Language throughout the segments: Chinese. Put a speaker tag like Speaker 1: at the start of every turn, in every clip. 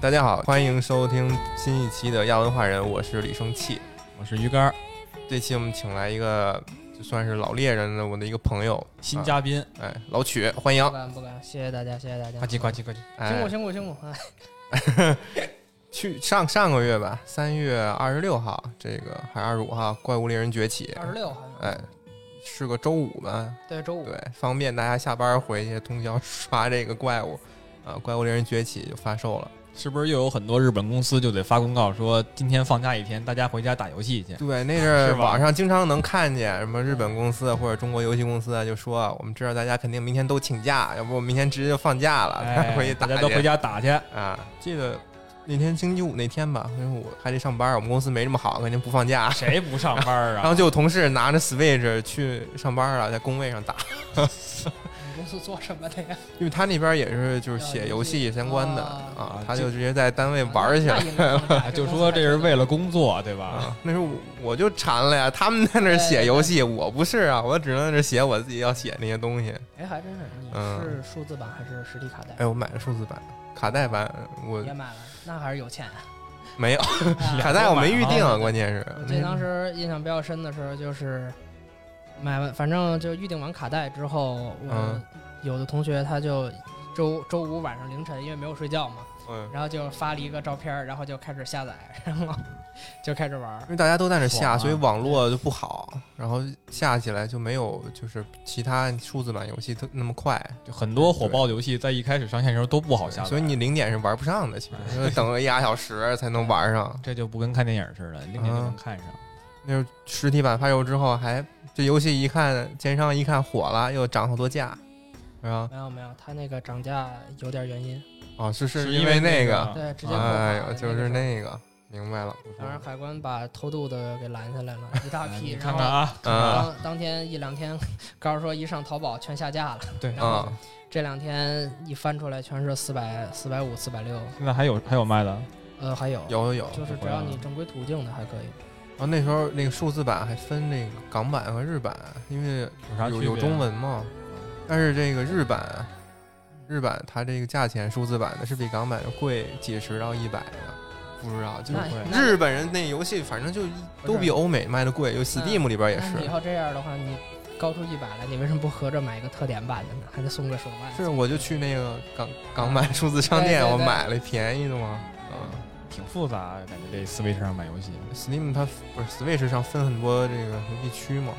Speaker 1: 大家好，欢迎收听新一期的亚文化人，我是李生气。
Speaker 2: 我是鱼竿儿，
Speaker 1: 这期我们请来一个就算是老猎人的我的一个朋友，
Speaker 2: 新嘉宾，
Speaker 1: 啊哎老曲，欢迎
Speaker 3: 不。敢不敢，谢谢大家，谢谢大家。
Speaker 2: 呱唧呱唧呱唧，
Speaker 3: 辛
Speaker 1: 哎
Speaker 3: 苦，辛苦辛苦啊！
Speaker 1: 去上上个月吧，三月二十六号，这个还是二十五号，《怪物猎人崛起
Speaker 3: 二》十六好像，
Speaker 1: 哎，是个周五吧？
Speaker 3: 对，周五
Speaker 1: 对，方便大家下班回去通宵刷这个怪物啊，《怪物猎人崛起》就发售了。
Speaker 2: 是不是又有很多日本公司就得发公告说今天放假一天，大家回家打游戏去？
Speaker 1: 对， 那阵儿
Speaker 2: 是吧
Speaker 1: 网上经常能看见什么日本公司或者中国游戏公司啊就说啊，我们知道大家肯定明天都请假，要不我们明天直接就放假了，
Speaker 2: 哎，
Speaker 1: 回去打
Speaker 2: 大家都
Speaker 1: 去
Speaker 2: 回家打去。
Speaker 1: 啊。记得那天星期五那天吧，因为我还得上班，我们公司没这么好，肯定不放假。
Speaker 2: 谁不上班儿
Speaker 1: 然
Speaker 2: 啊？
Speaker 1: 后就有同事拿着 Switch 去上班了，在工位上打，
Speaker 3: 你公司做什么的呀？
Speaker 1: 因为他那边也是就是写
Speaker 3: 啊
Speaker 1: 游
Speaker 3: 游戏
Speaker 1: 戏相关的
Speaker 2: 哦
Speaker 3: 啊
Speaker 1: 啊，他就直接在单位 玩去了
Speaker 3: 那。应该放 假
Speaker 2: 哎就说这是为了工作，对吧？
Speaker 1: 啊，那时候我就馋了呀，他们在那儿写游戏，我不是啊，我只能在那儿写我自己要写那些东西。
Speaker 3: 哎，还真是，你
Speaker 1: 嗯
Speaker 3: 是数字版还是实体卡带？
Speaker 1: 哎，我买了数字版，卡带版我
Speaker 3: 也买了，那还是有钱啊。
Speaker 1: 没有，
Speaker 3: 啊
Speaker 1: 卡带我没预定啊，
Speaker 3: 对
Speaker 1: 关键是
Speaker 3: 我记得
Speaker 1: 那
Speaker 3: 当时印象比较深的时候就是买完，反正就预定完卡带之后，我
Speaker 1: 嗯
Speaker 3: 有的同学他就周周五晚上凌晨，因为没有睡觉嘛，
Speaker 1: 嗯，
Speaker 3: 然后就发了一个照片儿，然后就开始下载，然后就开始玩儿
Speaker 1: 因。为大家都在那儿
Speaker 2: 爽
Speaker 1: 下，
Speaker 2: 啊
Speaker 1: 所以网络就不好，然后下起来就没有就是其他数字版游戏特那么快，
Speaker 2: 就很多火爆游戏在一开始上线的时候都不好下载，
Speaker 1: 所以你零点是玩不上的，其实因为等个一俩小时才能玩上。
Speaker 2: 这就不跟看电影似的，
Speaker 1: 嗯
Speaker 2: 零点就能看上。
Speaker 1: 那时候实体版发售之后，还这游戏一看奸商一看火了，又涨好多价，是 吧？
Speaker 3: 没有没有，它那个涨价有点原因，
Speaker 1: 哦，是
Speaker 2: 是
Speaker 1: 因
Speaker 2: 因为
Speaker 1: 那
Speaker 2: 那
Speaker 1: 个，
Speaker 2: 个
Speaker 3: 对，直接扣
Speaker 1: 哎
Speaker 3: 款
Speaker 1: 呦，
Speaker 3: 了
Speaker 1: 就是
Speaker 3: 那个时候。
Speaker 1: 那个，明白了。
Speaker 3: 当然，海关把偷渡的给拦下来了，一
Speaker 2: 哎
Speaker 3: 大批。
Speaker 1: 嗯
Speaker 2: 你
Speaker 3: 然
Speaker 2: 看
Speaker 3: 后
Speaker 2: 看啊，
Speaker 1: 啊
Speaker 3: 当当天一两天， 告诉说一上淘宝全下架了。
Speaker 2: 对
Speaker 3: 然后
Speaker 1: 啊，
Speaker 3: 这两天一翻出来全是四百、四百五、四百六，
Speaker 2: 现在还有还有卖的，
Speaker 3: 呃，还有，
Speaker 1: 有有有。
Speaker 3: 就是只要你正规途径的还可以。
Speaker 1: 然啊后那时候那个数字版还分那个港版和日版，因为
Speaker 2: 有啥区
Speaker 1: 有
Speaker 2: 别？啊嗯
Speaker 1: 有中，文嘛。但是这个日版，啊日版它这个价钱，数字版的是比港版要贵几十到一百的，不知道就是
Speaker 3: 那
Speaker 2: 会
Speaker 3: 那
Speaker 1: 日本人那游戏反正就一都比欧美卖的贵，有 Steam 里边也
Speaker 3: 嗯那你以
Speaker 1: 是。
Speaker 3: 后这样的话，你高出一百来，你为什么不合着买一个特点版的呢？还得送个手办。
Speaker 1: 是，我就去那个港港版数字商
Speaker 3: 对
Speaker 1: 店，
Speaker 3: 对对嗯
Speaker 1: 我买了便宜的嘛。啊
Speaker 2: 挺复杂，啊感觉这 Switch 上买游戏，
Speaker 1: ，Steam 它不是 Switch 上分很多这个地区嘛，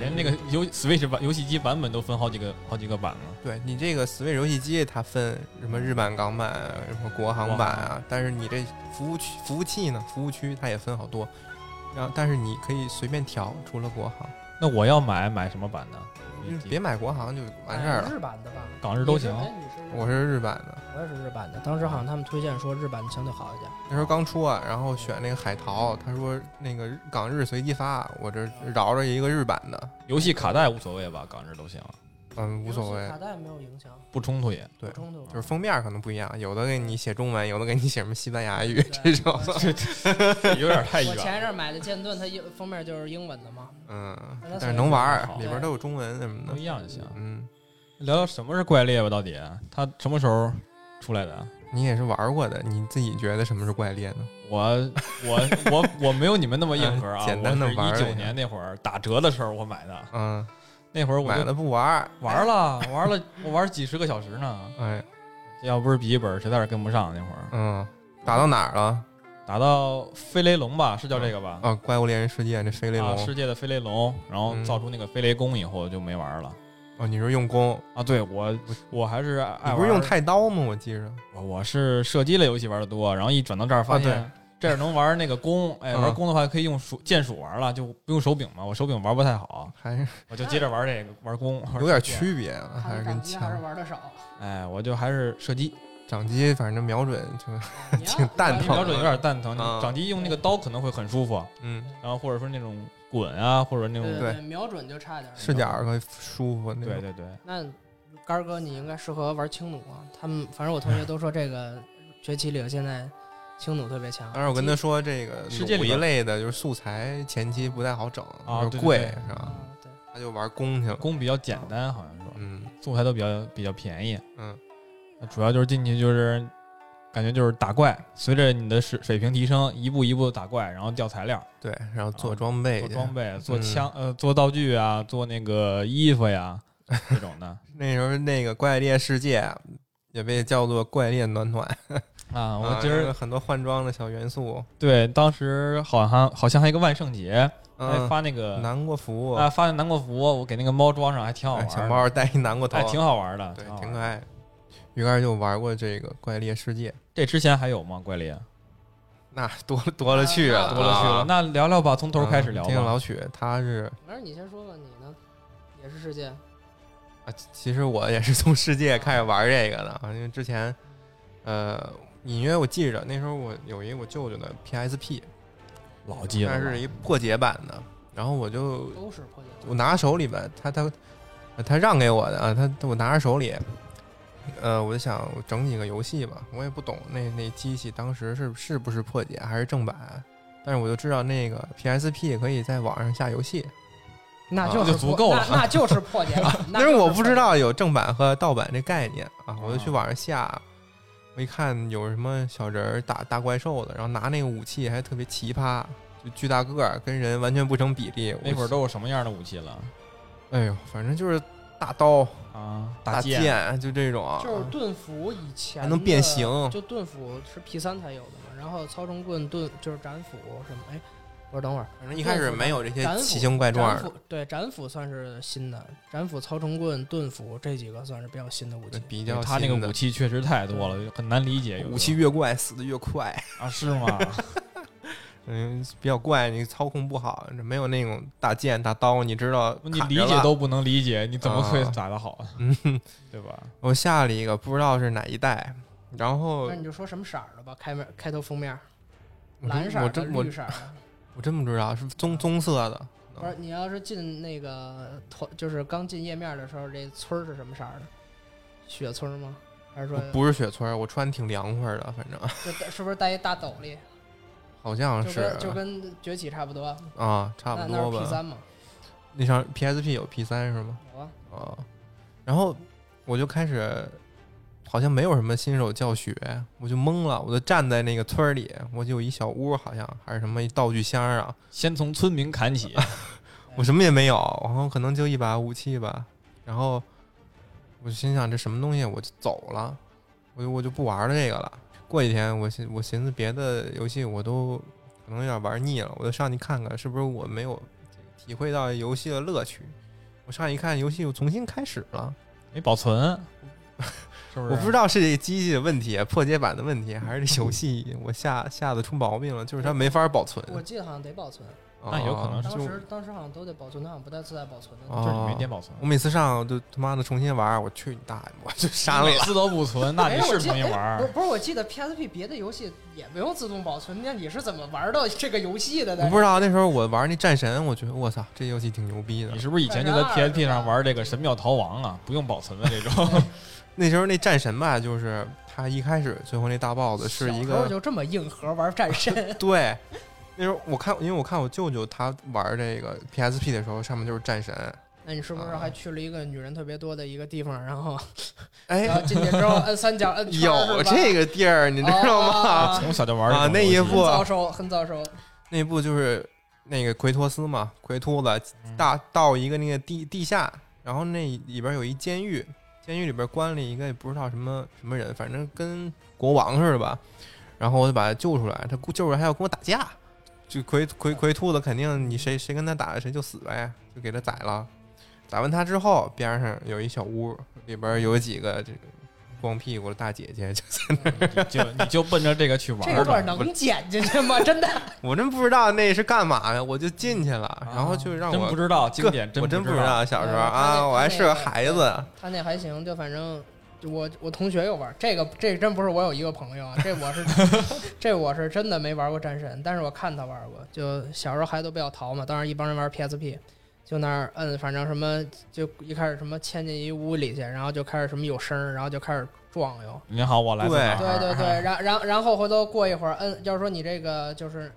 Speaker 2: 连那个游 Switch 版游戏机版本都分好几个好几个版了。
Speaker 1: 对你这个 Switch 游戏机，它分什么日版、港版啊，什么国行版啊，但是你这服务区、服务器呢，服务区它也分好多，然后但是你可以随便调，除了国行，
Speaker 2: 那我要买买什么版的？
Speaker 1: 就是别买国行就完事儿了。
Speaker 3: 哎日版的吧，
Speaker 2: 港日都行
Speaker 3: 你。是哎你是日
Speaker 1: 我是日版的，
Speaker 3: 我也是日版的，当时好像他们推荐说日版的相对好一点。
Speaker 1: 那时候刚出啊，然后选那个海淘，他说那个日港日随机发，啊我
Speaker 3: 哦
Speaker 1: 这饶着一个日版的，
Speaker 2: 游戏卡带无所谓吧，港日都行，
Speaker 1: 嗯，无所谓
Speaker 3: 卡，带没有影响，
Speaker 2: 不冲突 也。
Speaker 1: 对
Speaker 3: 不冲突。
Speaker 1: 就是封面可能不一样，有的给你写中文，有的给你写什么西班牙语这
Speaker 3: 对
Speaker 1: 种，
Speaker 2: 有点太
Speaker 3: 我
Speaker 2: 远。
Speaker 3: 前一阵买的剑盾，它英封面就是英文的嘛。
Speaker 1: 嗯，
Speaker 3: 那
Speaker 1: 但
Speaker 3: 它
Speaker 1: 是能玩儿，
Speaker 2: 好
Speaker 1: 里边都有中文什么
Speaker 2: 不
Speaker 1: 的，
Speaker 2: 一样就行。
Speaker 1: 嗯。
Speaker 2: 聊聊什么是怪猎吧，到底它什么时候出来的啊？
Speaker 1: 你也是玩过的，你自己觉得什么是怪猎呢？
Speaker 2: 我我我我没有你们那么硬核 啊，
Speaker 1: 简单地玩
Speaker 2: 我
Speaker 1: 儿
Speaker 2: 是一
Speaker 1: 一
Speaker 2: 九
Speaker 1: 下
Speaker 2: 年那会儿打折的时候我买的，
Speaker 1: 嗯，
Speaker 2: 那会儿我
Speaker 1: 买
Speaker 2: 就
Speaker 1: 了不玩儿，
Speaker 2: 玩了玩了，我玩几十个小时呢。
Speaker 1: 哎，
Speaker 2: 要不是笔记本实在是跟不上，那会儿
Speaker 1: 嗯，打到哪儿了？
Speaker 2: 打到飞雷龙吧，是叫这个吧？
Speaker 1: 啊，怪物猎人世界那飞雷
Speaker 2: 啊，
Speaker 1: 龙
Speaker 2: 世，界的飞雷龙，然后
Speaker 1: 嗯
Speaker 2: 造出那个飞雷弓以后就没玩了。
Speaker 1: 哦，你是用弓，
Speaker 2: 啊，对我我还是
Speaker 1: 你
Speaker 2: 爱
Speaker 1: 不是用
Speaker 2: 玩
Speaker 1: 太刀吗？我记着，
Speaker 2: 我我是射击类游戏玩的多，然后一转到这儿发现、
Speaker 1: 啊
Speaker 2: 这儿能玩那个弓，哎，
Speaker 1: 嗯
Speaker 2: 玩弓的话可以用鼠键鼠玩了，就不用手柄嘛。我手柄玩不太好，
Speaker 1: 还是
Speaker 2: 我就接着玩这个玩弓，玩
Speaker 1: 有点
Speaker 2: 射箭。
Speaker 1: 区别啊，还是跟
Speaker 3: 掌机还是
Speaker 1: 枪
Speaker 3: 玩 的少，啊
Speaker 2: 哎，我就还是射击，
Speaker 1: 掌机，反正瞄准就，
Speaker 3: 你要
Speaker 1: 挺蛋疼
Speaker 2: 瞄准有点蛋疼。
Speaker 1: 嗯
Speaker 2: 掌机用那个刀可能会很舒服，啊
Speaker 1: 嗯，
Speaker 2: 然后或者说那种滚啊，或者那
Speaker 3: 对
Speaker 2: 种
Speaker 3: 对，瞄准就差一点儿。
Speaker 1: 视角可舒服那
Speaker 2: 对
Speaker 1: 种。
Speaker 2: 对对，
Speaker 3: 那杆儿哥，你应该适合玩轻弩啊。他们反正我同
Speaker 1: 哎
Speaker 3: 学都说这个崛起里现在轻弩特别强。
Speaker 1: 但是我跟他说，这个
Speaker 2: 世界
Speaker 1: 弩
Speaker 2: 里
Speaker 1: 一
Speaker 2: 边
Speaker 1: 类的，就是素材前期不太好整，就
Speaker 2: 啊
Speaker 1: 是
Speaker 2: 对对
Speaker 1: 贵
Speaker 2: 对
Speaker 1: 是吧？
Speaker 3: 啊，对，
Speaker 1: 他就玩弓去了，
Speaker 2: 弓比较简单，好像说
Speaker 1: 嗯
Speaker 2: 素材都比较比较便宜。
Speaker 1: 嗯，
Speaker 2: 那主要就是进去就是感觉就是打怪，随着你的水水平提升，一步一步打怪，然后掉材料、
Speaker 1: 对，嗯然后做
Speaker 2: 啊
Speaker 1: 装备
Speaker 2: 做
Speaker 1: 去，
Speaker 2: 装备、
Speaker 1: 嗯
Speaker 2: 做枪、呃、做道具啊、做那个衣 服呀这种的
Speaker 1: 那时候那个怪猎世界也被叫做怪猎暖暖，
Speaker 2: 啊。我
Speaker 1: 啊
Speaker 2: 今
Speaker 1: 有
Speaker 2: 儿
Speaker 1: 很多换装的小元素，
Speaker 2: 对当时好像好像还有一个万圣节，还
Speaker 1: 嗯，
Speaker 2: 哎发那个
Speaker 1: 南国服，
Speaker 2: 啊发的南国服，我给那个猫装上，还挺好
Speaker 1: 哎
Speaker 2: 玩
Speaker 1: 小
Speaker 2: 儿
Speaker 1: 猫
Speaker 2: 的，
Speaker 1: 戴一南瓜头，
Speaker 2: 哎，挺好玩儿的，
Speaker 1: 对，
Speaker 2: 好玩
Speaker 1: 挺
Speaker 2: 儿
Speaker 1: 可
Speaker 2: 的。
Speaker 1: 爱。鱼竿就玩过这个怪猎世界，
Speaker 2: 这之前还有吗？怪
Speaker 1: 啊
Speaker 2: 猎
Speaker 1: 那多了多了去
Speaker 3: 啊
Speaker 1: 了，
Speaker 2: 多了去了，
Speaker 1: 啊
Speaker 2: 那聊聊吧，从头开始
Speaker 1: 嗯
Speaker 2: 聊
Speaker 1: 听听
Speaker 2: 吧。
Speaker 1: 老许，他是
Speaker 3: 没事，你先说吧，你呢？也是世界，
Speaker 1: 啊，其实我也是从世界开始玩这个的啊，因为之前，呃，隐约我记着那时候我有一个我舅舅的 PSP，
Speaker 2: 老记
Speaker 1: 但
Speaker 2: 了
Speaker 1: 是
Speaker 2: 吧，
Speaker 1: 一破解版的，然后我就
Speaker 3: 都是破解
Speaker 1: 我拿手里边，他他他让给我的啊，他我拿着手里，呃，我就想整几个游戏吧，我也不懂那那机器当时是是不是破解还是正版，但是我就知道那个 PSP 可以在网上下游戏，
Speaker 3: 那
Speaker 1: 啊
Speaker 3: 就是
Speaker 2: 就
Speaker 3: 破
Speaker 2: 足够了
Speaker 3: 那那就是破解了。那
Speaker 1: 但是
Speaker 3: 就是
Speaker 1: 啊我不知
Speaker 3: 破
Speaker 1: 道有正版和盗版这概念啊，我就去
Speaker 2: 啊
Speaker 1: 网上下，我一看有什么小人儿打大怪兽的，然后拿那个武器还特别奇葩，就巨大个儿，跟人完全不成比例。我
Speaker 2: 那会儿都有什么样的武器了
Speaker 1: 哎呦，反正就是大刀、
Speaker 2: 啊？
Speaker 1: 大
Speaker 2: 剑
Speaker 1: 就这种
Speaker 3: 解，了就是盾斧以
Speaker 1: 啊
Speaker 3: 前
Speaker 1: 还能
Speaker 3: 的
Speaker 1: 变形
Speaker 3: 就盾斧是 P 三才有的嘛，然后操纵棍、盾就是斩斧什么，哎，不是，等会儿。
Speaker 1: 反正一开始没有这些
Speaker 3: 斩斧
Speaker 1: 奇形怪状
Speaker 3: 斩
Speaker 1: 的
Speaker 3: 斧，对斩斧算是新的，斩斧、操虫棍、盾斧这几个算是比较新的武器。
Speaker 1: 比
Speaker 2: 对
Speaker 1: 较
Speaker 2: 他那个
Speaker 1: 新的嗯
Speaker 2: 武器确实太多了，很难理解。有的
Speaker 1: 武器越怪死的越快，
Speaker 2: 啊，是吗？
Speaker 1: 嗯，比较怪，你操控不好，没有那种大剑大刀，你知道
Speaker 2: 你
Speaker 1: 砍
Speaker 2: 理
Speaker 1: 着
Speaker 2: 解
Speaker 1: 了
Speaker 2: 都不能理解，你怎么会
Speaker 1: 啊
Speaker 2: 打得好啊？对吧？
Speaker 1: 我下了一个不知道是哪一代，然后
Speaker 3: 那你就说什么色儿的吧，开面开头封面，
Speaker 1: 呃我真
Speaker 3: 蓝色
Speaker 1: 我
Speaker 3: 儿的、
Speaker 1: 真我
Speaker 3: 绿色 儿的。
Speaker 1: 我真不知道是棕棕色的，
Speaker 3: 不是，你要是进那个团，就是刚进页面的时候，这村儿是什么色儿的？雪村儿吗？还是说
Speaker 1: 不是雪村，我穿挺凉快的，反正
Speaker 3: 就戴是不是戴一大斗笠？
Speaker 1: 好像
Speaker 3: 就是跟就跟崛起差不多，
Speaker 1: 啊，差不多
Speaker 3: 那那是 P
Speaker 1: 吧。
Speaker 3: 三嘛？
Speaker 1: 那上 PSP 有 P 三是吗？
Speaker 3: 有啊，
Speaker 1: 啊，然后我就开始好像没有什么新手教学，我就懵了，我就站在那个村儿里，我就有一小屋，好像还是什么一道具箱啊，
Speaker 2: 先从村民砍起，
Speaker 1: 我什么也没有，然后可能就一把武器吧。然后我就心想这什么东西，我就走了，我就我就不玩这个了。过几天我寻我寻思别的游戏我都可能有点玩腻了，我就上去看看是不是我没有体会到游戏的乐趣。我上去一看，游戏又重新开始了。
Speaker 2: 没 保存，是不是？
Speaker 1: 我不知道是这机器的问题、破解版的问题，还是这游戏我下下的出毛病了，就是它没法保存。
Speaker 3: 我记得好像得保存，
Speaker 2: 那有可能
Speaker 1: 啊
Speaker 3: 当
Speaker 2: 就
Speaker 3: 时当时好像都得保存，它好像不带自带保存的。
Speaker 2: 就是你没
Speaker 1: 哦
Speaker 2: 点保存
Speaker 1: 我。每次上我就他妈的重新玩儿，我去你大爷，我就删了
Speaker 2: 每。次都不存，那
Speaker 3: 哎
Speaker 2: 你
Speaker 3: 我
Speaker 2: 是
Speaker 3: 记
Speaker 2: 重新
Speaker 3: 哎
Speaker 2: 玩
Speaker 3: 不是
Speaker 2: 儿？
Speaker 3: 不是，我记得 PSP 别的游戏也不用自动保存，那你是怎么玩到这个游戏的呢？
Speaker 1: 我不知道那时候我玩那战神，我觉得我操，这游戏挺牛 逼的
Speaker 2: 你。是不是以前就在
Speaker 3: 32
Speaker 2: PSP
Speaker 3: 是吧
Speaker 2: 上玩这个《神庙逃亡》啊？不用保存的这种，
Speaker 1: 那时候那战神吧，就是他一开始最后那大 boss 是一
Speaker 3: 小时候
Speaker 1: 个
Speaker 3: 就这么硬核玩战神，
Speaker 1: 对。那时候我看，因为我看我舅舅他玩这个 PSP 的时候，上面就是战神。
Speaker 3: 那你是不是
Speaker 1: 啊
Speaker 3: 还去了一个女人特别多的一个地方，然 后 然后
Speaker 1: 哎，
Speaker 3: 进去之后摁三角摁圈儿
Speaker 1: 有
Speaker 3: 是吧
Speaker 1: 这个地儿，你知道吗？
Speaker 3: 哦
Speaker 2: 从小就玩这
Speaker 1: 啊
Speaker 2: 种
Speaker 1: 那
Speaker 2: 游
Speaker 1: 一
Speaker 2: 戏
Speaker 1: 部
Speaker 3: 很早熟，很早熟。
Speaker 1: 那部就是那个奎托斯嘛，奎秃子
Speaker 2: 嗯
Speaker 1: 大到一个那个地地下，然后那里边有一监狱，监狱里边关了一个也不知道什么什么人，反正跟国王似的吧。然后我就把他救出来，他救出来还要跟我打架，就奎奎奎秃子肯定你谁谁跟他打谁就死呗，就给他宰了。宰完他之后，边上有一小屋，里边有几个这个光屁股的大姐姐，就
Speaker 2: 你就你就奔着这个去玩
Speaker 3: 这
Speaker 2: 儿的
Speaker 3: 段能剪进去吗？真的？
Speaker 1: 我真不知道那是干嘛的，我就进去了， 然后就让
Speaker 2: 啊真
Speaker 1: 我
Speaker 2: 不知道
Speaker 1: 啊
Speaker 2: 经
Speaker 1: 哥
Speaker 2: 典，
Speaker 1: 我真
Speaker 2: 不
Speaker 1: 不知。道小时候
Speaker 3: 嗯他那
Speaker 1: 啊，我还是个
Speaker 3: 他那个
Speaker 1: 孩子。
Speaker 3: 他那还行，就反正就我我同学有玩这个，这真不是我有一个朋友啊，这我是这我是真的没玩过战神，但是我看他玩过，就小时候孩子都比较淘嘛，当时一帮人玩 PSP。就那儿摁，反正什么就一开始什么牵进一屋里去，然后就开始什么有声儿，然后就开始撞悠，
Speaker 2: 你好，我来自
Speaker 1: 对
Speaker 2: 哪儿？
Speaker 3: 对对对，然然然后回头过一会儿摁，要是说你这个就是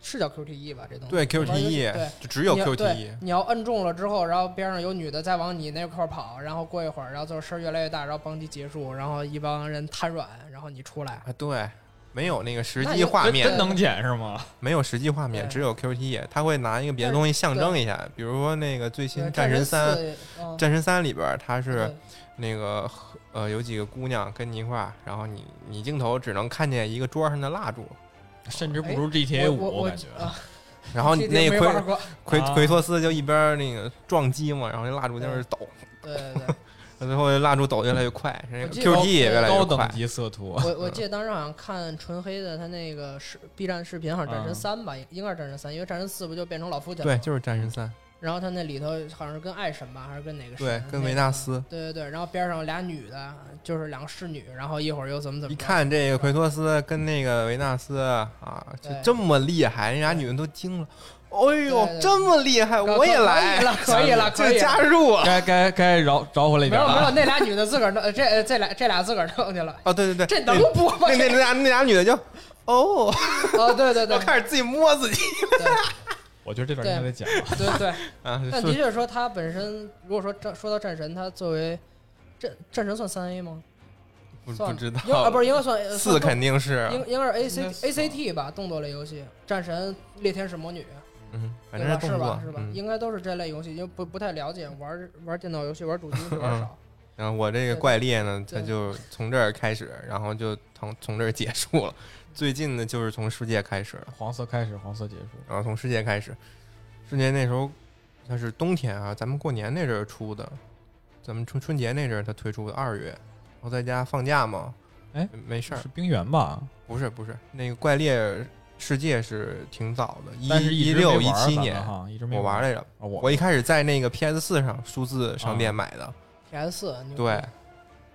Speaker 3: 是叫 QTE 吧？这东西
Speaker 1: 对
Speaker 3: 玩游戏
Speaker 2: E，
Speaker 1: QTE
Speaker 3: 对。
Speaker 1: 就只有 E
Speaker 3: 你要
Speaker 1: QTE
Speaker 3: 对。你要摁中了之后，然后边上有女的再往你那块儿跑，然后过一会儿，然后最后声儿越来越大，然后邦迪结束，然后一帮人瘫软，然后你出来。
Speaker 1: 啊，对，没有那个实
Speaker 3: 那
Speaker 1: 际
Speaker 3: 有
Speaker 1: 画
Speaker 2: 真
Speaker 1: 面
Speaker 2: 真，能剪是吗？
Speaker 1: 没有实际画面，
Speaker 3: 对
Speaker 1: 只有 QTE，他会拿一个别的东西象征一下，比如说那个最新《
Speaker 3: 对
Speaker 1: 战神三》，《
Speaker 3: 四嗯
Speaker 1: 战神三》里边儿它是
Speaker 3: 对
Speaker 1: 那个呃有几个姑娘跟你一块儿，然后你你镜头只能看见一个桌上的蜡烛，
Speaker 2: 甚至不如 GTA
Speaker 3: 哎我
Speaker 2: 五，
Speaker 3: 我
Speaker 2: 感觉。
Speaker 3: 啊
Speaker 1: 然后
Speaker 3: 这
Speaker 1: 你
Speaker 3: 个
Speaker 1: 那
Speaker 3: 没
Speaker 1: 奎
Speaker 3: 玩过，
Speaker 1: 奎
Speaker 2: 啊
Speaker 1: 奎托斯就一边儿那个撞击嘛，然后那蜡烛在那儿抖，
Speaker 3: 对对对，
Speaker 1: 最后那蜡烛抖得越来越快，那个
Speaker 3: 我记得
Speaker 1: QTE 也越来越
Speaker 2: 高等
Speaker 1: 快，
Speaker 2: 级色图，
Speaker 3: 我我记得当时好像看纯黑的他那个视 B 站视频，好像《战神
Speaker 2: 嗯
Speaker 3: 三》吧，应该是《战神三》，因为《战神四》不就变成老夫去了
Speaker 1: 对，
Speaker 3: 吗？
Speaker 1: 就是《战神三》，
Speaker 3: 然后他那里头好像是跟爱神吧，还是跟哪个神？啊
Speaker 1: 对，跟
Speaker 3: 那
Speaker 1: 维
Speaker 3: 个
Speaker 1: 纳。斯。
Speaker 3: 对对对，然后边上有俩女的，就是两个侍女，然后一会儿又怎么怎么
Speaker 1: 一
Speaker 3: 着。
Speaker 1: 看这个奎托斯跟那个维纳斯啊，就
Speaker 3: 对
Speaker 1: 这么厉害，人家女人都惊了。哎
Speaker 3: 对
Speaker 1: 呦，
Speaker 3: 对
Speaker 1: 这么厉害，
Speaker 3: 可
Speaker 1: 我也
Speaker 3: 可以
Speaker 1: 来
Speaker 3: 了可以了
Speaker 1: 就
Speaker 3: 可以了
Speaker 1: 加入啊！
Speaker 2: 该该该饶饶回来一
Speaker 3: 没
Speaker 2: 点
Speaker 3: 有没有，
Speaker 2: 了。
Speaker 3: 那俩女的自个儿弄，呃这呃这俩这俩自个儿弄 去了，
Speaker 1: 哦，对对对，
Speaker 3: 这能
Speaker 1: 那
Speaker 3: 播吗？
Speaker 1: 那那俩那俩女的就哦，
Speaker 3: 哦，对对对
Speaker 1: 要开始自己摸自己
Speaker 2: 我觉得这段应该得剪了。
Speaker 3: 对对。
Speaker 1: 啊，
Speaker 3: 但
Speaker 1: 说
Speaker 3: 的确说，他本身如果说战说到战神，他作为战战神算三 A 吗？
Speaker 1: 不
Speaker 3: 算
Speaker 1: 不知
Speaker 3: 应啊，
Speaker 1: 道，
Speaker 3: 不是应该算呃
Speaker 1: 四
Speaker 3: 算
Speaker 1: 肯定是，
Speaker 3: 应应该是 A
Speaker 2: 应该
Speaker 3: C
Speaker 2: 算
Speaker 3: A C T 吧，动作类游戏，战神、猎天使魔女，
Speaker 1: 嗯，反
Speaker 3: 对
Speaker 1: 正
Speaker 3: 吧？
Speaker 1: 动
Speaker 3: 是
Speaker 1: 作
Speaker 3: 吧？是吧？
Speaker 1: 嗯。
Speaker 3: 应该都是这类游戏，因为不不太了解，玩玩电脑游戏、玩主机是
Speaker 1: 嗯
Speaker 3: 玩少。
Speaker 1: 然后我这
Speaker 3: 对
Speaker 1: 个
Speaker 3: 对
Speaker 1: 怪猎呢，它
Speaker 3: 对
Speaker 1: 就从这儿开始，然后就从从这儿结束了。最近呢，就是从世界开始了。
Speaker 2: 黄色开始，黄色结束。
Speaker 1: 然后从世界开始，世界那时候它是冬天啊，咱们过年那阵儿出的，咱们春春节那阵儿它推出的二月，我在家放假嘛，
Speaker 2: 哎，
Speaker 1: 没事儿
Speaker 2: 是，冰原吧？
Speaker 1: 不是不是，那个怪猎世界是挺早的，
Speaker 2: 但是
Speaker 1: 一
Speaker 2: 一直没
Speaker 1: 六
Speaker 2: 玩
Speaker 1: 一
Speaker 2: 儿
Speaker 1: 七
Speaker 2: 咱们
Speaker 1: 年
Speaker 2: 哈，一直没
Speaker 1: 我玩
Speaker 2: 玩
Speaker 1: 来着，
Speaker 2: 啊，我啊
Speaker 1: 我一开始在那个 PS 四上数字商店买的，
Speaker 3: P S 四，牛逼
Speaker 1: 对，，
Speaker 2: 嗯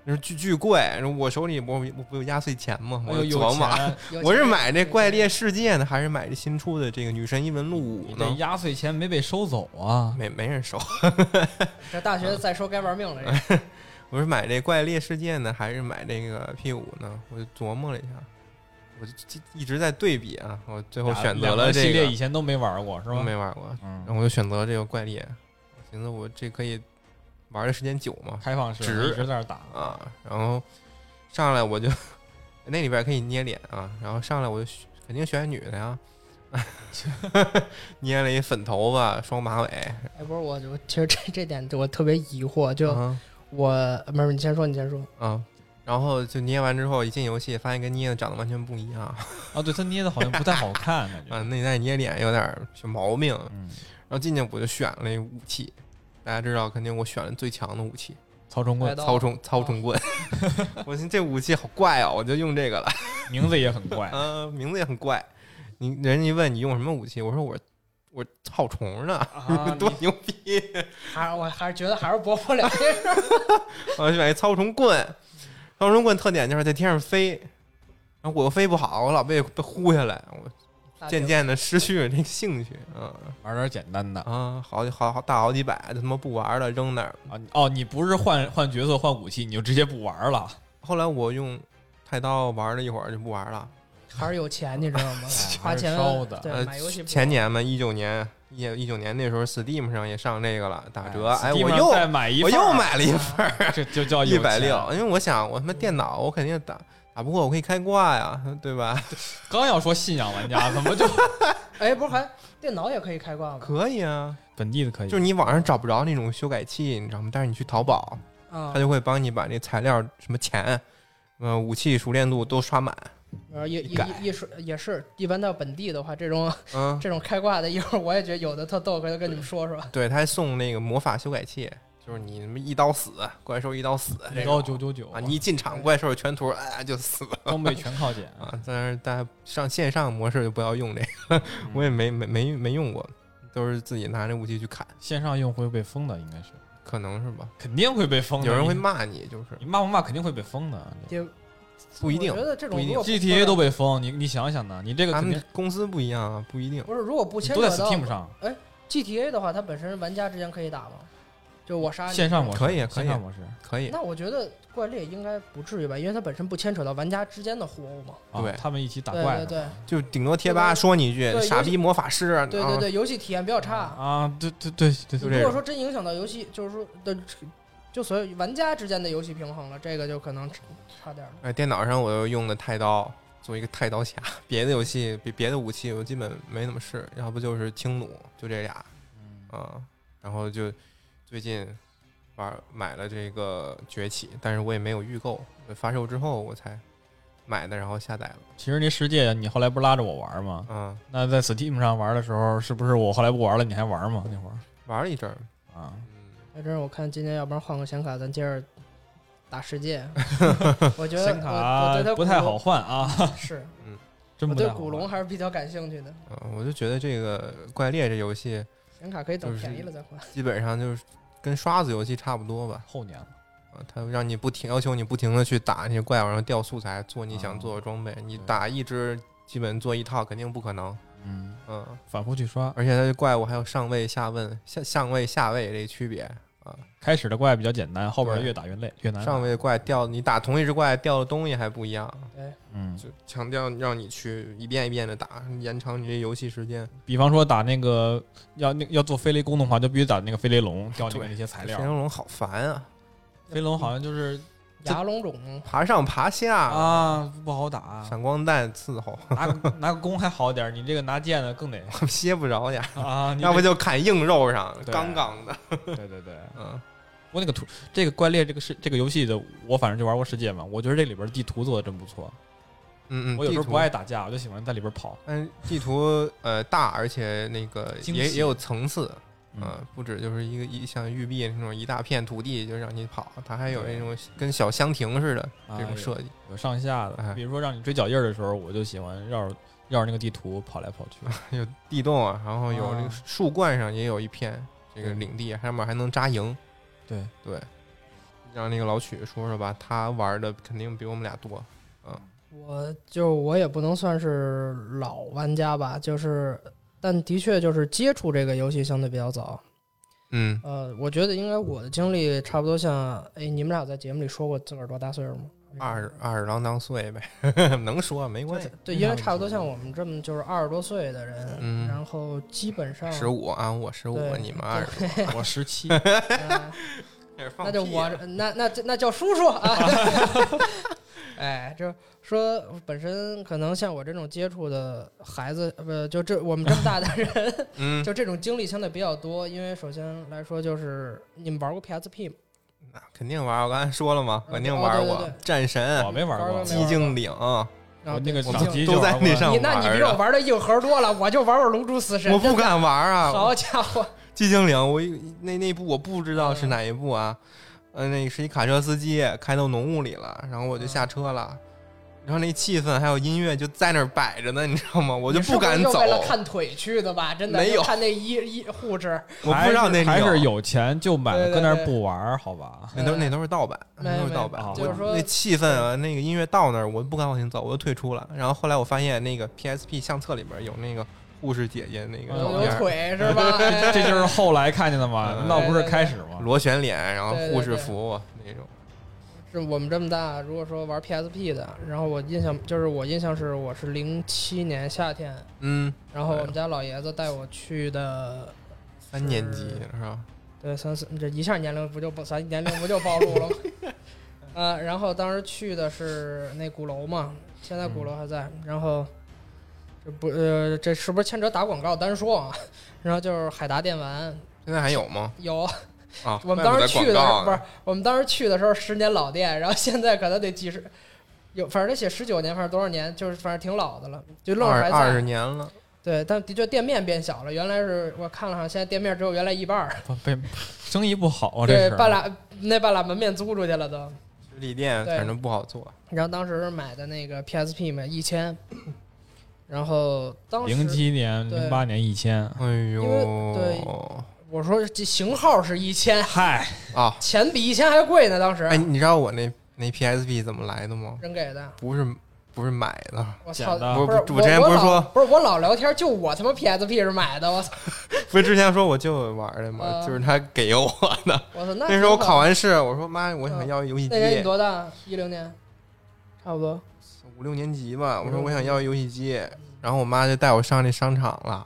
Speaker 1: 就是巨巨贵，我手里我我不有压岁钱吗？
Speaker 2: 我
Speaker 1: 我
Speaker 2: 哎有
Speaker 1: 琢磨啊。
Speaker 2: 钱，
Speaker 3: 有
Speaker 1: 我是
Speaker 3: 钱
Speaker 1: 买这怪猎世界呢，还是买这新出的这个女神异闻录
Speaker 2: 你
Speaker 1: 五
Speaker 2: 这
Speaker 1: 呢？
Speaker 2: 压岁钱没被收走啊？
Speaker 1: 没没人收，
Speaker 3: 这大学再说该玩命了，这
Speaker 1: 我是买这怪猎世界呢，还是买这个 P 五呢？我就琢磨了一下，我就记一直在对比啊，我最后选择
Speaker 2: 两
Speaker 1: 了
Speaker 2: 个系
Speaker 1: 这
Speaker 2: 列，
Speaker 1: 个
Speaker 2: 以，前都没玩过是
Speaker 1: 我
Speaker 2: 吗？
Speaker 1: 没玩过，然后
Speaker 2: 嗯，
Speaker 1: 我就选择这个怪猎，我寻思我这可以玩的时间久嘛
Speaker 2: 开放式
Speaker 1: 直
Speaker 2: 一直在那儿打，
Speaker 1: 啊，然后上来我就那里边可以捏脸啊，然后上来我就选肯定选女的呀。 捏了一粉头发，双马尾，
Speaker 3: 哎，不是我，我其实这这点我特别疑惑，就
Speaker 1: 啊
Speaker 3: 我不是你先说，你先说，
Speaker 1: 啊，然后就捏完之后，一进游戏发现跟捏的长得完全不一样，
Speaker 2: 啊，对他捏的好像不太好看，感
Speaker 1: 啊，
Speaker 2: 觉。
Speaker 1: 内在捏脸有点儿小毛病。然
Speaker 2: 嗯，
Speaker 1: 后进去我就选了一武器，大家知道，肯定我选了最强的武器
Speaker 2: 曹冲
Speaker 3: 来
Speaker 2: 棍
Speaker 1: ——
Speaker 3: 刀
Speaker 1: 操虫操虫棍。 我寻思这武器好怪啊，我就用这个了。
Speaker 2: 名字也很怪，
Speaker 1: 嗯、名字也很怪。你人家一问你用什么武器，我说我我操虫呢，
Speaker 2: 啊
Speaker 1: 多牛逼！
Speaker 3: 还是我还是觉得还是播不了这 事儿。
Speaker 1: 我选一操虫棍，操虫棍特点就是在天上飞，然后我又飞不好，我老被被呼下来，我
Speaker 3: 大学
Speaker 1: 渐渐的失去了这个兴趣。嗯
Speaker 2: 玩点简单的
Speaker 1: 啊，好好好大好几百，就他妈不玩了，扔那儿。
Speaker 2: 啊。你哦，你不是换换角色换武器，你就直接不玩了。
Speaker 1: 后来我用太刀玩了一会儿就不玩了。
Speaker 3: 还是有钱，你知道 吗？花
Speaker 2: 还是
Speaker 3: 钱
Speaker 2: 烧的
Speaker 1: 呃
Speaker 3: 对，买游戏不
Speaker 1: 前年嘛，一九年一一九年那时候，Steam 上也上这个了，打折。哎，
Speaker 2: Steam
Speaker 1: 我
Speaker 2: 上
Speaker 1: 又
Speaker 2: 再买一
Speaker 1: 我
Speaker 2: 份儿
Speaker 1: 又，买了一份儿，
Speaker 2: 这就叫
Speaker 1: 一
Speaker 2: 有
Speaker 1: 百
Speaker 2: 钱
Speaker 1: 六。。因为我想，我他妈电脑我肯定打打不过，我可以开挂呀，对吧？
Speaker 2: 刚要说信仰玩家，怎么就
Speaker 3: 哎，不是还电脑也可以开挂吗？
Speaker 1: 可以啊，
Speaker 2: 本地的可以？
Speaker 1: 就是你网上找不着那种修改器，你知道吗？但是你去淘宝，
Speaker 3: 啊
Speaker 1: 他，就会帮你把那材料什么钱。呃，武器熟练度都刷满，
Speaker 3: 然呃后也
Speaker 1: 一
Speaker 3: 也
Speaker 1: 改
Speaker 3: 也是也是，一般到本地的话，这种
Speaker 1: 嗯，
Speaker 3: 这种开挂的，一会儿我也觉得有的特逗，回头跟你们说说。
Speaker 1: 对，他还送那个魔法修改器，就是你他妈一刀死，怪兽一刀死，
Speaker 2: 一
Speaker 1: 这
Speaker 2: 刀
Speaker 1: 种
Speaker 2: 九九九
Speaker 1: 啊，你一进场怪兽全图，哎就死了
Speaker 2: 装备全靠捡，
Speaker 1: 啊！但是大家上线上模式就不要用这个，
Speaker 2: 嗯
Speaker 1: 我也没没没没用过，都是自己拿着武器去砍，
Speaker 2: 线上用户会被封的，应该是
Speaker 1: 可能是吧？
Speaker 2: 肯定会被封的。
Speaker 1: 有人会
Speaker 2: 你
Speaker 1: 骂你，就是
Speaker 2: 你骂不骂肯定会被封的。
Speaker 3: 就
Speaker 1: 不一定
Speaker 3: 我觉得这种
Speaker 1: 不一定
Speaker 3: 如果不
Speaker 2: GTA 都被封，你你想想呢，你这个
Speaker 1: 咱
Speaker 2: 肯定
Speaker 1: 们公司不一样啊，不一定。
Speaker 3: 不是，如果不
Speaker 2: 你
Speaker 3: 牵
Speaker 2: 都在
Speaker 3: 扯到
Speaker 2: Steam 上，
Speaker 3: GTA 的话，它本身玩家之间可以打吗？就我杀你
Speaker 2: 线上模式
Speaker 1: 可以可以
Speaker 2: 线上模式
Speaker 1: 可以，
Speaker 3: 那我觉得怪猎应该不至于吧，因为它本身不牵扯到玩家之间的互殴嘛。
Speaker 2: 啊
Speaker 1: 对
Speaker 2: 他们一起打
Speaker 3: 对
Speaker 2: 怪
Speaker 3: 对对
Speaker 1: 就顶多贴吧说你一句
Speaker 3: 对
Speaker 1: 傻逼魔法师，
Speaker 3: 对
Speaker 1: 啊
Speaker 3: 对对，游戏体验比较差。
Speaker 2: 啊，对对对对
Speaker 1: 就这
Speaker 2: 对
Speaker 3: 如果
Speaker 1: 种
Speaker 3: 说真影响到游戏，就是说的，就所有玩家之间的游戏平衡了，这个就可能差点了。
Speaker 1: 哎，电脑上我又用的太刀，做一个太刀侠。别的游戏，别别的武器，我基本没怎么试，要不就是轻弩，就这俩
Speaker 2: 嗯
Speaker 1: 啊。然后就最近玩买了这个崛起，但是我也没有预购，发售之后我才买的，然后下载了。
Speaker 2: 其实那世界你后来不是拉着我玩吗？
Speaker 1: 啊，
Speaker 2: 那在 Steam 上玩的时候，是不是我后来不玩了，你还玩吗？那会儿
Speaker 1: 玩了一阵儿，
Speaker 2: 啊，
Speaker 1: 嗯，
Speaker 3: 那哎真是我看今天，要不然换个显卡，咱接着打世 界。我觉得
Speaker 2: 显
Speaker 3: 我我对它
Speaker 2: 卡不太好，换 啊，
Speaker 3: 是
Speaker 2: 真
Speaker 3: 我
Speaker 2: 不太
Speaker 3: 对
Speaker 2: 好
Speaker 3: 古龙
Speaker 2: 换。
Speaker 3: 还是比较感兴趣的。
Speaker 1: 啊我就觉得这个怪猎这游戏
Speaker 3: 显卡可以等
Speaker 1: 就是
Speaker 3: 便宜了再换。
Speaker 1: 基本上就是跟刷子游戏差不多吧。
Speaker 2: 后年了，
Speaker 1: 啊，它让你不停要求你不停的去打那些怪物，然后调素材，做你想
Speaker 2: 啊
Speaker 1: 做的装备。你
Speaker 2: 对
Speaker 1: 打一只，基本做一套肯定不可能。
Speaker 2: 嗯，
Speaker 1: 嗯，
Speaker 2: 反复去刷。
Speaker 1: 而且它这怪物还有上位、下位、下上位、下位这区别啊。
Speaker 2: 开始的怪比较简单，后边
Speaker 1: 对
Speaker 2: 越打越累，越难。
Speaker 1: 上位的怪掉，你打同一只怪掉的东西还不一样，
Speaker 3: 对，
Speaker 2: 嗯，
Speaker 1: 就强调让你去一遍一遍的打，延长你这游戏时间。
Speaker 2: 比方说打那个要那要做飞雷弓的话，就必须打那个飞雷龙，掉那个那些材
Speaker 1: 飞
Speaker 2: 料。
Speaker 1: 龙龙好烦啊，
Speaker 2: 飞龙好像就是
Speaker 3: 牙龙种
Speaker 1: 爬上爬下，
Speaker 2: 啊不好打，
Speaker 1: 闪光弹伺候，
Speaker 2: 拿个拿个弓还好点儿，你这个拿剑的更得
Speaker 1: 歇不着 呀，
Speaker 2: 啊，你
Speaker 1: 要不
Speaker 2: 得
Speaker 1: 就砍硬肉上，
Speaker 2: 对
Speaker 1: 杠杠的。
Speaker 2: 对对对。
Speaker 1: 嗯，
Speaker 2: 我那个图，这个怪猎这个是这个游戏的，我反正就玩过世界嘛，我觉得这里边地图做的真不错。
Speaker 1: 嗯嗯，
Speaker 2: 我有时候
Speaker 1: 地
Speaker 2: 不
Speaker 1: 图
Speaker 2: 爱打架，我就喜欢在里边跑。
Speaker 1: 嗯，地图呃大，而且那个
Speaker 2: 精
Speaker 1: 也
Speaker 2: 细
Speaker 1: 也有层次，嗯、
Speaker 2: 嗯，
Speaker 1: 不止就是一个一像玉璧那种一大片土地就让你跑，它还有
Speaker 2: 对
Speaker 1: 那种跟小香亭似的
Speaker 2: 啊
Speaker 1: 这种设计，
Speaker 2: 有上下的，
Speaker 1: 哎
Speaker 2: 比如说让你追脚印儿的时候，我就喜欢绕着绕着那个地图跑来跑去。
Speaker 1: 有地洞啊，然后有那个
Speaker 2: 啊
Speaker 1: 树冠上也有一片这个
Speaker 2: 对
Speaker 1: 领地，上面还能扎营。
Speaker 2: 对，
Speaker 1: 对，让那个老曲说说吧，他玩的肯定比我们俩多。
Speaker 3: 我就我也不能算是老玩家吧，就是，但的确就是接触这个游戏相对比较早。
Speaker 1: 嗯，
Speaker 3: 呃，我觉得应该我的经历差不多像，哎，你们俩在节目里说过自个儿多大岁数吗？
Speaker 1: 二十二十郎当岁呗， 能说没关系。
Speaker 3: 对，因为差不多像我们这么就是二十多岁的人，
Speaker 1: 嗯
Speaker 3: 然后基本上
Speaker 1: 十五啊，我十五，
Speaker 3: 对
Speaker 1: 你们二十，
Speaker 2: 我十 七，
Speaker 3: 哎
Speaker 1: 开始放
Speaker 3: 那就
Speaker 1: 屁啊
Speaker 3: 我
Speaker 1: 了
Speaker 3: 那那那叫叔叔 啊。哎，就说本身可能像我这种接触的孩子，呃不就这我们这么大的人，
Speaker 1: 嗯，
Speaker 3: 就这种经历相对比较多。因为首先来说，就是你们玩过 PSP 吗？
Speaker 1: 那肯定玩，我刚才说了嘛，
Speaker 3: 嗯
Speaker 1: 肯定玩
Speaker 3: 哦对
Speaker 1: 过
Speaker 3: 对对
Speaker 1: 战神
Speaker 2: 我、没玩
Speaker 3: 玩过
Speaker 2: 过
Speaker 3: 没。
Speaker 1: 寂静岭，
Speaker 3: 然后
Speaker 2: 我那个
Speaker 1: 我们
Speaker 3: 对
Speaker 2: 掌机
Speaker 1: 都
Speaker 2: 就
Speaker 1: 在
Speaker 2: 玩过
Speaker 1: 那上
Speaker 3: 你那你比
Speaker 1: 玩
Speaker 3: 我
Speaker 1: 的
Speaker 3: 玩的硬核多了，我就玩玩《龙珠死神》。
Speaker 1: 我不敢玩啊！
Speaker 3: 好家伙，
Speaker 1: 寂静岭，我一那那部我不知道是哪一部啊，
Speaker 3: 嗯
Speaker 1: 呃，那是一卡车司机开到浓雾里了，然后我就下车了，然后那气氛还有音乐就在那儿摆着呢，你知道吗？我就
Speaker 3: 你是不
Speaker 1: 敢
Speaker 3: 是又
Speaker 1: 走，
Speaker 3: 为了看腿去的吧？真的
Speaker 1: 没有
Speaker 3: 就看那一一护士，
Speaker 1: 我不知道那
Speaker 2: 还是还是
Speaker 1: 有，
Speaker 2: 有钱就买
Speaker 3: 对
Speaker 2: 了，
Speaker 3: 对
Speaker 2: 搁那
Speaker 3: 对
Speaker 2: 儿不玩儿，好吧？
Speaker 1: 那都那都是盗版，
Speaker 3: 没啊
Speaker 1: 那都是盗
Speaker 2: 没
Speaker 1: 版。
Speaker 2: 没
Speaker 1: 我
Speaker 3: 就是说
Speaker 1: 那气氛啊，那个音乐到那儿，我不敢往前走，我就退出了。然后后来我发现那个 PSP 相册里边有那个护士姐姐那个
Speaker 2: 嗯
Speaker 1: 照
Speaker 3: 有
Speaker 1: 片
Speaker 3: 有
Speaker 1: 儿。
Speaker 3: 腿是 吧？哎
Speaker 2: 这就是后来看见的嘛，
Speaker 1: 嗯
Speaker 2: 那不是开始吗？
Speaker 1: 螺旋脸，然后
Speaker 3: 对对
Speaker 1: 护士
Speaker 3: 对
Speaker 1: 服那种。
Speaker 3: 是我们这么大，如果说玩 PSP 的，然后我印象就是我印象是我是零七年夏天，
Speaker 1: 嗯，
Speaker 3: 然后我们家老爷子带我去的，
Speaker 1: 三年级是吧？
Speaker 3: 对三四，这一下年龄不就暴咱年龄不就暴露 了吗？呃，然后当时去的是那鼓楼嘛，现在
Speaker 1: 嗯
Speaker 3: 鼓楼还在，然后这不呃这是不是牵扯打广告单说啊？ 然后就是海达电玩
Speaker 1: 现在还有吗？
Speaker 3: 有，
Speaker 1: 啊，
Speaker 3: 我们
Speaker 1: 怪
Speaker 3: 当
Speaker 1: 不
Speaker 3: 时
Speaker 1: 得
Speaker 3: 去的时
Speaker 1: 广告啊
Speaker 3: 候
Speaker 1: 呢
Speaker 3: 不是，我们当时去的时候十年老店，然后现在可能得几十，有反正得写十九年，反正多少年，就是反正挺老的了，就愣是
Speaker 1: 二
Speaker 3: 还
Speaker 1: 二十
Speaker 3: 在。
Speaker 1: 年了，
Speaker 3: 对，但的确店面变小了，原来是我看了看，现在店面只有原来一半儿，
Speaker 2: 不被生意不好啊，这
Speaker 3: 对，
Speaker 2: 是
Speaker 3: 半拉那半拉门面租出去了都。
Speaker 1: 实体店
Speaker 3: 对
Speaker 1: 反正不好做。
Speaker 3: 然后当时买的那个 PSP 嘛，一千，然后当
Speaker 2: 零
Speaker 3: 时
Speaker 2: 七年、
Speaker 3: 对
Speaker 2: 零八年、一千，
Speaker 1: 哎啊
Speaker 3: 因为对
Speaker 1: 呦，
Speaker 3: 我说这型号是一千，
Speaker 2: 嗨，
Speaker 1: 啊，哎
Speaker 3: 钱比一千还贵呢，当时啊
Speaker 1: 哎，你知道我那那 PSP 怎么来的吗？
Speaker 3: 人给的，
Speaker 1: 不是不是买的，
Speaker 3: 我
Speaker 2: 捡！
Speaker 3: 操
Speaker 2: 的
Speaker 3: 不是
Speaker 1: 不不之前
Speaker 3: 我
Speaker 1: 不是
Speaker 3: 我
Speaker 1: 说
Speaker 3: 老不是我老聊天，就我他妈 PSP 是买的，我操！
Speaker 1: 不是之前说我舅玩的嘛，
Speaker 3: 啊
Speaker 1: 就是他给我的。
Speaker 3: 我操！那
Speaker 1: 那时候我
Speaker 3: 挺好嗯
Speaker 1: 考完试，我说妈，我想要游戏
Speaker 3: 那年你
Speaker 1: 机，
Speaker 3: 多大？一零年，差不多。
Speaker 1: 五六年级吧。我说
Speaker 3: 嗯
Speaker 1: 我想要游戏机，然后我妈就带我上那商场了。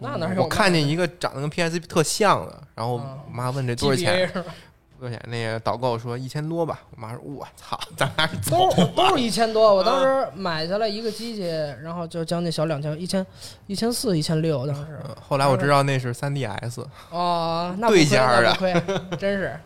Speaker 3: 那哪有卖的？
Speaker 1: 我看见一个长得跟 PSP 特像的，然后
Speaker 3: 啊
Speaker 1: 我妈问这多少钱？
Speaker 3: GBA 是吧？
Speaker 1: 多少钱？那个导购说一千多吧。我妈说我操，咱俩是走啊
Speaker 3: 都是都是一千多。我当时买下来一个机器，然后就将近小两千，一千一千四、一千六，当时
Speaker 1: 嗯后来我知道那是 3DS，
Speaker 3: 哦，那不
Speaker 1: 对
Speaker 3: 亏，
Speaker 1: 家啊儿
Speaker 3: 那不亏，真是。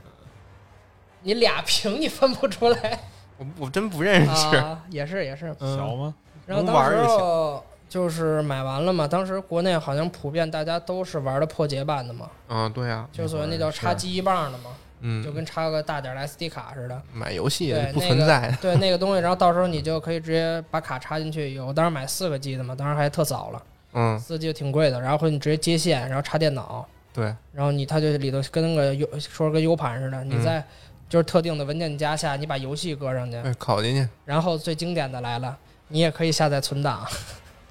Speaker 3: 你俩屏你分不出 来
Speaker 1: 我我真不认识。
Speaker 3: 啊，也是也是。
Speaker 1: 嗯
Speaker 2: 小吗？
Speaker 3: 然后
Speaker 1: 能玩
Speaker 3: 当
Speaker 1: 儿
Speaker 3: 时
Speaker 1: 就行
Speaker 3: 候就是买完了嘛，当时国内好像普遍大家都是玩的破解版的嘛，
Speaker 1: 嗯，对呀，
Speaker 3: 就所谓那叫插记忆棒的嘛，就
Speaker 1: 嗯，
Speaker 3: 跟插个大点儿的 SD 卡似的。
Speaker 1: 买游戏
Speaker 3: 对
Speaker 1: 不
Speaker 3: 那
Speaker 1: 存
Speaker 3: 个
Speaker 1: 在的。
Speaker 3: 对那个东西，然后到时候你就可以直接把卡插进去。有我当时买四个 G 的嘛，当时还特早了，
Speaker 1: 嗯，
Speaker 3: 四 G 挺贵的。然后你直接接线，然后插电脑，
Speaker 1: 对，
Speaker 3: 然后你它就里头跟个 U 说是跟 U 盘似的，你
Speaker 1: 嗯
Speaker 3: 在就是特定的文件夹下，你把游戏搁上去。
Speaker 1: 哎考进去
Speaker 3: 然后最经典的来了，你也可以下载存档。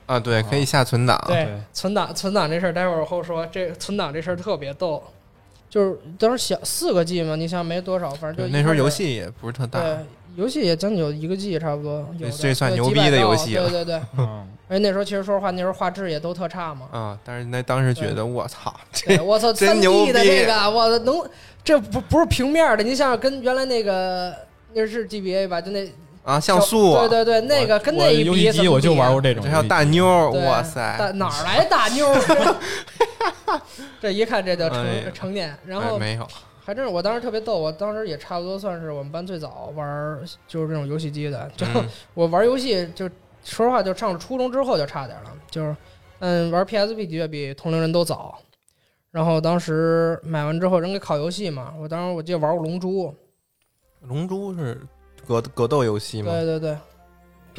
Speaker 1: 啊，对，可以下存档。
Speaker 3: 对
Speaker 2: 对，
Speaker 3: 存档存档这事儿，待会儿我后说。这存档这事儿特别逗，就是当时小四个 G 嘛，你想没多少，反正就
Speaker 1: 对，
Speaker 3: 一
Speaker 1: 那时候
Speaker 3: 开始
Speaker 1: 游戏也不是特大，
Speaker 3: 对，游戏也将近有一个 G 差不多，有的
Speaker 1: 这算
Speaker 3: 对
Speaker 1: 牛
Speaker 3: 几百
Speaker 1: 逼的
Speaker 3: 兆
Speaker 1: 游戏了
Speaker 3: 对对对，
Speaker 2: 嗯，
Speaker 3: 而且那时候其实说实话，那时候画质也都特差嘛。
Speaker 1: 啊，但是那当时觉得我操，这
Speaker 3: 对，我操，
Speaker 1: 真
Speaker 3: 三
Speaker 1: 牛
Speaker 3: D 的
Speaker 1: 逼
Speaker 3: 这个，啊我操能这不不是平面的，你想想跟原来那个那是 GBA 吧，就那
Speaker 1: 啊像素啊，
Speaker 3: 对对对，那个
Speaker 2: 我
Speaker 3: 跟那一
Speaker 2: 我游
Speaker 3: 比
Speaker 2: 戏
Speaker 3: 怎
Speaker 2: 机
Speaker 3: 么
Speaker 2: 我就
Speaker 3: 比
Speaker 2: 玩过这种
Speaker 1: 这
Speaker 2: 游戏机，
Speaker 1: 还有大妞儿，
Speaker 3: 对
Speaker 1: 哇
Speaker 3: 大
Speaker 1: 塞，
Speaker 3: 哪儿来大妞儿？ 这一看这就成、
Speaker 1: 哎呀
Speaker 3: 成年，然
Speaker 1: 哎
Speaker 3: 后
Speaker 1: 没有，
Speaker 3: 还真是，我当时特别逗，我当时也差不多算是我们班最早玩儿就是这种游戏机的，就、
Speaker 1: 嗯
Speaker 3: 我玩游戏就说实话，就上了初中之后就差点了，就是嗯，玩 PSP 的确比同龄人都早。然后当时买完之后，人给拷游戏嘛，我当时我记得玩过《龙珠》，
Speaker 1: 龙珠是格格斗游戏吗？
Speaker 3: 对对对，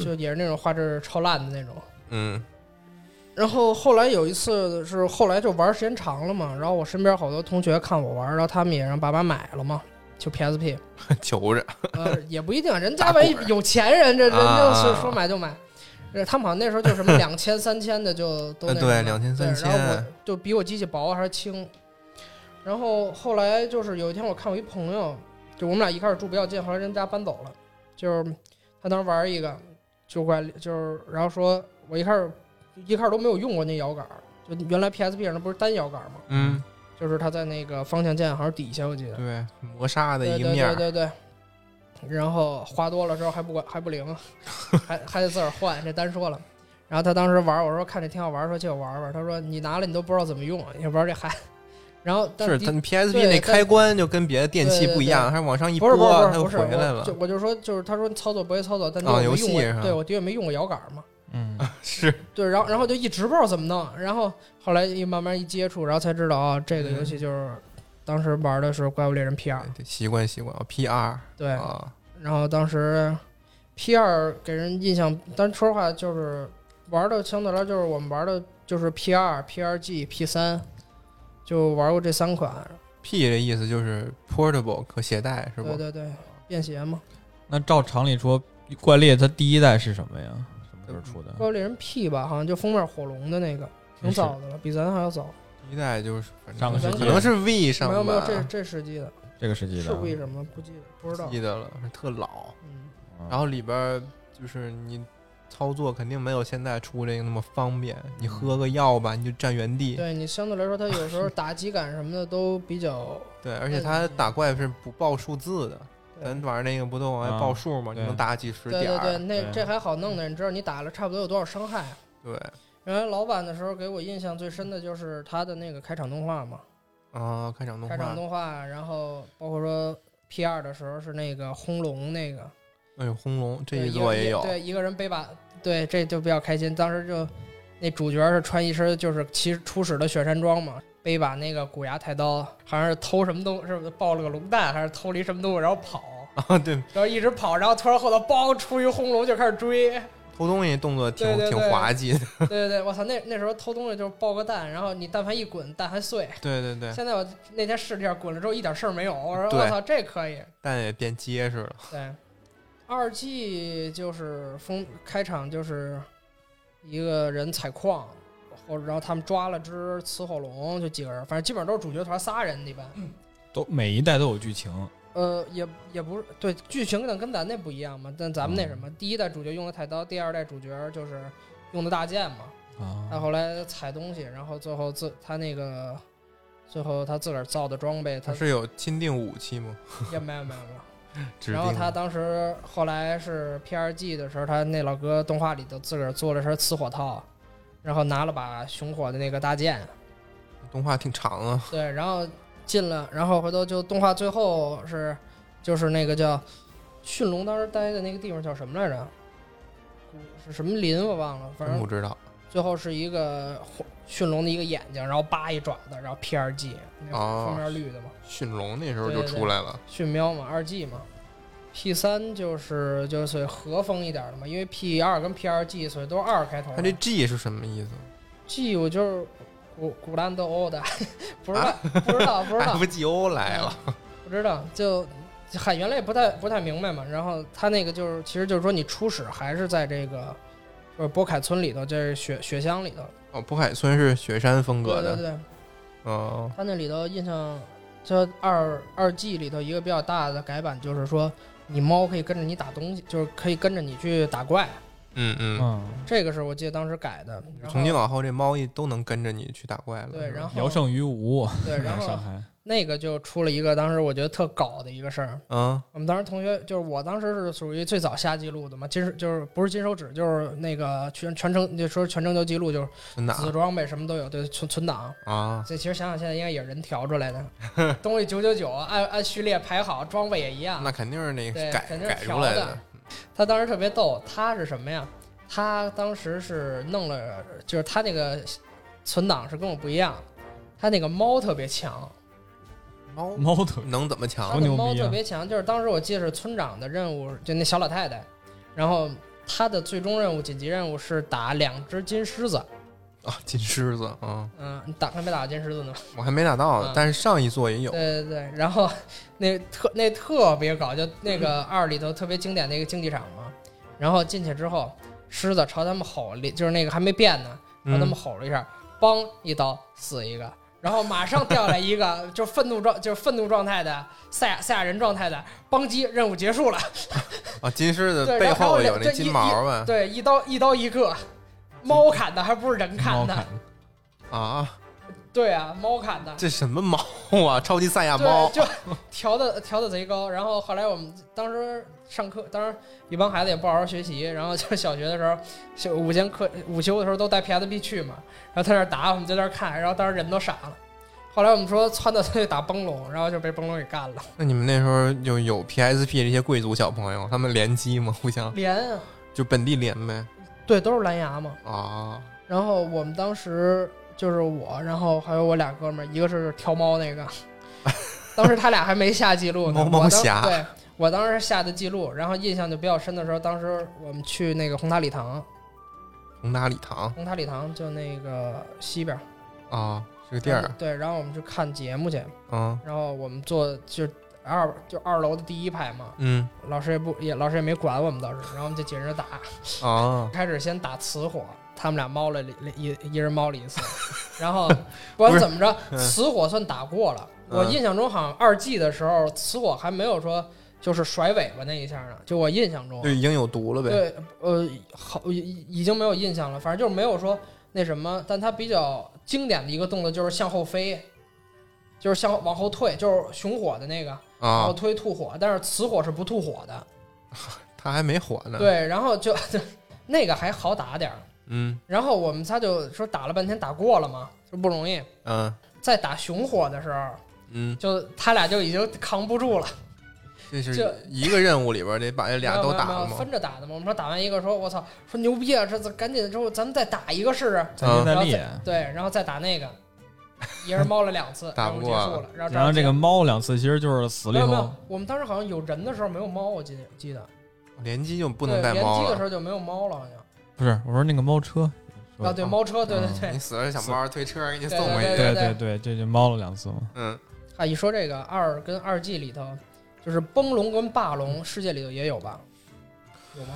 Speaker 3: 就也是那种画质超烂的那种。
Speaker 1: 嗯，
Speaker 3: 然后后来有一次是后来就玩时间长了嘛，然后我身边好多同学看我玩，然后他们也让爸妈买了嘛，就 PSP，
Speaker 1: 求着，
Speaker 3: 呃，也不一定，人
Speaker 1: 打
Speaker 3: 家
Speaker 1: 滚
Speaker 3: 万
Speaker 1: 儿
Speaker 3: 一有钱人，这人
Speaker 1: 啊
Speaker 3: 就是说买就买。呃他们好像那时候就什么两千、三千 的就都那
Speaker 1: 呃
Speaker 3: 什
Speaker 1: 对
Speaker 3: 么
Speaker 1: 2000 3000
Speaker 3: 对然后我就比我机器薄还是轻。然后后来就是有一天我看我一朋友，就我们俩一开始住比较近，后来人家搬走了，就是他当时玩一个，就怪就是然后说我一开始一开始都没有用过那摇杆儿，就原来 PSP 上那不是单摇杆儿吗？
Speaker 1: 嗯，
Speaker 3: 就是它在那个方向键好像底下我记得，
Speaker 1: 对，磨砂的
Speaker 3: 对
Speaker 1: 一
Speaker 3: 对
Speaker 1: 个面儿，
Speaker 3: 对对对然后花多了之后还不管还不灵，还还得自个儿换，这单说了。然后他当时玩儿，我说看这挺好玩儿，说借我玩儿玩儿。他说你拿了你都不知道怎么用，你玩儿这还。然后但
Speaker 1: 是
Speaker 3: 的
Speaker 1: 它 PSP
Speaker 3: 对
Speaker 1: 那
Speaker 3: 但
Speaker 1: 开关就跟别的电器
Speaker 3: 对对
Speaker 1: 不一
Speaker 3: 对
Speaker 1: 样，它往上一
Speaker 3: 不是不
Speaker 1: 拨，
Speaker 3: 是
Speaker 1: 它
Speaker 3: 不
Speaker 1: 就是回
Speaker 3: 不是，
Speaker 1: 来
Speaker 3: 我
Speaker 1: 了
Speaker 3: 就，我就说就是他说你操作不会操作，但
Speaker 1: 啊
Speaker 3: 我没
Speaker 1: 游
Speaker 3: 用
Speaker 1: 戏
Speaker 3: 过
Speaker 1: 是吧
Speaker 3: 对我的确没用过摇杆儿嘛。
Speaker 2: 嗯，
Speaker 1: 是
Speaker 3: 对，然后然后就一直不知道怎么弄，然后后来一慢慢一接触，然后才知道啊，这个游
Speaker 1: 嗯
Speaker 3: 戏就是当时玩的是《怪物猎人 P 二》，
Speaker 1: 得习惯习惯哦，PR
Speaker 3: 啊对，
Speaker 1: 啊，
Speaker 3: 然后当时 P 二给人印象，但说实话就是玩的相对来说就是我们玩的就是 P 二、P 二 G、P 三，就玩过这三款。
Speaker 1: P 的意思就是 portable 可携带是啊
Speaker 3: 对
Speaker 1: 不？
Speaker 3: 对对，便携嘛。
Speaker 2: 那照常理说，怪猎它第一代是什么呀？什么时
Speaker 3: 嗯
Speaker 2: 候
Speaker 1: 啊
Speaker 2: 出的？
Speaker 3: 怪物猎人 P 吧，好像就封面火龙的那个，挺早的了，比咱还要早。
Speaker 1: 第一代就是反正
Speaker 2: 上
Speaker 3: 个世纪
Speaker 1: 可能是 V 上
Speaker 3: 没
Speaker 1: 吧，啊
Speaker 3: 有没有，这这世纪的，
Speaker 2: 这个世纪
Speaker 3: 是
Speaker 2: 的。啊
Speaker 3: 为什么不记得不知道
Speaker 1: 记。得了，是特老。
Speaker 3: 嗯，
Speaker 2: 嗯
Speaker 1: 然后里边儿就是你操作肯定没有现在出这个那么方便，你喝个药吧，你就站原地。
Speaker 3: 对你相对来说，它有时候打击感什么的都比较。
Speaker 1: 对，而且它打怪是不报数字的，
Speaker 3: 对
Speaker 1: 咱玩那个不都往外报数吗？
Speaker 2: 啊
Speaker 1: 你能打几十
Speaker 3: 对
Speaker 1: 点
Speaker 3: 对对，
Speaker 1: 儿？啊
Speaker 3: 那
Speaker 2: 对
Speaker 3: 这还好弄点，你知道你打了差不多有多少伤害啊？
Speaker 1: 对，
Speaker 3: 原来老版的时候，给我印象最深的就是他的那个开场动画嘛，
Speaker 1: 啊，开场动
Speaker 3: 开场
Speaker 1: 画，
Speaker 3: 动画，然后包括说 P 二的时候是那个轰龙那个，
Speaker 1: 哎呦，轰龙这
Speaker 3: 对
Speaker 1: 一
Speaker 3: 个
Speaker 1: 座也有，
Speaker 3: 对一个人背把，对这就比较开心。当时就那主角是穿一身就是骑初始的雪山装嘛，背把那个古牙太刀，好像是偷什么东，是不是爆了个龙蛋，还是偷了一什么东西，然后跑，
Speaker 1: 啊， 对，
Speaker 3: 然后一直跑，然后突然后头包出一轰龙就开始追，
Speaker 1: 偷东西动作挺
Speaker 3: 对对
Speaker 1: 挺
Speaker 3: 对
Speaker 1: 滑稽的，
Speaker 3: 对对对，我操，那那时候偷东西就是爆个蛋，然后你但凡一滚蛋还碎。
Speaker 1: 对对对，
Speaker 3: 现在我那天试了一下，滚了之后一点事儿没有。我说
Speaker 1: 对
Speaker 3: 我操，这可以。
Speaker 1: 但也变结实了。
Speaker 3: 对，二 G 就是封开场就是一个人采矿，或者然后他们抓了只雌火龙，就几个人，反正基本上都是主角团仨人一般。
Speaker 2: 都每一代都有剧情，啊
Speaker 3: 呃，也也不是对剧情呢，跟咱那不一样嘛。但咱们那
Speaker 1: 嗯
Speaker 3: 什么，第一代主角用的太刀，第二代主角就是用的大剑嘛。
Speaker 1: 嗯
Speaker 3: 他
Speaker 2: 啊，
Speaker 3: 后来采东西，然后最后自他那个最后他自个儿造的装备，他
Speaker 1: 它是有钦定武器吗？
Speaker 3: 也没有没有没有。
Speaker 1: 指
Speaker 3: 然后
Speaker 1: 定
Speaker 3: 他
Speaker 1: 的
Speaker 3: 当时后来是 P R G 的时候，他那老哥动画里头自个儿做了身雌火套，然后拿了把雄火的那个大剑，
Speaker 1: 动画挺长啊，
Speaker 3: 对，然后进了，然后回头就动画最后是就是那个叫驯龙当时待的那个地方叫什么来着？古是什么林我忘了，反
Speaker 1: 真
Speaker 3: 正
Speaker 1: 不知道
Speaker 3: 最后是一个火驯龙的一个眼睛，然后扒一爪子，然后 P R G 那
Speaker 1: 哦
Speaker 3: 封面绿的嘛，
Speaker 1: 驯龙那时候
Speaker 3: 对
Speaker 1: 就
Speaker 3: 对
Speaker 1: 出来了，
Speaker 3: 驯喵嘛，二 G 嘛。P 三就是就是和风一点的嘛，因为 P 二跟 P 二 G 所以都是二开头
Speaker 1: 它
Speaker 3: 的。
Speaker 1: 这 G 是什么意思？
Speaker 3: G 我就是古古兰德欧的， 不知
Speaker 1: 啊
Speaker 3: 道、不知道不知道嗯
Speaker 1: FGO 来了，
Speaker 3: 不知道，就喊原来也不太不太明白嘛。然后他那个就是，其实就是说你初始还是在这个就是波凯村里头，就是雪雪乡里头。
Speaker 1: 哦，渤海村是雪山风格
Speaker 3: 对
Speaker 1: 的，
Speaker 3: 对对，
Speaker 1: 哦，
Speaker 3: 他那里头印象，这二二 G 里头一个比较大的改版就是说，你猫可以跟着你打东西，就是可以跟着你去打怪。
Speaker 1: 嗯嗯，
Speaker 2: 嗯，
Speaker 3: 这个是我记得当时改的。然后
Speaker 1: 从今往后这猫一都能跟着你去打怪了，
Speaker 3: 对
Speaker 1: 是吧
Speaker 3: 然后
Speaker 2: 聊胜于无，
Speaker 3: 对，然
Speaker 2: 上
Speaker 3: 后
Speaker 2: 海，
Speaker 3: 那个就出了一个当时我觉得特搞的一个事儿。
Speaker 1: 嗯，
Speaker 3: 我们当时同学就是我当时是属于最早下记录的嘛，金手就是不是金手指，就是那个全全程就说全程就记录，就是
Speaker 1: 真的
Speaker 3: 子装备什么都有，对存存档。
Speaker 1: 啊，
Speaker 3: 这其实想想现在应该也是人调 出来的，东西九九九啊按按序列排好，装备也一样。
Speaker 1: 那肯定是那
Speaker 3: 啊对
Speaker 1: 个改
Speaker 3: 肯定是
Speaker 1: 改
Speaker 3: 调
Speaker 1: 出来
Speaker 3: 的，他当时特别逗，他是什么呀？他当时是弄了，就是他那个存档是跟我不一样，他那个猫特别强，
Speaker 1: 猫
Speaker 2: 猫头
Speaker 1: 能怎么
Speaker 3: 他
Speaker 1: 强？
Speaker 3: 的
Speaker 2: 牛
Speaker 3: 猫
Speaker 2: 逼啊
Speaker 3: 特别强，就是当时我记得是村长的任务，就那小老太太，然后她的最终任务、紧急任务是打两只金狮子。
Speaker 1: 啊，金狮子啊，
Speaker 3: 嗯，你打还没打金狮子呢？
Speaker 1: 我还没打到
Speaker 3: 嗯
Speaker 1: 呢，但是上一座也有，
Speaker 3: 对对对，然后那特那特别搞，就 那个二里头特别经典的一个竞技场嘛。然后进去之后，狮子朝他们吼了，就是那个还没变呢，朝他们
Speaker 1: 嗯，
Speaker 3: 吼了一下，梆一刀死一个，然后马上掉来一个 就愤怒状就是愤怒状态的赛亚赛亚人状态的，邦击任务结束了。
Speaker 1: 啊，金狮子
Speaker 3: 对
Speaker 1: 背
Speaker 3: 然后
Speaker 1: 后
Speaker 3: 两
Speaker 1: 有
Speaker 3: 这
Speaker 1: 那
Speaker 3: 一
Speaker 1: 金毛啊
Speaker 2: 啊
Speaker 1: 吧？
Speaker 3: 对，一刀一刀一个，猫砍的还不是人
Speaker 2: 猫
Speaker 3: 砍的？
Speaker 2: 砍
Speaker 1: 啊，
Speaker 3: 对啊，猫砍的。
Speaker 1: 这什么猫啊？超级赛亚猫
Speaker 3: 对，，就调的调的贼高。然后后来我们当时上课，当时一帮孩子也不好好学习，然后就是小学的时候，就午间课午休的时候都带 PSP 去嘛，然后他那儿打，我们在那儿看，然后当时人都傻了。后来我们说撺掇他去打崩龙，然后就被崩龙给干了。
Speaker 1: 那你们那时候就有 PSP 这些贵族小朋友，他们联机吗？互相
Speaker 3: 连啊，
Speaker 1: 就本地联呗。
Speaker 3: 对，都是蓝牙嘛。
Speaker 1: 啊，
Speaker 3: 然后我们当时就是我，然后还有我俩哥们儿，一个是挑猫那 个，当时他俩还没下记录
Speaker 1: 猫
Speaker 3: 呢。
Speaker 1: 猫
Speaker 3: 我当
Speaker 1: 侠
Speaker 3: 对我当时下的记录，然后印象就比较深的时候，当时我们去那个红塔礼堂，
Speaker 1: 红塔礼堂
Speaker 3: 红塔礼堂就那个西边儿
Speaker 1: 啊，是个地儿
Speaker 3: 对，然后我们去看节目去，
Speaker 1: 啊，
Speaker 3: 然后我们坐就二就二楼的第一排嘛，
Speaker 1: 嗯
Speaker 3: 老师也不也老师也没管我们倒是，然后我们就紧着打，
Speaker 1: 啊，
Speaker 3: 开始先打雌火，他们俩猫了一一一人猫了一次，然后不管怎么着，
Speaker 1: 嗯
Speaker 3: 雌火算打过了。
Speaker 1: 嗯
Speaker 3: 我印象中好像二 G 的时候，雌火还没有说就是甩尾巴那一下呢，就我印象中
Speaker 1: 就，已经有毒了呗。
Speaker 3: 对，呃，好已已经没有印象了，反正就是没有说那什么，但它比较经典的一个动作就是向后飞。就是向后往后退，就是熊火的那个往后
Speaker 1: 啊，
Speaker 3: 推吐火，但是雌火是不吐火的。
Speaker 1: 他还没火呢。，
Speaker 3: 对，然后就 那个还好打点儿，
Speaker 1: 嗯
Speaker 3: 然后我们仨就说打了半天打过了嘛，就不容易。
Speaker 1: 嗯
Speaker 3: 在打熊火的时候，
Speaker 1: 嗯，
Speaker 3: 就他俩就已经扛不住了，
Speaker 1: 这
Speaker 3: 这
Speaker 1: 是一个任务里边得把这 俩都打
Speaker 3: 没有
Speaker 1: 了
Speaker 3: 没有没有
Speaker 1: 吗？
Speaker 3: 分着打的嘛。我们说打完一个说，我操，说牛逼啊，这这赶紧之后咱们再打一个 试试。
Speaker 2: 再接
Speaker 1: 嗯
Speaker 2: 再厉，
Speaker 3: 对，然后再打那个，一人猫了两次，
Speaker 1: 打不过
Speaker 3: 然
Speaker 1: 啊
Speaker 3: 后结束了，然后
Speaker 2: 然后这
Speaker 3: 样
Speaker 2: 个猫两次其实就是死
Speaker 3: 没
Speaker 2: 里
Speaker 3: 有没
Speaker 2: 头
Speaker 3: 有，，我们当时好像有人的时候没有猫，我记得记得
Speaker 1: 联机就不
Speaker 3: 不
Speaker 1: 能带
Speaker 3: 联
Speaker 1: 猫
Speaker 3: 机的时
Speaker 1: 了。
Speaker 3: 候就没有猫了，好像
Speaker 2: 不是我说那个猫车是吧
Speaker 3: 啊对猫车，对对
Speaker 2: 嗯
Speaker 3: 对
Speaker 1: 你。死了，小猫推车给你送回去。
Speaker 3: 对
Speaker 2: 对
Speaker 3: 对
Speaker 2: 对，这就猫了两次嘛，
Speaker 1: 嗯，
Speaker 3: 啊，一说这个二跟二 G 里头，就是崩龙跟霸龙，世界里头也有吧？有吗？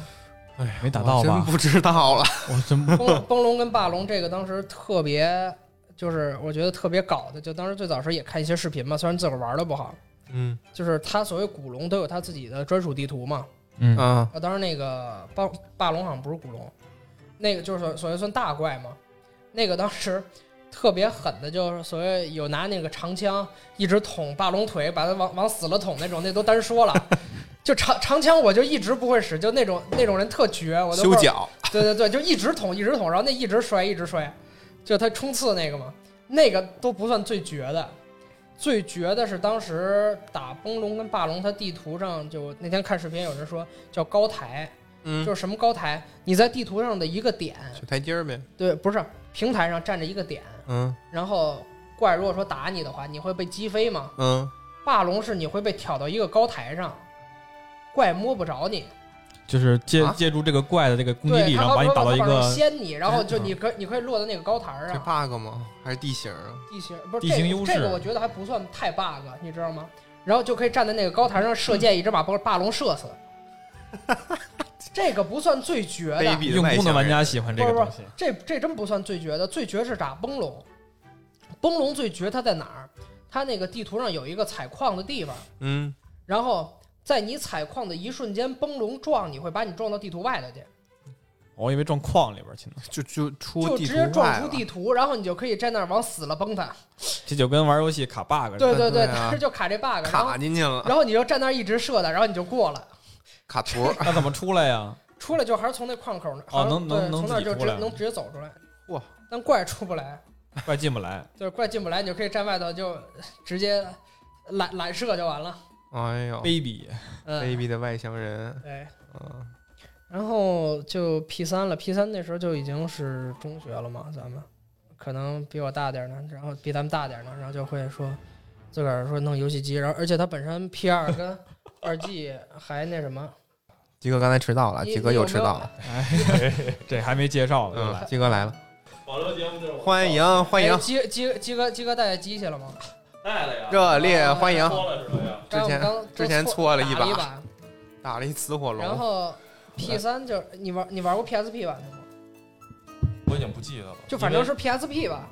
Speaker 1: 哎呀，
Speaker 2: 没打到
Speaker 1: 我真
Speaker 2: 吧
Speaker 1: 不知道啊了。
Speaker 2: 我真
Speaker 3: 崩龙崩龙跟霸龙这个当时特别，就是我觉得特别搞的，就当时最早时候也看一些视频嘛，虽然自个儿玩的不好，
Speaker 1: 嗯
Speaker 3: 就是他所谓古龙都有他自己的专属地图嘛。
Speaker 2: 嗯
Speaker 1: 啊，
Speaker 3: 啊，当时那个霸霸龙好像不是古龙，那个就是所所谓算大怪嘛。那个当时特别狠的，就是所谓有拿那个长枪一直捅霸龙腿，把他往往死了捅那种，那都单说了。 就长长枪我就一直不会使，就那种那种人特绝，我
Speaker 1: 修
Speaker 3: 都不知道
Speaker 1: 脚，
Speaker 3: 对对对，就一直捅，一直捅，然后那一直摔，一直摔，就他冲刺那个嘛，那个都不算最绝的，最绝的是当时打崩龙跟霸龙，他地图上就那天看视频有人说叫高台，
Speaker 1: 嗯，
Speaker 3: 就是什么高台，你在地图上的一个点，
Speaker 1: 小台阶儿呗。
Speaker 3: 对，不是平台上站着一个点，
Speaker 1: 嗯
Speaker 3: 然后怪如果说打你的话，你会被击飞嘛，
Speaker 1: 嗯，
Speaker 3: 霸龙是你会被挑到一个高台上，怪摸不着你，
Speaker 2: 就是借
Speaker 1: 啊
Speaker 2: 借助这个怪的这个攻击
Speaker 3: 对，
Speaker 2: 力，
Speaker 3: 他
Speaker 2: 然后把你打到一
Speaker 3: 往上
Speaker 2: 个嗯
Speaker 3: 掀你，然后就你可你可以落在那个高台
Speaker 1: 这
Speaker 3: 上。
Speaker 1: bug 吗？还是地形啊？
Speaker 3: 地形不是
Speaker 2: 地形优势
Speaker 3: 这个，这个我觉得还不算太 bug，你知道吗？然后就可以站在那个高台上射箭，一直把霸霸龙射死。这个不算最绝
Speaker 1: 卑
Speaker 3: 的，
Speaker 1: 鄙的
Speaker 2: 用
Speaker 1: 外
Speaker 2: 功的
Speaker 1: 星
Speaker 2: 玩
Speaker 1: 人
Speaker 2: 家喜欢这个东西。
Speaker 3: 这这真不算最绝的，最绝是打崩龙。崩龙最绝它在哪儿？它那个地图上有一个采矿的地方，
Speaker 1: 嗯，
Speaker 3: 然后在你采矿的一瞬间，崩龙撞你会把你撞到地图外头去，
Speaker 2: 我哦以为撞矿里边去呢，
Speaker 1: 就就出
Speaker 3: 就
Speaker 1: 地
Speaker 3: 直
Speaker 1: 图
Speaker 3: 接撞
Speaker 1: 外
Speaker 3: 出
Speaker 1: 了
Speaker 3: 地图，然后你就可以在那儿往死了崩它。
Speaker 2: 这就跟玩游戏卡 bug 似的。
Speaker 3: 对对
Speaker 1: 对啊
Speaker 3: 当时就卡这 bug，然后
Speaker 1: 卡进去 了，
Speaker 3: 然后你就站那儿一直射的，然后你就过了，
Speaker 1: 卡图。
Speaker 2: 那怎么出来呀？
Speaker 3: 出来就还是从那矿口那
Speaker 2: 哦
Speaker 3: 还是
Speaker 2: 能
Speaker 3: 对
Speaker 2: 能能
Speaker 3: 从那儿
Speaker 2: 自己
Speaker 3: 就直
Speaker 2: 出来
Speaker 3: 能直接走出来。
Speaker 1: 哇！
Speaker 3: 但怪出不来，
Speaker 2: 怪进不来。
Speaker 3: 就是怪进不来，你就可以站外头就直接揽揽射就完了。
Speaker 1: 哎呦，
Speaker 2: 卑 鄙，
Speaker 1: 卑
Speaker 3: 嗯，
Speaker 1: 鄙的外星人，
Speaker 3: 对。
Speaker 1: 嗯，
Speaker 3: 哎然后就 P 三了，P 三那时候就已经是中学了嘛，咱们可能比我大点儿呢，然后比咱们大点儿呢，然后就会说自个儿说弄游戏机，然后而且他本身 P 二跟二 G 还那什么，
Speaker 1: 吉哥刚才迟到了，
Speaker 3: 你
Speaker 1: 吉哥
Speaker 3: 你有
Speaker 1: 又
Speaker 3: 没
Speaker 1: 迟
Speaker 3: 有
Speaker 1: 到了，
Speaker 2: 这还没介绍呢，就
Speaker 1: 嗯，
Speaker 2: 来。
Speaker 1: 吉哥来了，
Speaker 4: 保留节目就是我
Speaker 1: 欢迎 欢迎啊
Speaker 3: 哎，鸡鸡鸡哥鸡哥带机器了吗？
Speaker 4: 带了呀，
Speaker 1: 热烈
Speaker 4: 哎
Speaker 1: 欢迎，
Speaker 4: 脱了是吧呀？
Speaker 1: 之前
Speaker 3: 刚刚
Speaker 1: 之前
Speaker 3: 搓
Speaker 1: 搓了一
Speaker 3: 打
Speaker 1: 把
Speaker 3: 了一
Speaker 1: 打了一死火
Speaker 3: 然
Speaker 1: 龙，
Speaker 3: 后 P 三就是你玩你玩过 PSP 版的吗？
Speaker 4: 我已经不记得了，
Speaker 3: 就反正是 PSP 吧，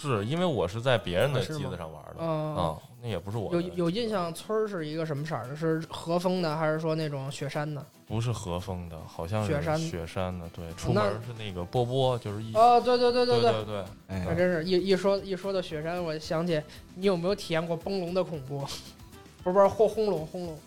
Speaker 4: 是因为我是在别人的
Speaker 1: 啊是吗
Speaker 4: 机子上玩的
Speaker 3: 嗯，
Speaker 4: 啊，那也不是我的
Speaker 3: 有有印，象，村儿是一个什么色儿的？是和风的还是说那种雪山的？
Speaker 4: 不是和风的，好像
Speaker 3: 雪山
Speaker 4: 是雪山的，对，出门是那个波波，就是一，
Speaker 3: 哦，对对对
Speaker 4: 对
Speaker 3: 对，
Speaker 4: 对对，
Speaker 3: 还
Speaker 2: 哎，
Speaker 3: 真是一一说一说到雪山，我想起你有没有体验过崩龙的恐怖？不是不是，或轰龙轰龙，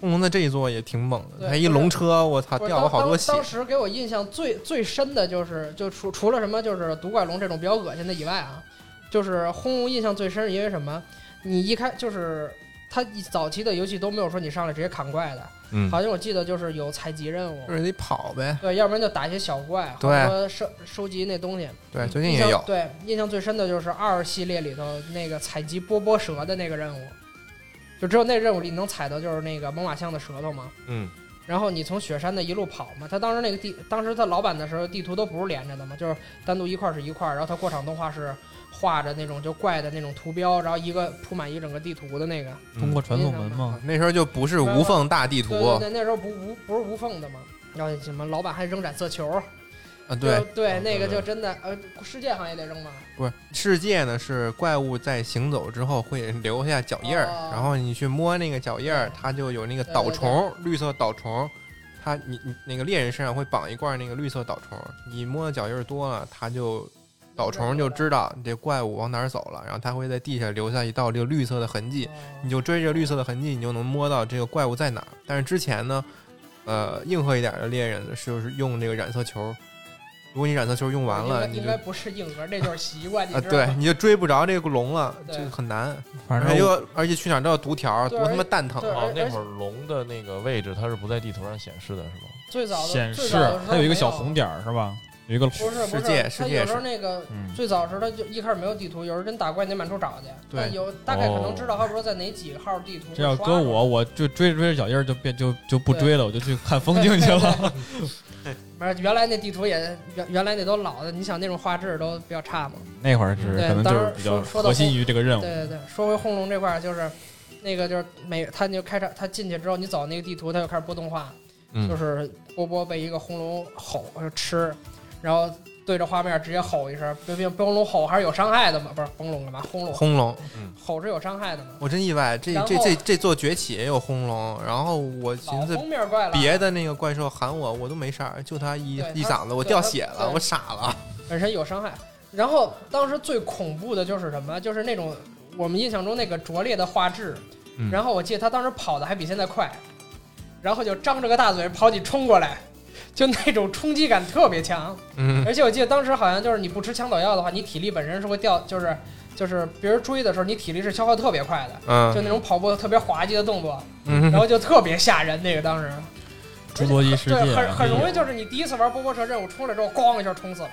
Speaker 1: 红龙的这一座也挺猛的，
Speaker 3: 对
Speaker 1: 他一龙车，我操，
Speaker 3: 不是
Speaker 1: 啊掉了好多
Speaker 3: 当
Speaker 1: 血
Speaker 3: 当。当时给我印象最最深的就是，就除除了什么就是毒怪龙这种比较恶心的以外啊，就是轰龙印象最深是因为什么？你一开就是它一早期的游戏都没有说你上来直接砍怪的，
Speaker 4: 嗯，
Speaker 3: 好像我记得就是有采集任务，
Speaker 1: 就是得跑呗，
Speaker 3: 对，要不然就打一些小怪，
Speaker 1: 对
Speaker 3: 或者说收收集那东西。
Speaker 1: 对，最近
Speaker 3: 印
Speaker 1: 也
Speaker 3: 象
Speaker 1: 有，
Speaker 3: 对，印象最深的就是二系列里头那个采集波波蛇的那个任务，就只有那任务里能采到就是那个猛犸象的舌头嘛。
Speaker 4: 嗯，
Speaker 3: 然后你从雪山的一路跑嘛，他当时那个地，当时他老版的时候地图都不是连着的嘛，就是单独一块儿是一块儿，然后他过场动画是画着那种就怪的那种图标，然后一个铺满一整个地图的那个。
Speaker 2: 通过传送门吗？
Speaker 1: 那时候就不是无缝大地
Speaker 3: 对
Speaker 1: 图
Speaker 3: 对对，那时候不无不是无缝的嘛，然后什么老板还扔染色球，
Speaker 1: 啊，对，
Speaker 3: 就对
Speaker 4: 嗯，
Speaker 3: 那个
Speaker 4: 对对
Speaker 3: 就真的呃，世界好像也得扔吧。
Speaker 1: 不是世界呢，是怪物在行走之后会留下脚印儿，
Speaker 3: 哦
Speaker 1: 然后你去摸那个脚印儿，它就有那个导虫，绿色导虫，它你你那个猎人身上会绑一罐那个绿色导虫，你摸的脚印儿多了，它就导虫就知道你这怪物往哪儿走了，然后它会在地下留下一道这个绿色的痕迹，你就追着绿色的痕迹，你就能摸到这个怪物在哪儿。但是之前呢，呃，硬核一点的猎人是就是用这个染色球，如果你染色球用完了，
Speaker 3: 应该
Speaker 1: 你
Speaker 3: 应
Speaker 1: 就
Speaker 3: 该不是硬核，那就是习惯，你
Speaker 1: 啊，
Speaker 3: 知道
Speaker 1: 对，
Speaker 3: 吗？
Speaker 1: 你就追不着这个龙了，
Speaker 3: 对
Speaker 1: 这个很难，
Speaker 3: 嗯
Speaker 2: 反
Speaker 1: 而且
Speaker 2: 正
Speaker 1: 又
Speaker 2: 我
Speaker 1: 而且去哪儿都要读条儿，
Speaker 3: 对
Speaker 1: 多他妈蛋疼
Speaker 3: 对
Speaker 1: 啊！
Speaker 4: 哦
Speaker 3: 而，
Speaker 4: 那会儿龙的那个位置它是不在地图上显示的，是吗？
Speaker 3: 最早的
Speaker 2: 显
Speaker 3: 最
Speaker 2: 示
Speaker 3: 早的时候
Speaker 2: 它有一个小
Speaker 3: 没
Speaker 2: 红点儿是吧？有一个
Speaker 3: 不是不
Speaker 1: 世界
Speaker 3: 是，
Speaker 1: 世
Speaker 3: 他
Speaker 1: 界
Speaker 3: 有时候
Speaker 1: 是
Speaker 3: 那个
Speaker 2: 嗯，
Speaker 3: 最早时候他就一开始没有地图，有时候真打怪你得满处找去。
Speaker 1: 对
Speaker 3: 但有大概可能知道，
Speaker 4: 哦
Speaker 3: 好比说在哪几号地图。
Speaker 2: 这要
Speaker 3: 刷
Speaker 2: 搁
Speaker 3: 着
Speaker 2: 我，，我就追着追着脚印儿就变就就不追了，我就去看风景去 了。
Speaker 3: 不是原来那地图也原原来那都老的，你想那种画质都比较差嘛。
Speaker 2: 那会儿是
Speaker 3: 对
Speaker 2: 可能就
Speaker 3: 当
Speaker 2: 是
Speaker 3: 时
Speaker 2: 比较
Speaker 3: 说说到
Speaker 2: 核心于这个任
Speaker 3: 对
Speaker 2: 务，
Speaker 3: 对对，说回轰龙这块儿，就是那个就是每他就开场，他进去之后，你走那个地图，他就开始播动画，
Speaker 4: 嗯
Speaker 3: 就是波波被一个红龙吼呃吃，然后对着画面直接吼一声，毕竟崩龙吼还是有伤害的嘛，不是崩龙干嘛？轰龙
Speaker 1: 轰龙，
Speaker 3: 吼是有伤害的嘛？
Speaker 1: 我真意外，这
Speaker 3: 然后啊
Speaker 1: 这这这座崛起也有轰龙，然后我
Speaker 3: 老
Speaker 1: 寻思
Speaker 3: 封面怪了，
Speaker 1: 别的那个怪兽喊我我都没事儿，就他一
Speaker 3: 对
Speaker 1: 一
Speaker 3: 他
Speaker 1: 嗓子我
Speaker 3: 对
Speaker 1: 掉
Speaker 3: 他
Speaker 1: 血了，
Speaker 3: 对
Speaker 1: 我傻了，
Speaker 3: 本身有伤害。然后当时最恐怖的就是什么？就是那种我们印象中那个拙劣的画质。
Speaker 4: 嗯
Speaker 3: 然后我记得他当时跑的还比现在快，然后就张着个大嘴跑起冲过来，就那种冲击感特别强。
Speaker 1: 嗯
Speaker 3: 而且我记得当时好像就是你不吃强导药的话，你体力本身是会掉，就是就是别人追的时候，你体力是消耗特别快的，就
Speaker 1: 嗯
Speaker 3: 那种跑步特别滑稽的动作，然
Speaker 1: 嗯，
Speaker 3: 后就特别吓人。那个当时，
Speaker 2: 侏罗纪世界啊
Speaker 3: 对，很很容
Speaker 2: 易
Speaker 3: 易就是你第一次玩波波蛇任务出来之后，咣一下冲死了。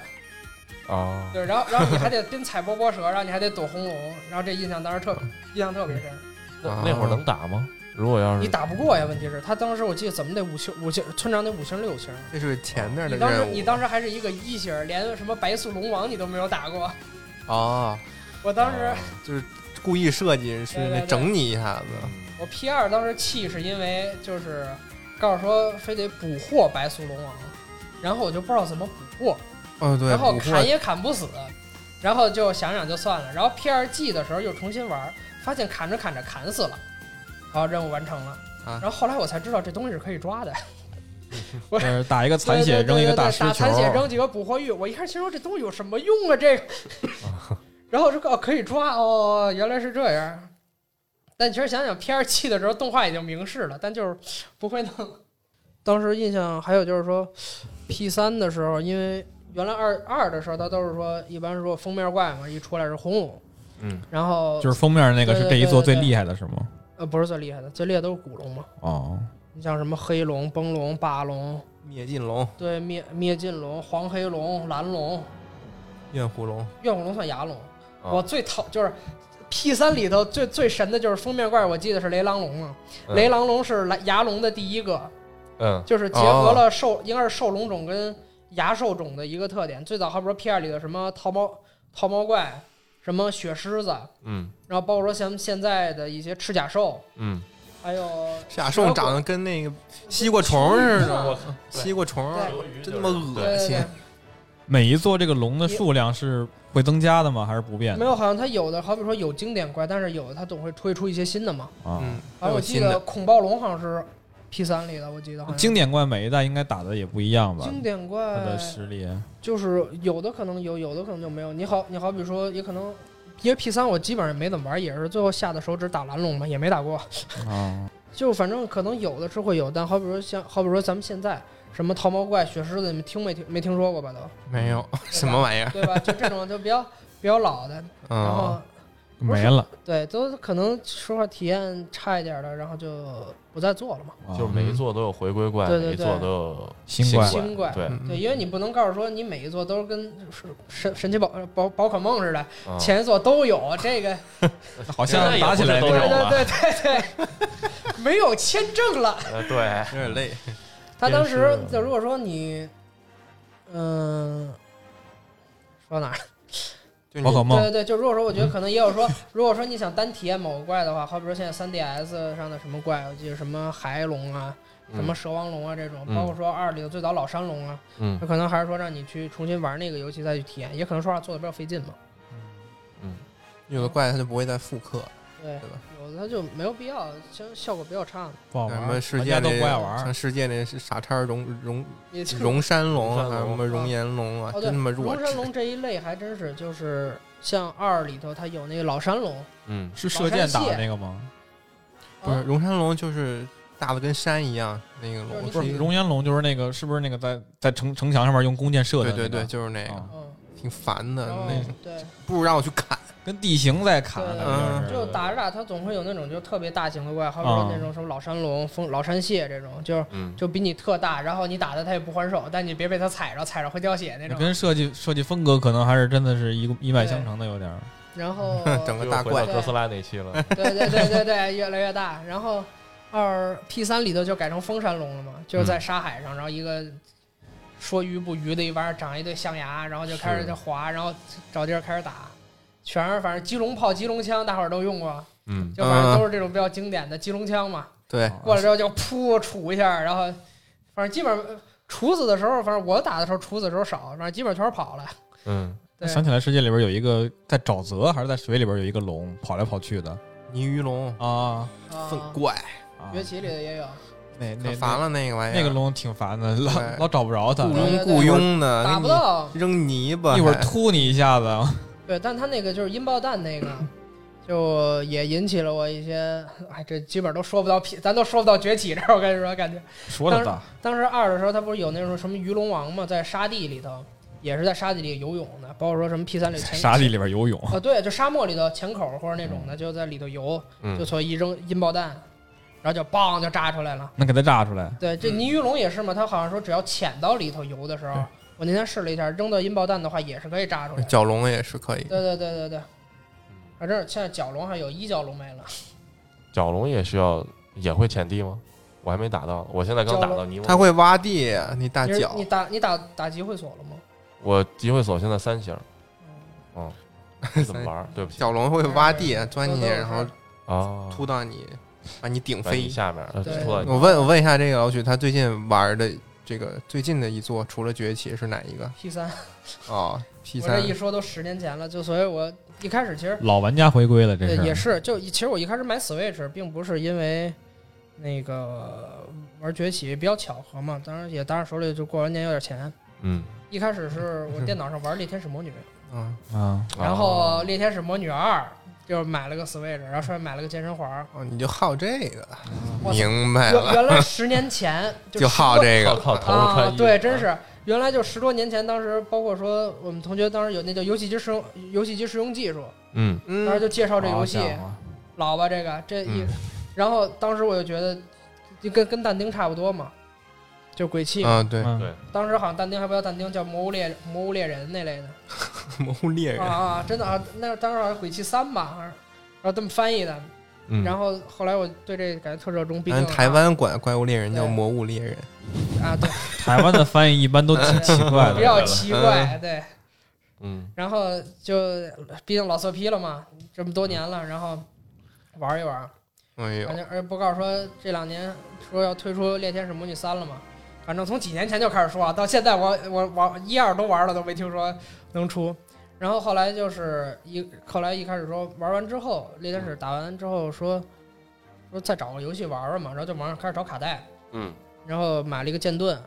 Speaker 4: 啊，
Speaker 3: 对，然后然后你还得跟踩波波蛇，然后你还得躲红龙，然后这印象当时特印象特别深。
Speaker 1: 嗯啊
Speaker 4: 那那会儿能打吗？如果要
Speaker 3: 你
Speaker 4: 是
Speaker 3: 打不过呀，问题是，他当时我记得怎么得五星五星，村长得五星六星。
Speaker 1: 这是前面的
Speaker 3: 你当时
Speaker 1: 任务。
Speaker 3: 你当时还是一个一星儿，连什么白素龙王你都没有打过。
Speaker 1: 哦，
Speaker 3: 我当时
Speaker 4: 啊
Speaker 1: 故意设计是
Speaker 3: 对对
Speaker 1: 那
Speaker 3: 对
Speaker 1: 整你一下子，
Speaker 4: 嗯
Speaker 2: 嗯
Speaker 3: 我 P 二当时气是因为就是告诉说非得捕获白素龙王，然后我就不知道怎么捕获，
Speaker 1: 哦对，
Speaker 3: 然后
Speaker 1: 捕获
Speaker 3: 砍也砍不死，然后就想想就算了。然后 P 二 G 的时候又重新玩，发现砍着砍着砍死了，好任务完成了。
Speaker 1: 啊
Speaker 3: 然后后来我才知道这东西是可以抓的，
Speaker 2: 就是打一个残血
Speaker 3: 对对对
Speaker 2: 扔一个
Speaker 3: 对对
Speaker 2: 大
Speaker 3: 打
Speaker 2: 石球
Speaker 3: 残，血扔几个捕获玉。我一开始心说这东西有什么用啊？ 这个，然后我说哦可以抓哦，原来是这样。但其实想想 P 二 G 的时候动画已经明示了，但就是不会弄。 当时印象还有就是说 P 三的时候，因为原来二二的时候，它都是说一般是说封面怪嘛，一出来是红龙，
Speaker 4: 嗯，
Speaker 3: 然后
Speaker 2: 就是封面那个是这一座最厉害的是吗？
Speaker 3: 呃不是最厉害的，最厉害的都是古龙嘛。
Speaker 2: 哦，
Speaker 3: 你像什么黑龙、崩龙、霸龙，
Speaker 1: 灭尽龙、
Speaker 3: 对灭灭尽龙、黄黑龙、蓝龙，
Speaker 1: 怨虎龙，
Speaker 3: 怨虎龙算牙龙。
Speaker 4: 啊
Speaker 3: 我最讨就是 P 三里头最最神的就是封面怪，我记得是雷狼龙嘛。
Speaker 4: 嗯
Speaker 3: 雷狼龙是来牙龙的第一个，
Speaker 4: 嗯
Speaker 3: 就是结合了兽，应该是兽龙种跟牙兽种的一个特点。最早好比说 P 二里的什么桃毛桃毛怪，什么雪狮子，
Speaker 4: 嗯
Speaker 3: 然后包括说像现在的一些赤甲兽，
Speaker 4: 嗯，
Speaker 3: 还有
Speaker 1: 夏兽长得跟那个西瓜虫似的，
Speaker 4: 我对
Speaker 1: 西瓜虫真
Speaker 3: 对
Speaker 1: 他妈
Speaker 3: 对
Speaker 1: 恶
Speaker 3: 对
Speaker 1: 心
Speaker 3: 对。，
Speaker 2: 每一座这个龙的数量是会增加的吗？还是不变
Speaker 3: 没
Speaker 2: 的？
Speaker 3: 有，好像它有的好比说有经典怪，但是有的它总会推出一些新的嘛。
Speaker 2: 啊，
Speaker 1: 嗯，
Speaker 3: 好像我记得恐暴龙好像是 P 三里的，我记得好像
Speaker 2: 经典怪每一代应该打的也不一样吧？
Speaker 3: 经典呃
Speaker 2: 它
Speaker 3: 怪
Speaker 2: 的实力，
Speaker 3: 就是有的可能有，有的可能就没有。你好，你好比说，也可能因为 P 三我基本上没怎么玩，也是最后下的手指打蓝龙嘛，也没打过。
Speaker 2: 啊，
Speaker 3: 就反正可能有的是会有，但好比说像好比说咱们现在什么桃毛怪、雪狮子，你们听没听没听说过吧都？
Speaker 1: 没有 什么玩意儿，
Speaker 3: 对吧？就这种就比较比较老 的，然
Speaker 1: 嗯，
Speaker 3: 后
Speaker 2: 啊
Speaker 3: 不是
Speaker 2: 没了，
Speaker 3: 对都可能说话体验差一点的，然后就不再做了嘛。
Speaker 2: 啊
Speaker 4: 就是每一座都有回归怪，
Speaker 3: 对对
Speaker 4: 每一座都有
Speaker 2: 新怪
Speaker 3: 新怪
Speaker 4: 对，
Speaker 1: 嗯
Speaker 3: 对，因为你不能告诉说你每一座都是跟是神神奇宝呃宝宝可梦似的，
Speaker 4: 啊
Speaker 3: 前一座都 有这个。
Speaker 2: 好像打起来啊
Speaker 4: 都
Speaker 2: 那
Speaker 4: 有啊
Speaker 3: 对
Speaker 2: 种
Speaker 4: 了
Speaker 3: 对对对对，没有签证 了。
Speaker 4: 呃对，
Speaker 1: 有点累。
Speaker 3: 他当时
Speaker 4: 电视
Speaker 3: 就如果说你，嗯、说到哪儿了？
Speaker 1: 就
Speaker 2: 宝可
Speaker 1: 你
Speaker 3: 对
Speaker 2: 梦
Speaker 3: 对对，就如果说我觉
Speaker 4: 嗯
Speaker 3: 得可能也有说，如果说你想单体验某个怪的话，好比说现在 3DS 上的什么怪，我记得什么海龙啊，什么蛇王龙啊这种，
Speaker 4: 嗯
Speaker 3: 包括说二里的最早老山龙啊，
Speaker 4: 嗯
Speaker 3: 有可能还是说让你去重新玩那个游戏再去体验，也可能说话做的比较费劲嘛。
Speaker 4: 嗯
Speaker 1: 有的怪它就不会再复刻，
Speaker 3: 对
Speaker 1: 对吧，
Speaker 3: 有的它就没有必要，其实效果比较差嘛。
Speaker 2: 不好
Speaker 1: 像
Speaker 2: 玩
Speaker 1: 什
Speaker 2: 儿，
Speaker 1: 么世
Speaker 2: 大
Speaker 1: 界
Speaker 2: 家都
Speaker 1: 那
Speaker 2: 不爱玩
Speaker 1: 像
Speaker 2: 儿。
Speaker 1: 世界那是傻叉龙龙
Speaker 3: 也就
Speaker 1: 龙山龙啊，
Speaker 4: 龙山
Speaker 1: 还有
Speaker 4: 龙
Speaker 1: 什么熔岩龙啊，
Speaker 3: 嗯哦，对，
Speaker 1: 真他妈弱
Speaker 3: 龙
Speaker 1: 智。
Speaker 3: 山龙这一类还真是，就是像二里头它有那个老山龙，
Speaker 4: 嗯
Speaker 2: 是射箭打的那个吗？
Speaker 1: 不是
Speaker 3: 啊
Speaker 1: 熔山龙就是大的跟山一样那个龙，
Speaker 3: 就是
Speaker 2: 不是
Speaker 1: 一个
Speaker 2: 熔岩龙，就是那个，是不是那个在在城城墙上面用弓箭射
Speaker 1: 对
Speaker 2: 的那个？
Speaker 1: 对对，就是那个
Speaker 2: 啊，
Speaker 3: 嗯，
Speaker 1: 挺烦的
Speaker 3: 然后，
Speaker 1: 那
Speaker 3: 对，
Speaker 1: 不如让我去砍。
Speaker 2: 跟地形在砍，
Speaker 3: 对
Speaker 2: 感觉是
Speaker 3: 就打着打它总会有那种就特别大型的怪，好比说那种什么老山龙、风老山蟹这种，就是
Speaker 4: 嗯，
Speaker 3: 就比你特大，然后你打它它也不还手，但你别被它踩着，踩着会掉血那种。
Speaker 2: 跟设计设计风格可能还是真的是一个一脉相承的，有点儿。
Speaker 3: 然后
Speaker 1: 整个
Speaker 4: 又
Speaker 1: 大
Speaker 4: 回到
Speaker 1: 怪
Speaker 3: 对
Speaker 4: 哥斯拉那期了，
Speaker 3: 对对对对对，越来越大。然后二 P 三里头就改成风山龙了嘛，就是在沙海上，然后一个说鱼不鱼的一玩意儿长一堆象牙，然后就开始
Speaker 4: 是
Speaker 3: 就滑，然后找地儿开始打，全是反正鸡笼炮、鸡笼枪，大伙儿都用过。
Speaker 4: 嗯，
Speaker 3: 就反正都是这种比较经典的机龙枪嘛，
Speaker 1: 对，
Speaker 2: 啊
Speaker 3: 过来之后就噗杵一下，然后反正基本上处死的时候，反正我打的时候处死的时候少，反正基本全是跑了。
Speaker 4: 嗯，
Speaker 3: 对，
Speaker 2: 想起来，世界里边有一个在沼泽还是在水里边有一个龙跑来跑去的
Speaker 1: 泥鱼龙
Speaker 2: 啊，
Speaker 1: 粪
Speaker 3: 啊，
Speaker 1: 怪，
Speaker 2: 啊
Speaker 3: 崛起里的也有，
Speaker 2: 那
Speaker 1: 可
Speaker 2: 那
Speaker 1: 烦了那个玩意
Speaker 2: 那
Speaker 1: 儿，
Speaker 2: 个龙挺烦的，老
Speaker 1: 对
Speaker 2: 老哎找不着它，
Speaker 1: 雇
Speaker 3: 对
Speaker 1: 佣
Speaker 3: 对
Speaker 1: 雇
Speaker 3: 对
Speaker 1: 佣的，
Speaker 3: 打
Speaker 1: 给
Speaker 3: 不
Speaker 1: 你
Speaker 3: 到。
Speaker 1: 扔泥巴，
Speaker 2: 一会儿
Speaker 1: 还
Speaker 2: 突你一下子，
Speaker 3: 对，但他那个就是音爆弹那个，就也引起了我一些，哎，这基本都说不到屁，咱都说不到崛起这儿。我跟你说，感觉
Speaker 2: 说
Speaker 3: 当
Speaker 2: 的
Speaker 3: 时
Speaker 2: 大，
Speaker 3: 当时二的时候，他不是有那种什么鱼龙王嘛，在沙地里头，也是在沙地里游泳的，包括说什么 P 三里前
Speaker 2: 沙地里边游泳，
Speaker 3: 啊，对，就沙漠里头前口或者那种的，就在里头游，
Speaker 4: 嗯
Speaker 3: 就所以一扔音爆弹，然后就梆就炸出来了。
Speaker 2: 能给它炸出来。
Speaker 3: 对，这泥鱼龙也是嘛，它好像说只要潜到里头游的时候
Speaker 2: 嗯对，
Speaker 3: 我那天试了一下，扔到音爆弹的话也是可以炸出来的。
Speaker 1: 角龙也是可以，
Speaker 3: 对对对对对，反正现在角龙还有一角龙没了，
Speaker 4: 角龙也需要也会潜地吗？我还没打到，我现在刚打到泥
Speaker 1: 它
Speaker 4: 翁。
Speaker 1: 会挖地，你大
Speaker 3: 你是
Speaker 1: 脚
Speaker 3: 你打你打打集会所了吗？
Speaker 4: 我集会所现在三 星，嗯，怎么玩儿？对不起
Speaker 1: 角龙会挖地钻进去，
Speaker 3: 嗯都都是
Speaker 1: 然后
Speaker 4: 啊，
Speaker 1: 突到你，把你顶
Speaker 4: 在你
Speaker 1: 飞。
Speaker 4: 下面，呃突
Speaker 3: 对
Speaker 4: 到你
Speaker 1: 我问我问一下这个老许，他最近玩的这个最近的一座，除了崛起是哪一个？
Speaker 3: P 三，
Speaker 1: 哦，P
Speaker 3: 我这
Speaker 1: 三
Speaker 3: 一说都十年前了，就所以我一开始其实
Speaker 2: 老玩家回归了，这
Speaker 3: 对
Speaker 2: 是
Speaker 3: 也是，就其实我一开始买 Switch 并不是因为那个玩崛起比较巧合嘛，当然也当然手里就过完年有点钱。
Speaker 4: 嗯，
Speaker 3: 一开始是 我电脑上玩《猎天使魔女》，
Speaker 1: 嗯，
Speaker 2: 啊，
Speaker 3: 然后《
Speaker 4: 哦
Speaker 3: 猎天使魔女二》就是买了个 Switch，然后顺便买了个健身环儿。
Speaker 1: 哦，你就好这个，
Speaker 3: 我操
Speaker 1: 明白
Speaker 3: 原
Speaker 1: 了，
Speaker 3: 原来十 年前
Speaker 1: 就
Speaker 3: 十多
Speaker 1: 好这
Speaker 4: 靠
Speaker 1: 个，
Speaker 4: 靠头
Speaker 3: 啊
Speaker 4: 上穿衣，
Speaker 3: 对，真是原来就十多年前，当时包括说我们同学当时有那叫游戏机使用游戏机使用技术，
Speaker 4: 嗯，
Speaker 3: 当时
Speaker 1: 嗯，
Speaker 3: 就介绍这游戏，
Speaker 2: 好家伙
Speaker 3: 老吧这个这一，
Speaker 4: 嗯
Speaker 3: 然后当时我就觉得就跟跟但丁差不多嘛，就鬼泣，
Speaker 1: 嗯，对，
Speaker 2: 嗯
Speaker 4: 对
Speaker 3: 当时好像但丁还不叫但丁，叫魔物猎魔物猎人那类的。
Speaker 1: 魔物猎人
Speaker 3: 啊，啊，真的啊，那当时好像《鬼泣三》吧，好像然后这么翻译的。
Speaker 4: 嗯，
Speaker 3: 然后后来我对这感觉特热衷，毕
Speaker 1: 咱
Speaker 3: 竟
Speaker 1: 台湾管怪物猎人叫
Speaker 3: 对
Speaker 1: 魔物猎人，
Speaker 3: 啊，对，
Speaker 2: 台湾的翻译一般都挺奇怪
Speaker 3: 比
Speaker 2: 的，
Speaker 3: 较奇怪，对。
Speaker 4: 嗯
Speaker 3: 然后就毕竟老色批了嘛，这么多年了，然后玩一玩。
Speaker 1: 哎
Speaker 3: 反
Speaker 1: 呦，
Speaker 3: 正呃而不告诉说这两年说要推出《猎天使魔女三》了嘛，反正从几年前就开始说啊，到现在我我玩一二都玩了，都没听说能出。然后后来就是一后来一开始说玩完之后，猎天使打完之后说说再找个游戏玩玩嘛，然后就网上开始找卡带，
Speaker 4: 嗯
Speaker 3: 然后买了一个剑盾，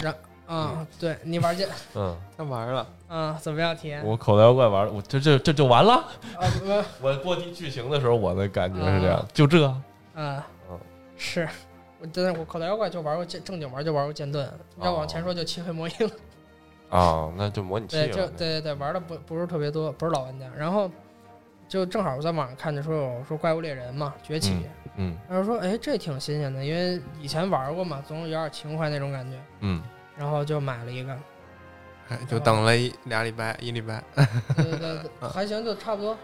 Speaker 3: 然啊、对你玩剑
Speaker 4: 嗯，
Speaker 1: 他玩了，
Speaker 3: 啊、怎么样体验？
Speaker 4: 我口袋妖怪玩，我这这这就完了。
Speaker 3: 啊 不啊、
Speaker 4: 我过地剧情的时候，我的感觉是这
Speaker 3: 啊
Speaker 4: 样，就这，嗯
Speaker 3: 是。我真的，我口袋妖怪就玩过剑，正经玩就玩过剑盾。要往前说就漆黑魔
Speaker 4: 哦
Speaker 3: 影，
Speaker 4: 啊，那就模拟器
Speaker 3: 对，就
Speaker 4: 了。那
Speaker 3: 对对对，玩的不不是特别多，不是老玩家。然后就正好我在网上看见说有说怪物猎人嘛崛起，
Speaker 4: 嗯
Speaker 3: 然后说哎这挺新鲜的，因为以前玩过嘛，总有点情怀那种感觉。
Speaker 4: 嗯，
Speaker 3: 然后就买了 一个，
Speaker 1: 哎就等了一俩礼拜，一礼拜，
Speaker 3: 对对对
Speaker 4: 嗯
Speaker 3: 对，还行，就差不多。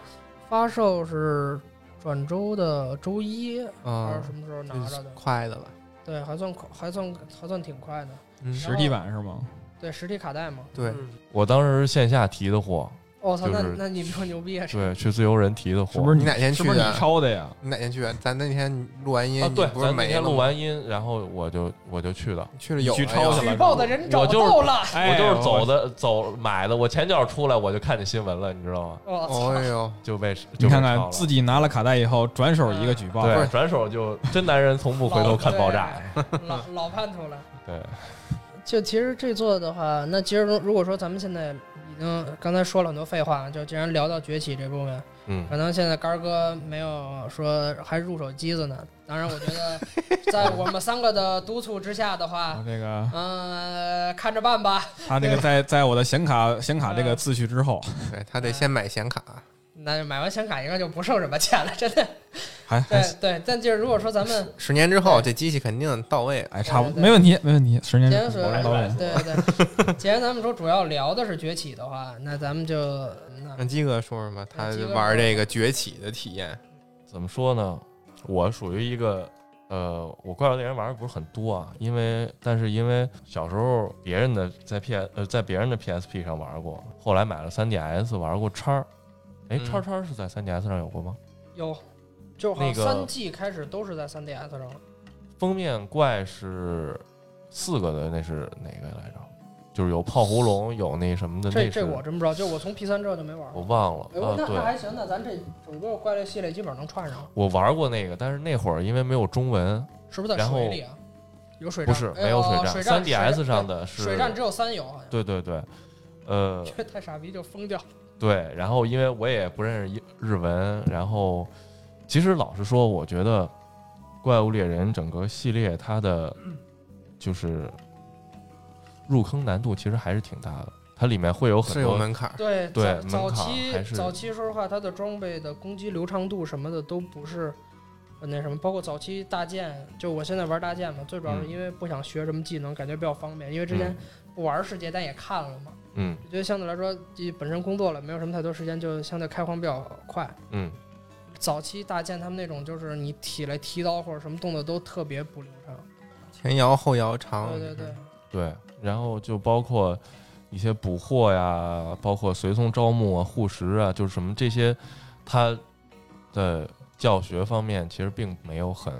Speaker 3: 发售是转周的周一还
Speaker 1: 嗯
Speaker 3: 是，什么时候拿
Speaker 1: 这
Speaker 3: 着
Speaker 1: 是
Speaker 3: 的？
Speaker 1: 快的了，
Speaker 3: 对，还算快还算还算挺快的。
Speaker 1: 嗯，
Speaker 2: 实体版是吗？
Speaker 3: 对，实体卡带嘛。
Speaker 1: 对，
Speaker 4: 我当时线下提的货，
Speaker 3: 我操，那
Speaker 4: 就是
Speaker 3: 那你比我牛逼啊！这
Speaker 4: 对，去自由人提的
Speaker 2: 是不
Speaker 4: 货
Speaker 2: 是。
Speaker 1: 你哪天
Speaker 2: 是
Speaker 1: 去
Speaker 2: 不是你
Speaker 1: 的？
Speaker 2: 抄的呀？
Speaker 1: 你哪天去的？咱那天录完音，
Speaker 4: 啊，对
Speaker 1: 你，不是
Speaker 4: 咱那
Speaker 1: 没
Speaker 4: 天
Speaker 1: 了
Speaker 4: 录
Speaker 1: 吗？
Speaker 4: 完音，然后我就我就去的，
Speaker 1: 你去了有
Speaker 2: 你去
Speaker 1: 了
Speaker 2: 抄
Speaker 1: 呀
Speaker 2: 去了
Speaker 3: 举报的人找
Speaker 4: 我就是
Speaker 3: 到了，
Speaker 2: 哎
Speaker 4: 哎我就是走的走买的，我前脚出来我就看见新闻了，你知道吗？
Speaker 3: 我操！
Speaker 1: 哦呦，
Speaker 4: 就被
Speaker 2: 你
Speaker 4: 就被
Speaker 2: 看
Speaker 4: 抄
Speaker 2: 看
Speaker 4: 了
Speaker 2: 自己拿了卡带以后，转手一个举报，
Speaker 1: 不
Speaker 4: 对，
Speaker 1: 是
Speaker 4: 转手就真男人从不回
Speaker 3: 哦
Speaker 4: 头看爆炸，
Speaker 3: 老老叛徒了。
Speaker 4: 对，
Speaker 3: 就其实这座的话，那其实如果说咱们现在已经刚才说了很多废话，就既然聊到崛起这部分，
Speaker 4: 嗯
Speaker 3: 可能现在杆儿哥没有说还入手机子呢。当然，我觉 得在我们三个的督促之下的
Speaker 2: 我
Speaker 3: 话，
Speaker 2: 啊这个
Speaker 3: 嗯、看着办吧。
Speaker 2: 他这个在在我的显卡显卡这
Speaker 3: 嗯
Speaker 2: 个自序之后，
Speaker 1: 对他得先买显卡，
Speaker 3: 那买完显卡应该就不剩什么钱了，真的。
Speaker 2: 还
Speaker 3: 对
Speaker 2: 还
Speaker 3: 对，但就是如果说咱们
Speaker 1: 十年之后这机器肯定到位了。
Speaker 2: 哎，差不多
Speaker 3: 对对
Speaker 2: 没问题，没问题，十年
Speaker 3: 既然是
Speaker 2: 保证到位。
Speaker 3: 对对对， 既然咱们说主要聊的是崛起的话，那咱们就 那
Speaker 1: 让鸡哥说说吧，他
Speaker 3: 让鸡哥
Speaker 1: 玩这个崛起的体验，
Speaker 4: 怎么说呢？我属于一个，呃，我怪物猎人玩的不是很多啊，因为但是因为小时候别人的在 PS 呃在别人的 PSP 上玩过，后来买了 3DS 玩过叉儿，哎，
Speaker 1: 嗯
Speaker 4: 叉叉是在 3DS 上有过吗？
Speaker 3: 有，就好像
Speaker 4: 那个
Speaker 3: 三 G 开始都是在三 DS 上了，
Speaker 4: 封面怪是四个的，那是哪个来着？就是有泡芙龙，有那什么的，
Speaker 3: 这
Speaker 4: 那是
Speaker 3: 这我真不知道，就我从 P 三之后就没玩
Speaker 4: 我
Speaker 3: 过。
Speaker 4: 忘了
Speaker 3: 哎，
Speaker 4: 啊。
Speaker 3: 我那那
Speaker 4: 对，
Speaker 3: 还行，那咱这整个怪类系列基本上能串上，
Speaker 4: 我玩过那个，但是那会儿因为没有中文，
Speaker 3: 是不是在
Speaker 4: 然后
Speaker 3: 水里啊？有水
Speaker 4: 不
Speaker 3: 战？
Speaker 4: 是
Speaker 3: 哎
Speaker 4: 没有
Speaker 3: 哦水
Speaker 4: 战，三 DS 上
Speaker 3: 的
Speaker 4: 的是
Speaker 3: 水战只有三有，好像。
Speaker 4: 对对对，呃，
Speaker 3: 觉得太傻逼就疯掉。
Speaker 4: 对，然后因为我也不认识日日文，然后其实老实说，我觉得《怪物猎人》整个系列它的就是入坑难度其实还是挺大的，它里面会有
Speaker 1: 是
Speaker 4: 很
Speaker 1: 有
Speaker 4: 多
Speaker 1: 门槛儿，
Speaker 3: 对
Speaker 4: 对门
Speaker 3: 早早
Speaker 4: 槛还
Speaker 3: 期
Speaker 4: 是
Speaker 3: 早期说实话，它的装备的攻击流畅度什么的都不是呃那什么，包括早期大剑，就我现在玩大剑嘛，最主要是
Speaker 4: 嗯
Speaker 3: 因为不想学什么技能，感觉比较方便，因为之前不玩世界，但也看了嘛，
Speaker 4: 嗯
Speaker 3: 我觉得相对来说，就本身工作了，没有什么太多时间，就相对开荒比较快。
Speaker 4: 嗯
Speaker 3: 早期大剑他们那种，就是你起来提刀或者什么动作都特别不流畅。
Speaker 1: 前摇后摇
Speaker 4: 啊
Speaker 1: 长。
Speaker 3: 对对对，
Speaker 4: 对，然后就包括一些捕获呀，包括随从招募啊、护食啊，就是什么这些，它的教学方面其实并没有很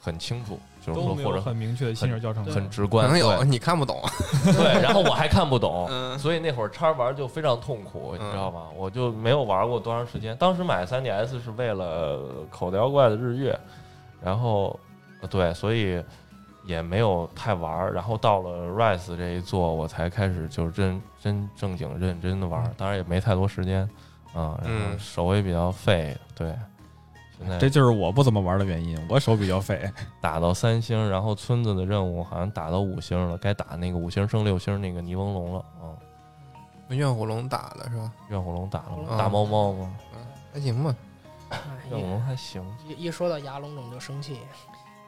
Speaker 4: 很清楚，就是
Speaker 2: 都
Speaker 4: 说
Speaker 2: 没
Speaker 4: 或
Speaker 2: 有
Speaker 4: 者
Speaker 2: 很明确的新手教程，
Speaker 3: 很
Speaker 4: 很直
Speaker 1: 可
Speaker 4: 观，
Speaker 1: 能
Speaker 4: 对
Speaker 1: 有你看不懂，啊
Speaker 4: 对，然后我还看不懂，
Speaker 1: 嗯
Speaker 4: 所以那会儿叉玩就非常痛苦，你
Speaker 1: 嗯
Speaker 4: 知道吗？我就没有玩过多长时间。当时买 3DS 是为了呃口袋妖怪的日月，然后呃对，所以也没有太玩儿。然后到了 Rise 这一座，我才开始就是真真正经认真的玩儿，当然也没太多时间啊、然后
Speaker 1: 嗯
Speaker 4: 手也比较废，对。现在
Speaker 2: 这就是我不怎么玩的原因，我手比较 废。
Speaker 4: 打到三星，然后村子的任务好像打到五星了，该打那个五星升六星那个泥翁龙了啊。嗯
Speaker 1: 怨火龙打的是吧？
Speaker 4: 怨火龙打了吗？
Speaker 1: 嗯
Speaker 4: 打猫猫吗？
Speaker 1: 还行吧，
Speaker 3: 哎
Speaker 4: 怨火龙还行，
Speaker 3: 一一说到牙龙种就生气，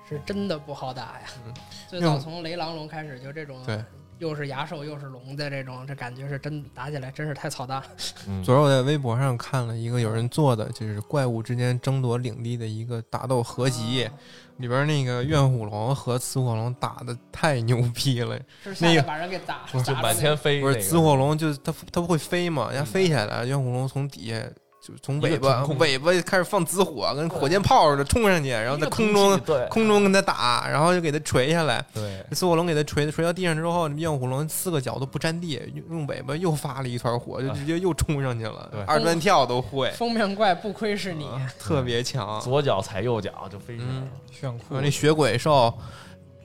Speaker 3: 是真的不好打呀
Speaker 1: 嗯。
Speaker 3: 最早从雷狼龙开始，就这种
Speaker 1: 对
Speaker 3: 又是牙兽又是龙的这种，这感觉是真打起来真是太操蛋了。
Speaker 4: 嗯，
Speaker 1: 昨儿我在微博上看了一个有人做的，就是怪物之间争夺领地的一个打斗合
Speaker 4: 哦
Speaker 1: 集，里边那个怨虎龙和雌火龙打的太牛逼了，
Speaker 3: 是
Speaker 1: 那
Speaker 3: 下
Speaker 1: 个
Speaker 3: 来把人给打
Speaker 1: 不是
Speaker 3: 打
Speaker 4: 满天飞
Speaker 1: 不
Speaker 4: 那
Speaker 1: 是
Speaker 4: 个
Speaker 1: 雌火龙就它它不会飞嘛，人家飞起来，怨虎龙从底下就从尾
Speaker 4: 一个
Speaker 1: 巴
Speaker 4: 腾空
Speaker 1: 尾巴开始放子火，跟火箭炮似的冲上去，然后在空中
Speaker 4: 对
Speaker 1: 空中跟它打，然后就给它垂下来。
Speaker 4: 对
Speaker 1: 这雌火龙给它垂垂到地上之后，怨虎龙四个脚都不沾地，用用尾巴又发了一团火，就直接又冲上去
Speaker 4: 啊对
Speaker 1: 了，二段跳都会。
Speaker 3: 封面怪，不亏是你。
Speaker 1: 啊 特别强。
Speaker 4: 左脚踩右脚就飞起来了
Speaker 1: 嗯，
Speaker 2: 炫酷
Speaker 1: 啊，那血鬼兽，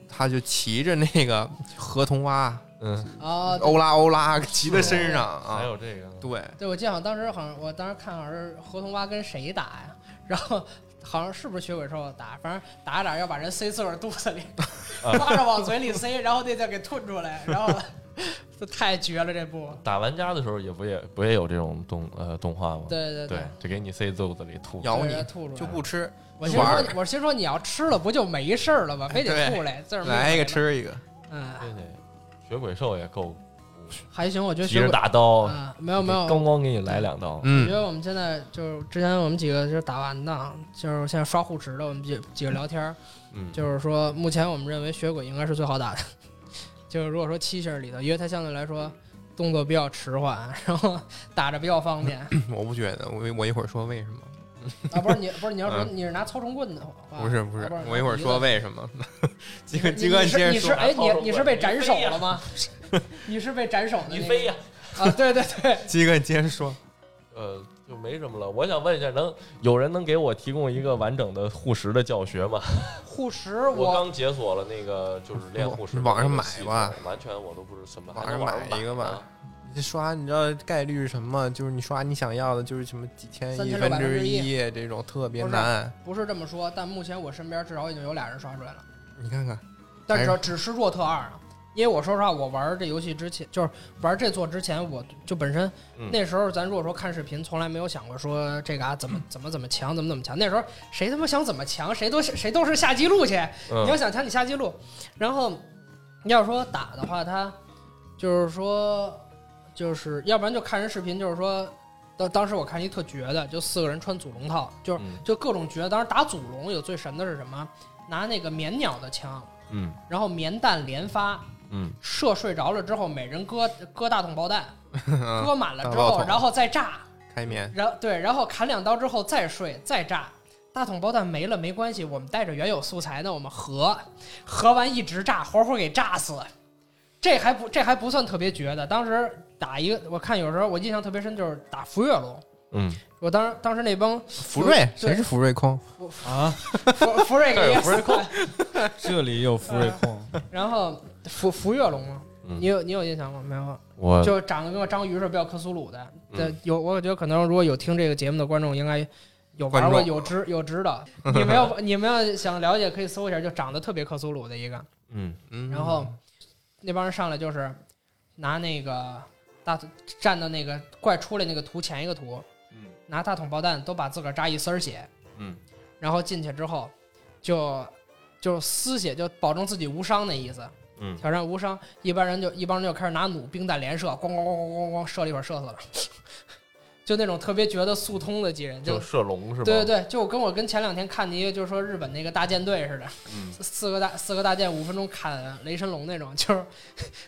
Speaker 1: 他就骑着那个河童蛙，
Speaker 4: 嗯，
Speaker 3: 啊，对
Speaker 1: 欧拉欧 拉骑在身上
Speaker 4: 还
Speaker 1: 啊。
Speaker 4: 有这个，
Speaker 1: 对，
Speaker 3: 对，我记得好像当时好像我当时看好像是合同蛙跟谁打呀，然后好像是不是血鬼兽打，反正打着打着要把人塞自个儿肚子里，抓着往嘴里塞，然后那再给吞出来，然后 这太绝了这部。
Speaker 4: 打玩家的时候也不也不也有这种动呃动画吗？
Speaker 3: 对对
Speaker 4: 对，就给你塞肚子里吐。
Speaker 1: 咬
Speaker 3: 对
Speaker 1: 你
Speaker 3: 吐出来
Speaker 1: 就不吃，
Speaker 3: 我心
Speaker 1: 玩
Speaker 3: 说
Speaker 1: 儿
Speaker 3: 你，我心说你要吃了不就没事儿了吗？非得吐来，自个儿没
Speaker 1: 来一个
Speaker 3: 辙。
Speaker 1: 吃一个。
Speaker 3: 嗯，
Speaker 4: 对对，血鬼兽也够，
Speaker 3: 还行，我觉得
Speaker 4: 提
Speaker 3: 血
Speaker 4: 着
Speaker 3: 鬼
Speaker 4: 大刀，
Speaker 3: 啊，没有没有，
Speaker 4: 刚刚给你来两刀。
Speaker 3: 因为
Speaker 1: 嗯，
Speaker 3: 我们现在就是之前我们几个就是打完的，啊就是现在刷护持的，我们几几个聊天儿，
Speaker 4: 嗯，
Speaker 3: 就是说目前我们认为血鬼应该是最好打的， 就是如果说七星里头，因为它相对来说动作比较迟缓，然后打着比较方 便啊，
Speaker 1: 我不觉得，我我一会儿说为什么，
Speaker 3: 不是你不是你要说
Speaker 1: 嗯
Speaker 3: 你是拿操虫棍的话，
Speaker 1: 不是不
Speaker 3: 啊
Speaker 1: 是
Speaker 3: 不是，
Speaker 1: 我一会儿
Speaker 3: 你
Speaker 1: 说
Speaker 3: 的
Speaker 1: 为什 么。鸡
Speaker 3: 你
Speaker 1: 哥鸡哥，
Speaker 3: 你是
Speaker 1: 接
Speaker 3: 你
Speaker 1: 着
Speaker 3: 是
Speaker 1: 说。
Speaker 3: 哎
Speaker 4: 操虫
Speaker 3: 你
Speaker 4: 棍
Speaker 3: 你是被斩首
Speaker 4: 你飞呀
Speaker 3: 了吗？你是被斩首的
Speaker 4: 你
Speaker 3: 那
Speaker 4: 飞
Speaker 3: 个
Speaker 4: 呀，
Speaker 3: 啊？对对对，
Speaker 1: 鸡哥，你接着说。
Speaker 4: 呃，就没什么了。我想问一下，能有人能给我提供一个完整的护食的教学吗？
Speaker 3: 护食
Speaker 4: 我
Speaker 3: 我
Speaker 4: 刚解锁了那个就是练护食，
Speaker 1: 网上买吧，
Speaker 4: 完全我都不知什么，
Speaker 1: 网
Speaker 4: 还能
Speaker 1: 上
Speaker 4: 网
Speaker 1: 买一个吧啊
Speaker 4: 买呢啊
Speaker 1: 你这刷，你知道概率是什么？就是你刷你想要的，就是什么几千亿
Speaker 3: 3600
Speaker 1: 分
Speaker 3: 分之
Speaker 1: 之
Speaker 3: 一
Speaker 1: 一这种特别
Speaker 3: 不是
Speaker 1: 难。
Speaker 3: 不是这么说，但目前我身边至少已经有俩人刷出来
Speaker 4: 哎
Speaker 3: 了。
Speaker 1: 你看看，
Speaker 3: 但是只是弱特二啊。因为我说实话，我玩这游戏之前，就是玩这座之前，我就本身
Speaker 4: 嗯
Speaker 3: 那时候，咱如果说看视频，从来没有想过说这个啊
Speaker 4: 嗯
Speaker 3: 怎么怎么怎么强，怎么怎么强。那时候谁他妈想怎么强，谁都是谁都是下记录去。
Speaker 4: 嗯
Speaker 3: 你要想强，你下记录。然后你要说打的话，他就是说，就是要不然就看人视频，就是说，当当时我看一特绝的，就四个人穿祖龙套，就是
Speaker 4: 嗯
Speaker 3: 就各种绝。当时打祖龙有最神的是什么？拿那个绵鸟的枪。
Speaker 4: 嗯
Speaker 3: 然后棉弹连发，
Speaker 4: 嗯，
Speaker 3: 射睡着了之后，每人搁搁大桶爆弹，搁满了之
Speaker 1: 大爆
Speaker 3: 后，
Speaker 1: 桶
Speaker 3: 然后再炸，
Speaker 1: 开棉，
Speaker 3: 然后对，然后砍两刀之后再睡再炸，大桶包蛋没了没关系，我们带着原有素材呢，我们合，合完一直炸，活活给炸死。这还不这还不算特别绝的，当时打一个，我看有时候我印象特别深，就是打福月龙。
Speaker 4: 嗯，
Speaker 3: 我当时当时那帮
Speaker 1: 福瑞
Speaker 3: 对
Speaker 1: 谁是福瑞控？
Speaker 2: 啊，
Speaker 3: 福福 瑞
Speaker 4: 这儿
Speaker 3: 给
Speaker 4: 有
Speaker 3: 也
Speaker 4: 福瑞
Speaker 3: 死快，
Speaker 2: 这里 有福瑞控，
Speaker 3: 然后福福月龙嘛，
Speaker 4: 嗯
Speaker 3: 你有你有印象吗？没有，啊
Speaker 4: 我
Speaker 3: 就长得跟个章鱼似的，比较克苏鲁的。
Speaker 4: 嗯
Speaker 3: 对，有我觉得可能如果有听这个节目的观众，应该有玩
Speaker 1: 观
Speaker 3: 过，
Speaker 1: 众
Speaker 3: 有知有知道。你们要你们要想了解，可以搜一下，就长得特别克苏鲁的一个。
Speaker 4: 嗯
Speaker 1: 嗯，
Speaker 3: 然后那帮人上来就是拿那个大站到那个怪出来那个图前一个图，
Speaker 4: 嗯
Speaker 3: 拿大桶爆弹都把自个儿扎一丝儿血，
Speaker 4: 嗯
Speaker 3: 然后进去之后就就撕血，就保证自己无伤的意思。
Speaker 4: 嗯，
Speaker 3: 挑战无伤，一般人就一帮人就开始拿弩兵弹连射，咣咣咣咣咣咣射了一会儿，射死了， 就那种特别绝的速通的几人，就
Speaker 4: 就射龙是吧？
Speaker 3: 对对对，就跟我跟前两天看的一个，就是说日本那个大舰队似的，
Speaker 4: 嗯
Speaker 3: 四个大四个大舰五分钟砍雷神龙那种，就是